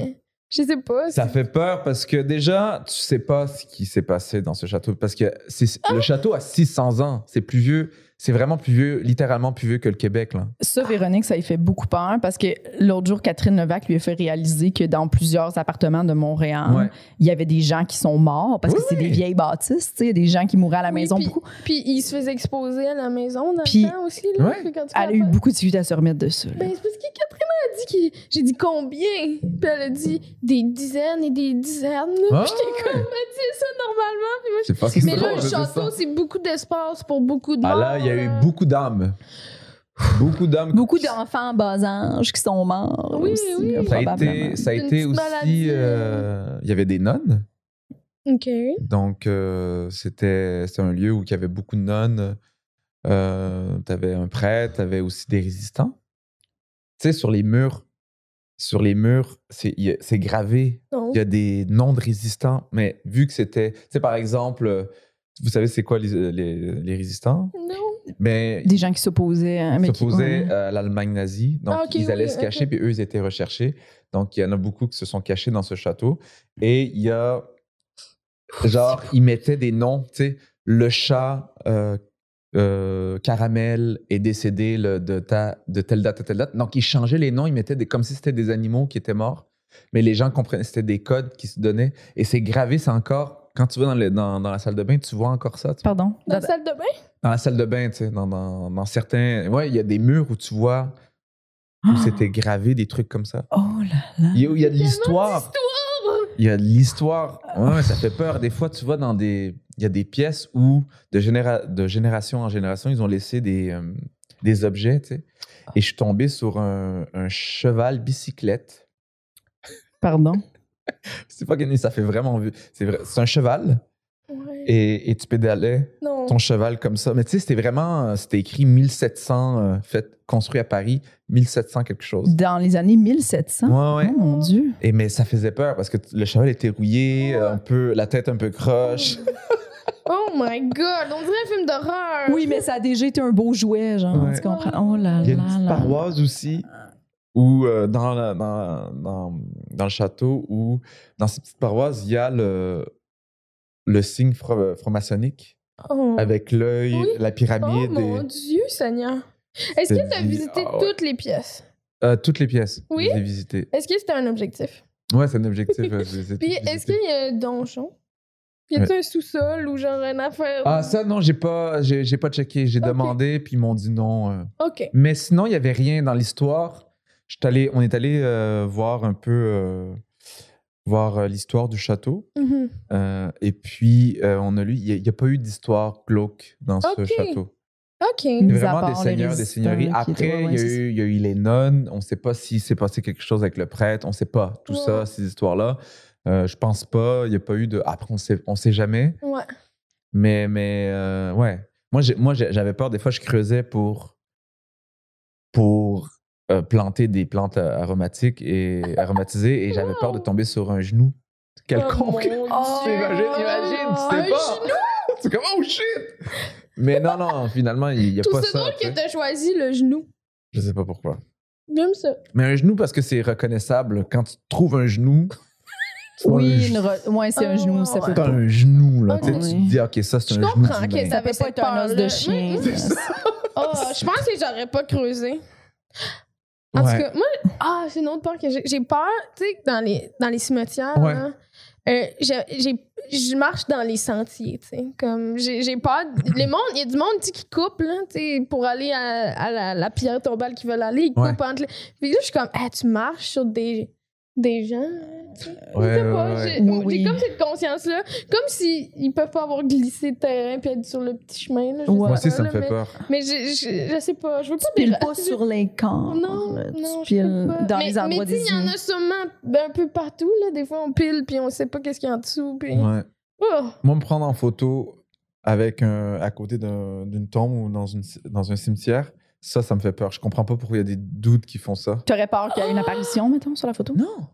C: Je sais pas.
D: Ça fait peur parce que déjà, tu sais pas ce qui s'est passé dans ce château. Parce que c'est- le château a 600 ans. C'est plus vieux. C'est vraiment plus vieux, littéralement plus vieux que le Québec. Là.
B: Ça, Véronique, ça lui fait beaucoup peur parce que l'autre jour, Catherine Levac lui a fait réaliser que dans plusieurs appartements de
C: Ah.
B: Montréal,
C: [laughs]
D: Ouais.
B: il y avait des gens qui sont morts parce que c'est
D: Oui.
B: des vieilles bâtisses, tu sais, des gens qui mouraient à la
C: Oui,
B: maison
C: puis-
B: beaucoup.
C: Puis il se faisait exposer à la maison dans
B: Puis-
C: le temps aussi. Là,
D: Ouais.
C: fait quand tu
B: Elle a eu
C: comprends.
B: beaucoup de suite à se remettre de ça. là.
C: Ben, c'est parce que Catherine a dit qu'il. J'ai dit combien? Puis elle a dit des dizaines et des dizaines. là.
D: Ah!
C: Puis J'étais comme, elle dit ça normalement. Puis moi, je-
D: C'est fucking
C: Mais
D: drôle,
C: là,
D: je
C: le
D: sais
C: château,
D: ça.
C: c'est beaucoup d'espace pour beaucoup de
D: Ah
C: monde. hein.
D: là, il y a eu
C: là.
D: beaucoup d'âmes. Beaucoup d'âmes.
B: Beaucoup d'enfants en bas âge qui sont morts.
C: Oui,
B: aussi,
C: oui.
B: là,
D: Ça a
B: probablement.
D: été, ça a
C: Une
D: été
C: petite
D: aussi.
C: maladie,
D: euh, Il y avait des nonnes.
C: OK.
D: Donc, euh, c'était c'était un lieu où il y avait beaucoup de nonnes. Euh, t'avais un prêtre, t'avais aussi des résistants. Tu sais, sur les murs, sur les murs, c'est il y a- c'est gravé.
C: Non.
D: Il y a des noms de résistants, mais vu que c'était, tu sais, par exemple, euh, vous savez c'est quoi les, euh, les, les résistants?
C: Non.
D: Mais
B: Des gens qui s'opposaient. hein, mais qui-
D: s'opposaient
B: ouais.
D: euh, à l'Allemagne nazie. Donc,
C: Ah, ok,
D: ils allaient
C: oui,
D: se
C: ok.
D: cacher, puis eux, ils étaient recherchés. Donc, il y en a beaucoup qui se sont cachés dans ce château. Et il y a. Genre, ils mettaient des noms, tu sais, le chat euh, euh, caramel est décédé le- de, ta- de telle date à telle date. Donc, ils changeaient les noms, ils mettaient des, comme si c'était des animaux qui étaient morts. Mais les gens comprenaient, c'était des codes qui se donnaient. Et c'est gravé, c'est encore. Quand tu vas dans, le- dans, dans la salle de bain, tu vois encore ça. tu
B: Pardon.
C: Dans la salle de bain?
D: dans la salle de bain, tu sais, dans, dans, dans certains. Ouais, il y a des murs où tu vois
B: Ah!
D: où c'était gravé, des trucs comme ça.
B: Oh là là.
D: Il y a, il y a de
C: Tellement
D: l'histoire. Il y a de l'histoire. Ouais, ça fait peur. Des fois, tu vois, dans des. Il y a des pièces où, de, généra- de génération en génération, ils ont laissé des, euh, des objets, tu sais. Et je suis tombé sur un, un cheval bicyclette.
B: Pardon.
D: C'est pas gagné, ça fait vraiment vieux. C'est vrai- c'est un cheval
C: Ouais.
D: et, et tu pédalais
C: Non.
D: ton cheval comme ça. Mais tu sais, c'était vraiment, euh, c'était écrit 1700, euh, fait, construit à Paris, 1700 quelque chose.
B: Dans les années 1700.
D: Ouais, ouais.
B: Oh mon Dieu.
D: Et mais ça faisait peur parce que t- le cheval était rouillé, un peu, la tête un peu croche.
C: [laughs] Oh my god, on dirait un film d'horreur.
B: Oui, mais ça a déjà été un beau jouet, genre.
D: Ouais.
B: Tu comprends? Oh là là.
D: Il y a une petite
B: là.
D: paroisse aussi, où, euh, dans, la- dans, dans, dans le château, où dans cette petite paroisse, il y a le, le signe fro- franc-maçonnique
C: Oh.
D: avec l'œil,
C: Oui.
D: la
C: Oh
D: pyramide,
C: mon
D: et,
C: dieu, Seigneur. Est-ce
D: Cette
C: que tu as
D: vie-
C: visité
D: ah ouais.
C: toutes les pièces?
D: Euh, toutes les pièces.
C: Oui.
D: Je les ai visitées.
C: Est-ce que c'était un objectif?
D: Ouais, c'est un objectif. euh, je
C: [laughs]
D: les ai
C: Puis
D: toutes
C: est-ce
D: visitées.
C: qu'il y a un donjon? Y a-t-il un sous-sol ou genre une affaire?
D: Ah, ça, non, j'ai pas, j'ai, j'ai pas checké. J'ai
C: Ok.
D: demandé, puis ils m'ont dit non. euh.
C: Ok.
D: Mais sinon, il n'y avait rien dans l'histoire. Je suis allé- on est allé euh, voir un peu euh, voir euh, l'histoire du château.
C: Mhm.
D: Euh, et puis, euh, on a lu, il n'y a, pas eu d'histoire glauque dans
C: Ok.
D: ce château.
C: Ok.
D: C'est
B: Mis à
D: vraiment des
B: part les
D: seigneurs, des
B: résistants
D: seigneuries.
B: qui étaient- ouais,
D: Après, il
B: ouais,
D: y, a
B: c'est
D: eu- il y a eu les nonnes. On ne sait pas s'il s'est passé quelque chose avec le prêtre. On ne sait pas tout
C: Ouais.
D: ça, ces histoires-là. Euh, je pense pas. Il n'y a pas eu de. Après, on sait, on sait jamais.
C: Ouais.
D: Mais, mais euh, ouais. Moi, j'ai- moi, j'ai- j'avais peur. Des fois, je creusais pour, pour euh, planter des plantes euh, aromatiques et aromatisées et j'avais peur de tomber sur un genou quelconque.
C: Oh, mon
B: Oh,
C: Dieu.
D: imagine, imagine, tu sais
C: Un
D: pas. [laughs]
C: genou.
D: C'est comme, oh shit! Mais non, non, finalement, il n'y a
C: Tout
D: pas
C: ce
D: ça.
C: drôle
D: tu
C: que
D: sais.
C: t'as choisi le genou.
D: Je sais pas pourquoi.
C: J'aime ça.
D: Mais un genou, parce que c'est reconnaissable. Quand tu trouves un genou, tu vois un
B: Oui, une
D: genou-
B: re- ouais, c'est un
C: Oh,
B: genou, ça
C: ouais.
B: peut
D: t'as
B: pas.
D: un genou, là.
C: Ok.
D: tu sais, Tu te dis, OK, ça, c'est
C: Ah Je
D: un genou.
C: comprends que
B: Ça
D: d'humain.
B: peut
C: Avec
B: pas
C: cette
B: être un os
C: peur-là.
B: de chien.
C: [laughs] Mm,
B: ça.
C: Oh, je pense que j'aurais pas creusé. En
D: Ouais.
C: tout cas, moi, ah, c'est une autre peur que j'ai. J'ai peur, tu sais, dans les, dans les cimetières,
D: Ouais.
C: là, euh, j'ai- j'ai- je marche dans les sentiers, tu sais. Comme, j'ai j'ai peur. Les mondes, il y a du monde, tu sais, qui coupe, là, tu sais, pour aller à, à la, la pierre tombale qu'ils veulent aller. Ils
D: Ouais.
C: coupent entre les. Puis là, je suis comme, Ah, tu marches sur des, des gens. tu sais.
D: Ouais,
C: Je sais
D: ouais,
C: pas,
D: ouais.
C: j'ai-
B: Oui, oui.
C: J'ai comme cette conscience-là, comme s'ils ils peuvent pas avoir glissé de terrain puis être sur le petit chemin. Là,
B: Ouais.
C: je sais
D: Moi aussi,
C: pas,
D: ça me
C: là,
D: fait
C: mais,
D: peur.
C: Mais je, je, je sais pas, je veux pas
B: Tu piles
C: déra-
B: pas sur les camps.
C: Non,
B: là.
C: non,
B: euh, tu
C: je
B: piles
C: peux pas.
B: dans
C: mais,
B: les endroits
C: mais tu sais, il y en a sûrement ben, un peu partout. Là. Des fois, on pile puis on sait pas qu'est-ce qu'il y a en dessous. Puis...
D: Ouais.
C: Oh!
D: Moi, me prendre en photo avec un, à côté d'un- d'une tombe ou dans, une, dans un cimetière, ça, ça me fait peur. Je comprends pas pourquoi il y a des doutes qui font ça.
B: T'aurais peur qu'il y ait
C: Ah!
B: une apparition, mettons, sur la photo?
D: Non.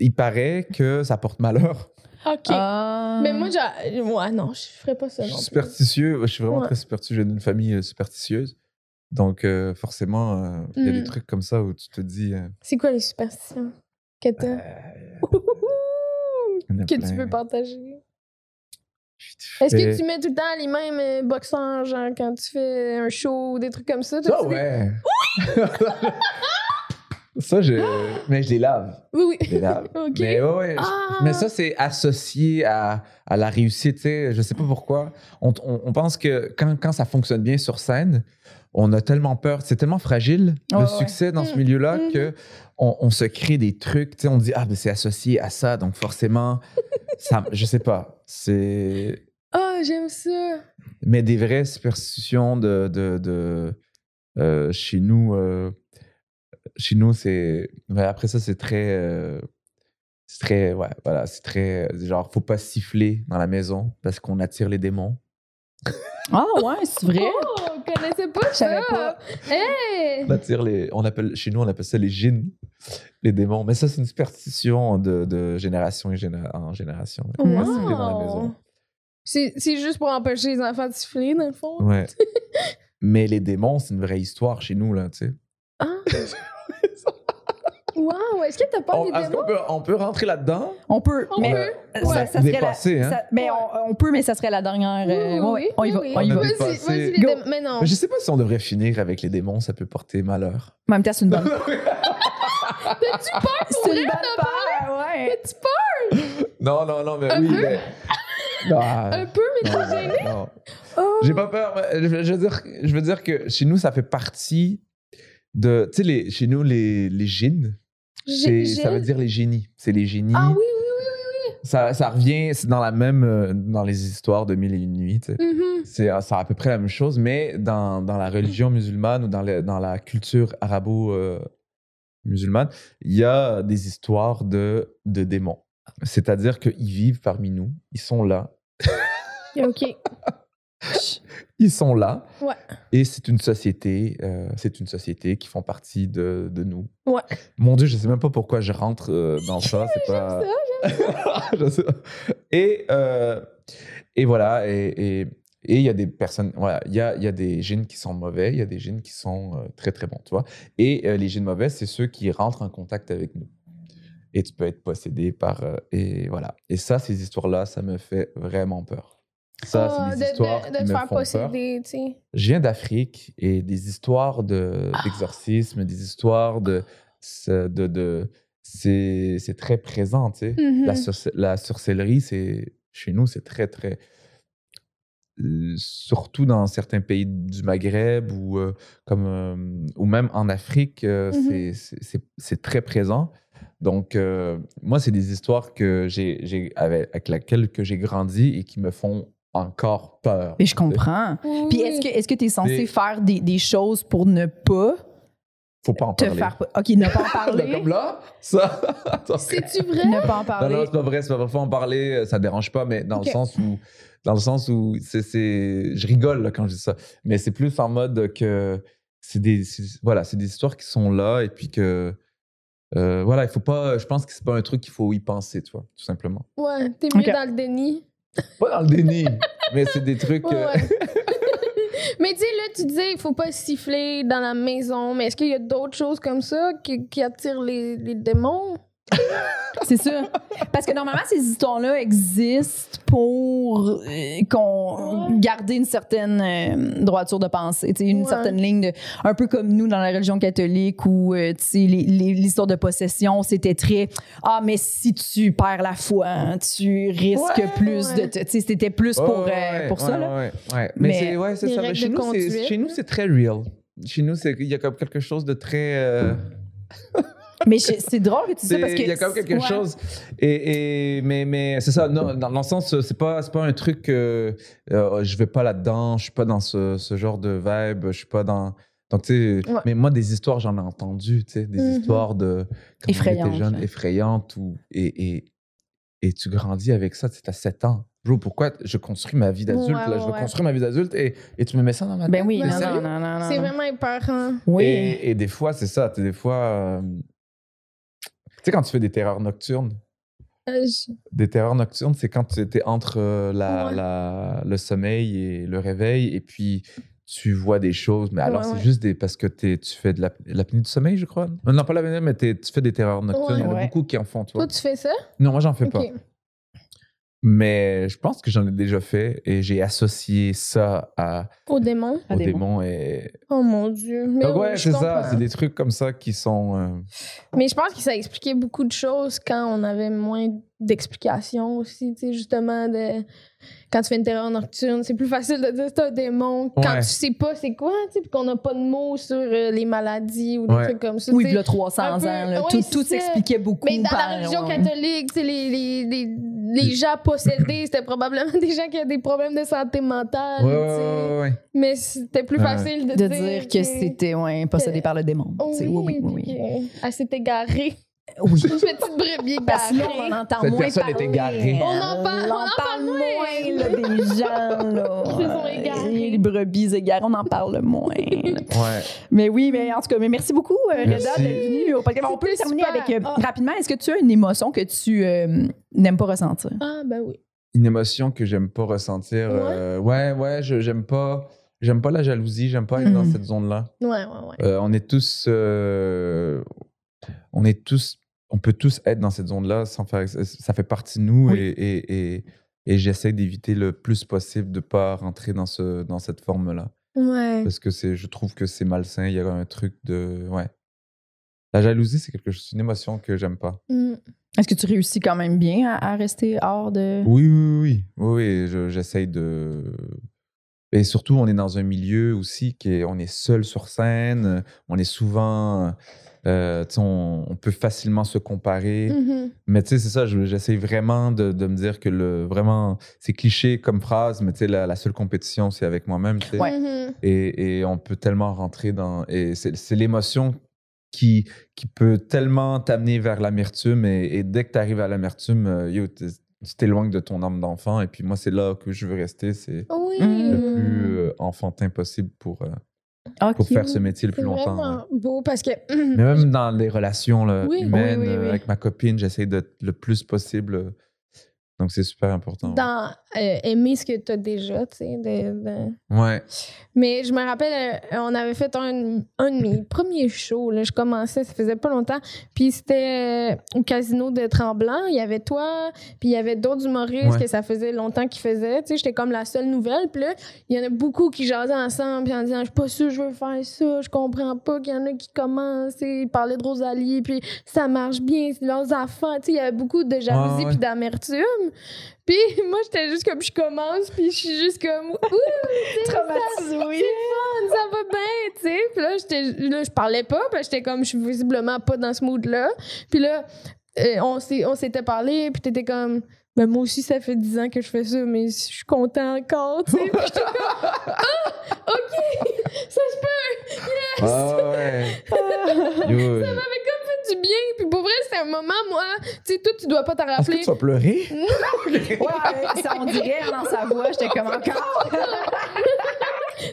D: Il paraît que ça porte malheur.
C: OK.
B: Ah.
C: Mais moi, j'a- ouais, non, je ferais pas [laughs] ça.
D: Je
C: non
D: suis
C: plus.
D: superstitieux. Je suis vraiment
C: Ouais.
D: très superstitieux. Je viens d'une famille euh, superstitieuse. Donc, euh, forcément, euh, il y a
C: Mm.
D: des trucs comme ça où tu te dis. euh,
C: C'est quoi les superstitions que t'as?
D: il y en a
C: [laughs] que
D: plein.
C: tu peux partager?
D: Puis
C: Est-ce
D: fais-
C: que tu mets tout le temps les mêmes euh, boxeurs, genre quand tu fais un show ou des trucs comme ça?
D: Ça,
C: t'as-tu des- [laughs]
D: ouais. ça, je.
C: Ah!
D: Mais je les lave.
C: Oui, oui.
D: Je les lave.
C: [laughs] OK.
D: Mais ouais, ouais, je-
C: Ah!
D: Mais ça, c'est associé à, à la réussite. tu sais. Je sais
C: Ah.
D: pas pourquoi. On, on- on pense que quand, quand ça fonctionne bien sur scène, on a tellement peur. C'est tellement fragile,
B: Ouais,
D: le
B: ouais.
D: succès dans ce
C: Mm,
D: milieu-là,
C: mhm.
D: que on, on se crée des trucs. tu sais, On dit, ah, mais c'est associé à ça, donc forcément, ça, je sais pas. C'est.
C: Ah, j'aime ça.
D: Mais des vraies superstitions de. de, de- euh, chez nous, euh, chez nous c'est. ouais, après ça, c'est très. euh, c'est très. Ouais, voilà, c'est très. euh, Genre, faut pas siffler dans la maison parce qu'on attire les démons.
B: Ah ouais, c'est vrai.
C: Oh, on connaissait pas
B: Je savais
C: ça.
B: pas.
C: Hey!
D: On attire les. On appelle, chez nous, on appelle ça les djinns, les démons. Mais ça, c'est une superstition de, de génération et géné- en génération. ouais.
B: Wow.
D: Pas siffler dans la maison.
C: C'est c'est juste pour empêcher les enfants de siffler, dans le fond.
D: Ouais. Mais les démons, c'est une vraie histoire chez nous, là, tu sais.
C: Wow, est-ce que t'as peur
D: On-
C: des
D: Est-ce
C: démons?
D: qu'on peut, on peut rentrer là-dedans?
B: On peut,
C: On
B: mais
D: a-
B: euh,
D: on a
B: ça, ça serait la,
D: dépassé, hein?
B: ça- mais on, on peut, mais ça serait la dernière. euh, ouais, ouais, on y va,
C: oui,
B: on y
C: oui.
B: va.
D: On a
C: Vas-y,
D: dépassé.
C: vas-y, les
B: Go.
C: démons. Mais non.
D: Mais Je sais pas si on devrait finir avec les démons, ça peut porter malheur.
B: En même temps, c'est une bonne.
D: [laughs]
C: T'as-tu peur?
B: C'est une bonne peur, ouais.
C: T'as-tu peur?
D: Non, non, non, mais
C: Un
D: oui,
C: peu?
D: mais... [laughs] Non, ah,
C: Un peu, mais
D: non,
C: t'es gêné.
D: non.
C: Oh.
D: J'ai pas peur. mais Je, je veux dire, je veux dire que chez nous, ça fait partie de... Tu sais, les- chez nous, les, les djinns, c'est-
C: J'ai-
D: ça veut
C: j'ai-
D: dire les génies. C'est les génies.
C: Ah oui, oui.
D: ça, ça revient c'est dans la même... euh, dans les histoires de Mille et Une Nuits, tu sais.
C: Mhm.
D: C'est euh, c'est à peu près la même chose, mais dans, dans la religion musulmane ou dans, le- dans la culture arabo-musulmane, il y a des histoires de, de démons. C'est-à-dire qu'ils vivent parmi nous, ils sont là,
C: OK.
D: ils sont là,
C: Ouais.
D: et c'est une société, euh, c'est une société qui font partie de, de nous.
C: Ouais.
D: Mon Dieu, je sais même pas pourquoi je rentre euh, dans
C: [laughs]
D: ça, c'est pas. [laughs] Je sais pas. Et, euh, et voilà, et et- et il y a des personnes, voilà, il y a, il y a des gènes qui sont mauvais, il y a des gènes qui sont euh, très très bons, tu vois. Et euh, les gènes mauvais, c'est ceux qui rentrent en contact avec nous. Et tu peux être possédé par. euh, et voilà. Et ça, ces histoires-là, ça me fait vraiment peur. Ça,
C: Ah, de-
D: c'est des
C: de-
D: histoires
C: De
D: qui
C: te
D: me
C: faire
D: font peur.
C: posséder, tu sais.
D: Je viens d'Afrique et des histoires de-
B: Ah.
D: d'exorcisme, des histoires de. ce- de, de c'est c'est très présent, tu sais.
B: Mm-hmm.
C: Mhm.
D: La, sorce- la sorcellerie, c'est chez nous, c'est très, très. euh, Surtout dans certains pays du Maghreb ou, euh, comme, euh, ou même en Afrique, euh,
B: Mm-hmm.
C: Mhm.
D: c'est- c'est- c'est- c'est très présent. Donc, euh, moi, c'est des histoires que j'ai j'ai- avec, avec lesquelles que j'ai grandi et qui me font encore peur.
B: Et je comprends.
C: Oui,
B: Puis
C: oui.
B: est-ce que est-ce que t'es censé
D: Mais-
B: faire des, des choses pour ne pas
D: Faut pas en
B: te
D: parler.
B: faire pa- Ok, ne pas en parler.
D: Ah, ben, Comme là, ça. Attends.
C: C'est-tu vrai?
B: ne pas en
D: Non,
B: parler.
D: non, c'est pas vrai, c'est pas vrai. Faut en parler, euh, ça dérange pas, mais dans
C: Ok.
D: le sens où, dans le sens où, c'est, c'est- je rigole là, quand je dis ça, mais c'est plus en mode que c'est des, c'est- voilà, c'est des histoires qui sont là et puis que, euh, voilà, il faut pas, je pense que c'est pas un truc qu'il faut y penser, tu vois, tout simplement.
C: Ouais, t'es mieux
B: Ok.
C: dans le déni.
D: Pas dans le
C: [laughs]
D: déni, mais c'est des trucs.
C: Ouais,
D: euh, [laughs]
C: ouais. mais tu sais, là, tu disais, il faut pas siffler dans la maison, mais est-ce qu'il y a d'autres choses comme ça qui, qui attirent les, les démons?
B: C'est ça. Parce que normalement, ces histoires-là existent pour euh, qu'on
C: Ouais.
B: garder une certaine euh, droiture de pensée, tu sais, une
C: Ouais.
B: certaine ligne, de, un peu comme nous dans la religion catholique où euh, tu sais, les- les- l'histoire de possession, c'était très ah mais si tu perds la foi, hein, tu risques
D: Ouais,
B: plus de,
C: ouais.
B: te- tu sais, c'était plus
D: ouais,
B: pour,
D: ouais,
B: euh,
D: ouais,
B: pour ça
D: ouais,
B: là.
D: ouais, ouais. Mais,
B: Mais
D: c'est, ouais, c'est
C: les
D: ça. Mais
C: règles
D: Chez
C: de
D: nous, c'est,
C: conduite,
D: chez nous,
C: là.
D: c'est très real. Chez nous, c'est, il y a comme quelque chose de très. euh,
B: Mais je- c'est drôle que tu dis ça parce
D: C'est-
B: que.
D: Il y a quand même quelque
B: ouais.
D: chose. Et, et- mais mais c'est ça. Non, dans le sens, c'est pas, c'est pas un truc. euh, euh, je vais pas là-dedans. Je suis pas dans ce, ce genre de vibe. Je suis pas dans. Donc, tu sais,
C: Ouais.
D: mais moi, des histoires, j'en ai entendu, tu sais, des
C: Mhm.
D: histoires de. quand
B: Mm-hmm.
D: on
B: Effrayantes,
D: était jeune,
B: là.
D: effrayantes. Ou, et, et, et tu grandis avec ça, tu sais, t'as 7 ans. Bro, pourquoi je construis ma vie d'adulte?
C: Ouais,
D: là?
C: ouais,
D: je veux
C: ouais.
D: construire ma vie d'adulte et, et tu me mets ça dans ma tête?
B: Ben oui,
C: Mais
B: non, non,
C: sérieux?
B: non, non, Ah, non.
C: C'est vraiment épeurant.
B: Oui.
D: Et, et des fois, c'est ça. tu sais, Des fois. euh, Tu sais, quand tu fais des terreurs nocturnes,
C: Euh, je-
D: des terreurs nocturnes, c'est quand tu étais entre euh, la,
C: Ouais.
D: la- le sommeil et le réveil, et puis tu vois des choses, mais alors
C: Ouais,
D: c'est
C: ouais.
D: juste des, parce que t'es- tu fais de la- l'apnée du sommeil, je crois. Euh, Non, non, pas l'apnée, mais t'es- tu fais des terreurs nocturnes.
C: Ouais.
D: Il y en a
B: Ouais.
D: beaucoup qui en font,
C: Toi,
D: toi.
C: tu fais ça?
D: Non, moi, j'en fais
C: Ok.
D: pas. Mais je pense que j'en ai déjà fait, et j'ai associé ça à,
C: Au démon?
B: Ah,
D: au
B: des
D: démon. Et...
C: Oh mon dieu. Mais
D: Donc,
C: oui,
D: ouais,
C: je
D: c'est ça.
C: comprends.
D: C'est des trucs comme ça qui sont. euh,
C: Mais je pense que ça expliquait beaucoup de choses quand on avait moins d'explications aussi, tu sais, justement, de... quand tu fais une terreur nocturne, c'est plus facile de dire c'est un démon quand
D: Ouais.
C: tu sais pas c'est quoi, tu sais, puis qu'on n'a pas de mots sur euh, les maladies ou des
D: Ouais.
C: trucs comme ça.
B: Oui,
C: tu
B: il
C: sais.
B: y a 300
C: un
B: ans,
C: peu-
B: là,
C: ouais,
B: tout,
C: c'est
B: tout
C: ça.
B: s'expliquait beaucoup.
C: Mais dans la
B: par- euh,
C: religion
B: ouais.
C: catholique, tu sais, les, les, les, les gens possédés, c'était probablement [laughs] des gens qui avaient des problèmes de santé mentale.
D: Ouais, ouais,
C: tu sais.
D: ouais, ouais.
C: Mais c'était plus
D: Ouais.
C: facile de,
B: De dire que c'était ouais, possédé
C: que-
B: par le démon.
C: Oh
B: tu sais,
C: oui,
B: oui, oui,
C: puis
B: oui.
C: que- Elle s'est égarée. [laughs]
B: Oui.
C: Une petite brebis
B: Parce que là,
C: égarée.
B: on en entend
D: Cette
B: moins
D: personne
B: parler.
D: est égarée.
B: hein.
C: On en parle- on en
B: parle moins là, des gens. [laughs] Là.
C: Ils se sont égarés.
B: Et Les brebis égarées, on en parle moins. là.
D: Ouais.
B: mais oui, mais en tout cas, mais merci beaucoup, euh, Reda,
D: Merci.
B: d'être venue au podcast. On peut
C: C'était
B: terminer
C: super.
B: avec euh,
C: Ah.
B: rapidement. Est-ce que tu as une émotion que tu euh, n'aimes pas ressentir?
C: Ah, ben oui.
D: une émotion que j'aime pas ressentir. euh, ouais, ouais, je- j'aime pas. J'aime pas la jalousie, j'aime pas être dans
B: Mhm.
D: cette zone-là.
C: Ouais, ouais, ouais.
D: Euh, on est tous. euh, on est tous. On peut tous être dans cette zone-là sans faire. ça- Ça fait partie de nous
B: Oui.
D: et, et, et, et j'essaie d'éviter le plus possible de pas rentrer dans, ce, dans cette forme-là.
C: Ouais.
D: Parce que c'est, je trouve que c'est malsain. Il y a un truc de. Ouais. La jalousie, c'est quelque chose, c'est une émotion que j'aime pas.
C: Mm.
B: Est-ce que tu réussis quand même bien à, à rester hors de.
D: Oui, oui, oui. Oui, oui, je- j'essaye de. Et surtout, on est dans un milieu aussi qui est, on est seul sur scène, on est souvent, euh, tu sais, on, on peut facilement se comparer.
C: Mhm.
D: Mais tu sais, c'est ça, je- j'essaie vraiment de, de me dire que le, vraiment, c'est cliché comme phrase, mais tu sais, la, la seule compétition, c'est avec moi-même. tu sais.
C: Mhm.
D: Et, et on peut tellement rentrer dans. Et c'est c'est l'émotion qui, qui peut tellement t'amener vers l'amertume. Et, et dès que tu arrives à l'amertume, euh, yo, t'es- tu t'éloignes de ton âme d'enfant. Et puis moi, c'est là que je veux rester. C'est
C: Oui.
B: Mm.
D: le
B: Mm.
D: plus euh, enfantin possible pour, euh,
B: Ok.
D: pour faire ce métier le
C: Mmh. C'est
D: plus longtemps. ouais.
C: vraiment beau parce que.
D: Mais même dans les relations là,
C: Oui, oui,
D: humaines,
C: oui,
D: euh,
C: oui.
D: avec ma copine, j'essaie d'être le plus possible. euh, Donc c'est super important.
C: Dans euh, aimer ce que tu as déjà, tu sais. de- de- [laughs]
D: Ouais.
C: Mais je me rappelle, euh, on avait fait un, un de mes premiers shows. Là. Je commençais, ça faisait pas longtemps. Puis c'était euh, au casino de Tremblant. Il y avait toi, puis il y avait d'autres humoristes
D: Ouais.
C: que ça faisait longtemps qu'ils faisaient. Tu sais, j'étais comme la seule nouvelle. Puis là, il y en a beaucoup qui jasaient ensemble, puis en disant Je suis pas sûre, je veux faire ça, je comprends pas. qu'il y en a qui commencent, tu sais, ils parlaient de Rosalie, puis ça marche bien, c'est leurs enfants. Tu sais, il y avait beaucoup de jalousie
D: Ouais, ouais.
C: puis d'amertume. Puis [laughs] moi, j'étais juste comme Je commence, puis je suis juste comme Ouh,
B: Traumatisé, oui.
C: ça va bien, tu sais. Puis là, j'étais- là, je parlais pas, parce que j'étais comme, je suis visiblement pas dans ce mood-là. Puis là, euh, on s'est- on s'était parlé, puis t'étais comme, ben moi aussi, ça fait 10 ans que je fais ça, mais je suis content encore,
D: [laughs]
C: tu sais. Puis j'étais comme, ah, OK, ça se peut,
D: Ah ouais. Yo,
C: fait du bien. Puis pour vrai, c'est un moment, moi, tu sais, toi, tu dois pas t'en
D: Est-ce
C: rappeler.
D: que tu vas pleurer?
B: Ouais, ça, on dirait dans sa voix, j'étais comme encore.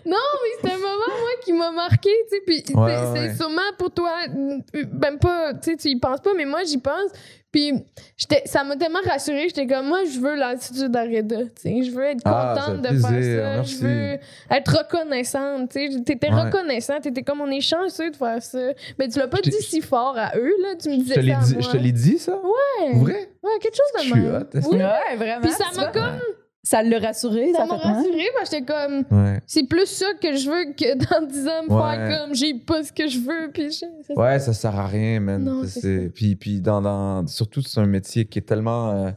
C: Non, mais c'est un moment, moi, qui m'a marqué, tu sais. Puis c'est
D: Ouais, ouais,
C: c'est
D: ouais.
C: sûrement pour toi, euh, même pas, tu sais, tu y penses pas, mais moi, j'y pense. Puis j'étais- ça m'a tellement rassurée, j'étais comme, moi, je veux l'attitude d'Areda, tu sais. Je veux être
D: Ah,
C: contente
D: ça
C: de
D: fait plaisir,
C: faire ça.
D: merci.
C: Je veux être reconnaissante, tu sais. T'étais
D: Ouais.
C: reconnaissante, t'étais comme, on est chanceux de faire ça. Mais tu l'as pas
D: Je t'ai-
C: dit si fort à eux, là. Tu me
D: Je
C: disais
D: te l'ai
C: ça à
D: dit-
C: moi.
D: je te l'ai dit ça?
C: Ouais.
D: Pour Vrai?
C: Ouais, quelque chose de
D: Je suis
C: même.
D: hot, est-ce
C: Oui.
B: Ouais, vraiment.
C: Puis ça
B: tu vois.
C: m'a comme,
B: Ça l'a rassuré,
C: ça
B: ça,
C: m'a
B: fait mal.
C: rassurée, parce que j'étais comme,
D: Ouais.
C: C'est plus ça que je veux que [laughs] dans 10 ans, me
D: Ouais.
C: faire comme j'ai pas ce que je veux. Puis je- c'est ça.
D: Ouais, ça sert à rien, man.
C: Non,
D: Ça,
C: c'est
D: c'est-
C: ça.
D: Puis, puis dans, dans- surtout, c'est un métier qui est tellement euh,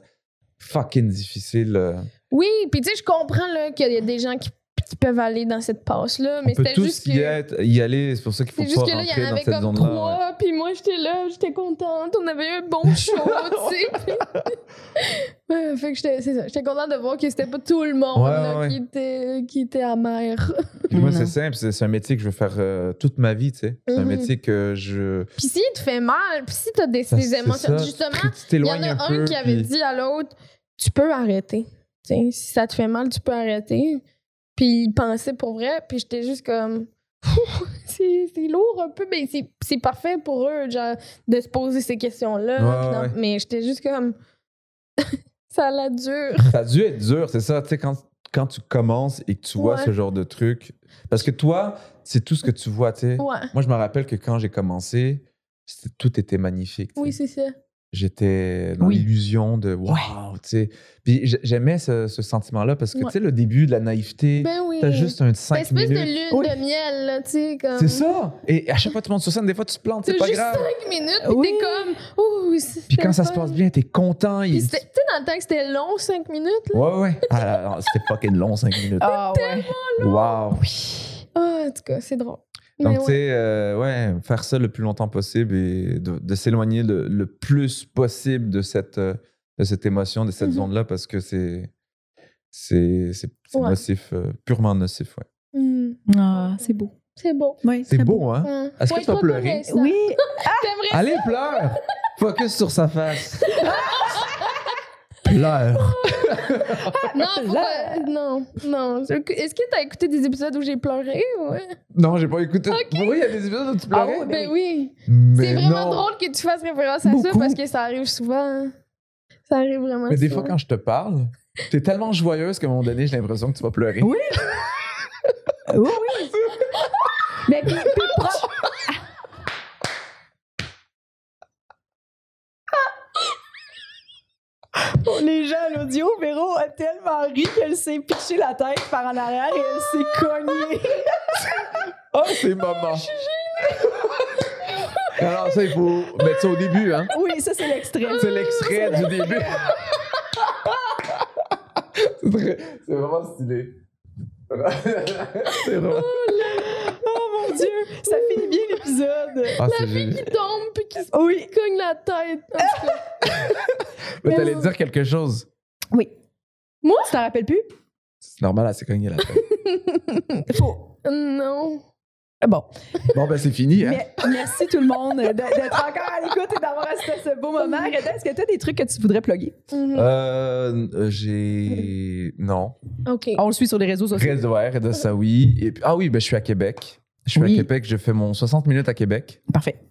D: fucking difficile. euh.
C: Oui, puis tu sais, je comprends là, qu'il y a des gens qui, qui peuvent aller dans cette passe-là. Mais
D: On peut
C: c'était
D: tous
C: juste que.
D: y, être- y aller, c'est pour ça qu'il faut
C: C'est juste
D: pas
C: que là, il
D: rentrer
C: y en
D: dans
C: avait
D: cette
C: comme
D: zone-là. ouais.
C: trois, puis moi, j'étais là, j'étais contente, on avait eu un bon
D: [laughs]
C: show, tu sais. puis- [laughs] Ouais, fait que j'étais c'est ça, j'étais contente de voir que c'était pas tout le monde
D: Ouais,
C: là,
D: ouais,
C: Qui, était, qui était amer.
D: Puis Moi,
B: Non.
D: c'est simple, c'est c'est un métier que je veux faire euh, toute ma vie, tu sais. C'est un
C: Mhm.
D: métier que je.
C: [laughs] puis s'il te fait mal, puis si t'as des,
D: ça-
C: des
D: c'est
C: émotions,
D: ça,
C: justement,
D: tu- tu
C: il y en
D: t'éloignes
C: a un,
D: peu,
C: qui avait
D: puis-
C: dit à l'autre, tu peux arrêter. Tu sais, si ça te fait mal, tu peux arrêter. Puis il pensait pour vrai, puis j'étais juste comme. [laughs] c'est c'est lourd un peu, mais c'est- c'est parfait pour eux genre, de se poser ces questions-là.
D: Ouais,
C: puis non-
D: ouais.
C: Mais j'étais juste comme. [laughs] ça la dure.
D: Ça a dû être dur, c'est ça. Tu sais, quand, quand tu commences et que tu vois
C: Ouais.
D: ce genre de truc. Parce que toi, c'est tout ce que tu vois, tu sais.
C: [laughs] Ouais.
D: Moi, je me rappelle que quand j'ai commencé, c'était- tout était magnifique. tu
C: Oui,
D: sais.
C: c'est ça.
D: J'étais dans
B: Oui.
D: l'illusion de waouh, tu sais. Puis j- j'aimais ce, ce sentiment-là parce que,
C: Ouais.
D: tu sais, le début de la naïveté,
C: Ben oui.
D: t'as juste un
C: Une
D: 5
C: espèce de
D: minutes.
C: lune
B: Oui.
C: de miel, là, tu sais. comme-
D: C'est ça! Et à chaque fois que tu montes sur scène, des fois, tu te plantes, c'est
C: T'as
D: pas
C: juste
D: grave.
C: 5 minutes, puis
B: Oui.
C: t'es comme. Ouh, c'est-
D: Puis quand ça se
C: c'était
D: passe bien, t'es content.
C: Puis
D: il-
C: c'était- Tu sais, dans le temps que c'était long, 5 minutes, là.
D: Ouais, ouais. Ah, là, là, c'était fucking
C: [laughs]
D: long, 5 minutes.
B: Ah ouais.
D: Waouh!
C: Ah, en tout cas, c'est drôle.
D: Donc,
C: Mais
D: tu
C: ouais.
D: sais, euh, ouais, faire ça le plus longtemps possible et de, de s'éloigner le, le plus possible de cette, euh, de cette émotion, de cette
C: Mhm.
D: zone-là, parce que c'est c'est c'est- c'est
C: Ouais.
D: nocif, euh, purement nocif. Ouais.
C: Hmm,
B: Ah, c'est beau.
C: c'est beau.
B: Oui,
D: C'est
B: très
D: beau, hein?
C: Hein.
D: Est-ce que
C: Ouais,
D: tu vas
C: toi,
D: pleurer?
C: t'aimerais ça.
B: Oui,
C: T'aimerais
D: Allez, pleure! Focus sur
C: [laughs]
D: sa face. pleure. Ah,
C: Non, faut pas- non, non. Est-ce que t'as écouté des épisodes où j'ai pleuré? Ouais.
D: Non, j'ai pas écouté. Oui, il y a des épisodes où tu pleurais.
B: Ah ouais,
C: Ben oui.
D: Mais
C: C'est vraiment
D: non.
C: drôle que tu fasses référence à ça
D: Beaucoup.
C: parce que ça arrive souvent. hein. Ça arrive vraiment
D: Mais des fois,
C: souvent.
D: quand je te parle, t'es tellement joyeuse qu'à un moment donné, j'ai l'impression que tu vas pleurer.
B: Oui. oui, oui. Mais puis, puis propre. Oh, Les gens à l'audio, Véro a tellement ri qu'elle s'est pitchée la tête par en arrière et elle s'est cognée.
D: Ah, c'est maman. [laughs] Alors ça, il faut mettre ça au début, hein.
B: Oui, ça, c'est l'extrait.
D: C'est l'extrait du début. C'est très- c'est vraiment stylé. c'est vraiment...
B: Oh mon Dieu, ça finit bien l'épisode.
D: Ah, c'est génial.
C: Qui tombe puis qui se
B: Oui.
C: cogne la tête. En tout cas,
D: Mais t'allais dire quelque chose.
B: Oui. Moi, tu t'en rappelles plus?
D: C'est normal, elle s'est cognée la tête.
B: Faux.
C: Ah, non.
B: Bon.
D: Bon, ben c'est fini, hein.
B: Mais- merci tout le monde de- d'être encore à l'écoute et d'avoir assisté à ce beau moment. Reda, est-ce que tu as des trucs que tu voudrais plugger?
C: Mhm.
D: Euh, euh, j'ai... Non.
C: OK.
D: ah,
B: On le suit sur les réseaux sociaux.
D: Red Wire de Saoui. Et puis- ah oui, ben, je suis à Québec. Je suis
B: Oui.
D: à Québec, je fais mon 60 minutes à Québec.
B: Parfait.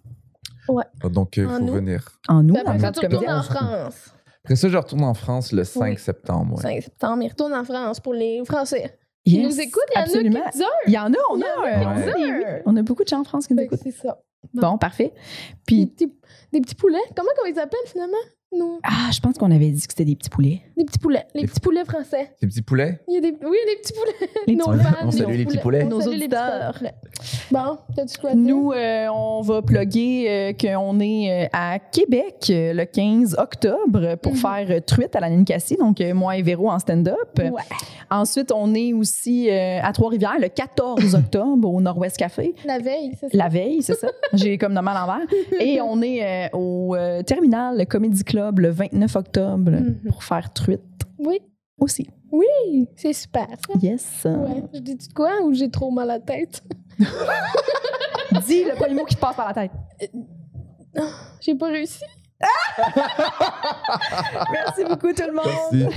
D: Donc, euh, il
C: En
D: faut
C: août.
D: venir.
B: En nous,
C: Puis après
B: en
C: ça,
B: tant
C: tu
B: que
C: retournes
B: comédien.
C: en France.
D: Après ça, je retourne en France le 5
C: Oui.
D: septembre. ouais.
C: 5 septembre, il retourne en France pour les Français. Ils
B: Yes,
C: nous écoutent, il y en
B: absolument.
C: a qui disent oh,
B: Il y en a, on
C: Il y
B: a.
C: en
D: a
B: euh,
C: qui
B: on a
C: disent.
B: On a beaucoup de gens en France qui nous
C: Fait que
B: écoutent.
C: C'est ça.
B: Bon, parfait.
C: Des
B: Puis,
C: petits, des petits poulets. Comment qu'on les appelle finalement? Nous,
B: ah, je pense qu'on avait dit que c'était des petits
C: [laughs]
B: poulets.
C: des petits poulets. Les
D: Des-
C: petits poulets français.
D: Des petits poulets?
C: Il y a des, oui, il y a des petits poulets.
B: Les
C: Nos
D: petits-
C: fans,
D: on
C: nos
D: salue les petits poulets.
C: On
B: Nos
C: salue les petits
B: auditeurs.
C: poulets. Bon, t'as-tu quoi à dire?
B: Nous, euh, on va plugger euh, qu'on est euh, à Québec euh, le 15 octobre pour
C: Mhm.
B: faire euh, Truite à la Nine Cassie, donc euh, moi et Véro en stand-up.
C: Ouais.
B: Ensuite, on est aussi euh, à Trois-Rivières le [laughs] 14 octobre au Nord-Ouest Café.
C: La veille, c'est ça.
B: La veille, c'est ça. J'ai comme nommé à l'envers. Et on est euh, au euh, Terminal Comedy Club le 29 octobre
C: Mhm.
B: pour faire Truite
C: Oui,
B: aussi.
C: c'est super. ça.
B: Yes.
C: Ouais. Je dis-tu de quoi ou j'ai trop mal à la tête? [laughs]
B: Dis le premier mot qui te passe par la tête.
C: J'ai pas réussi.
B: Merci beaucoup tout le monde.
D: Merci.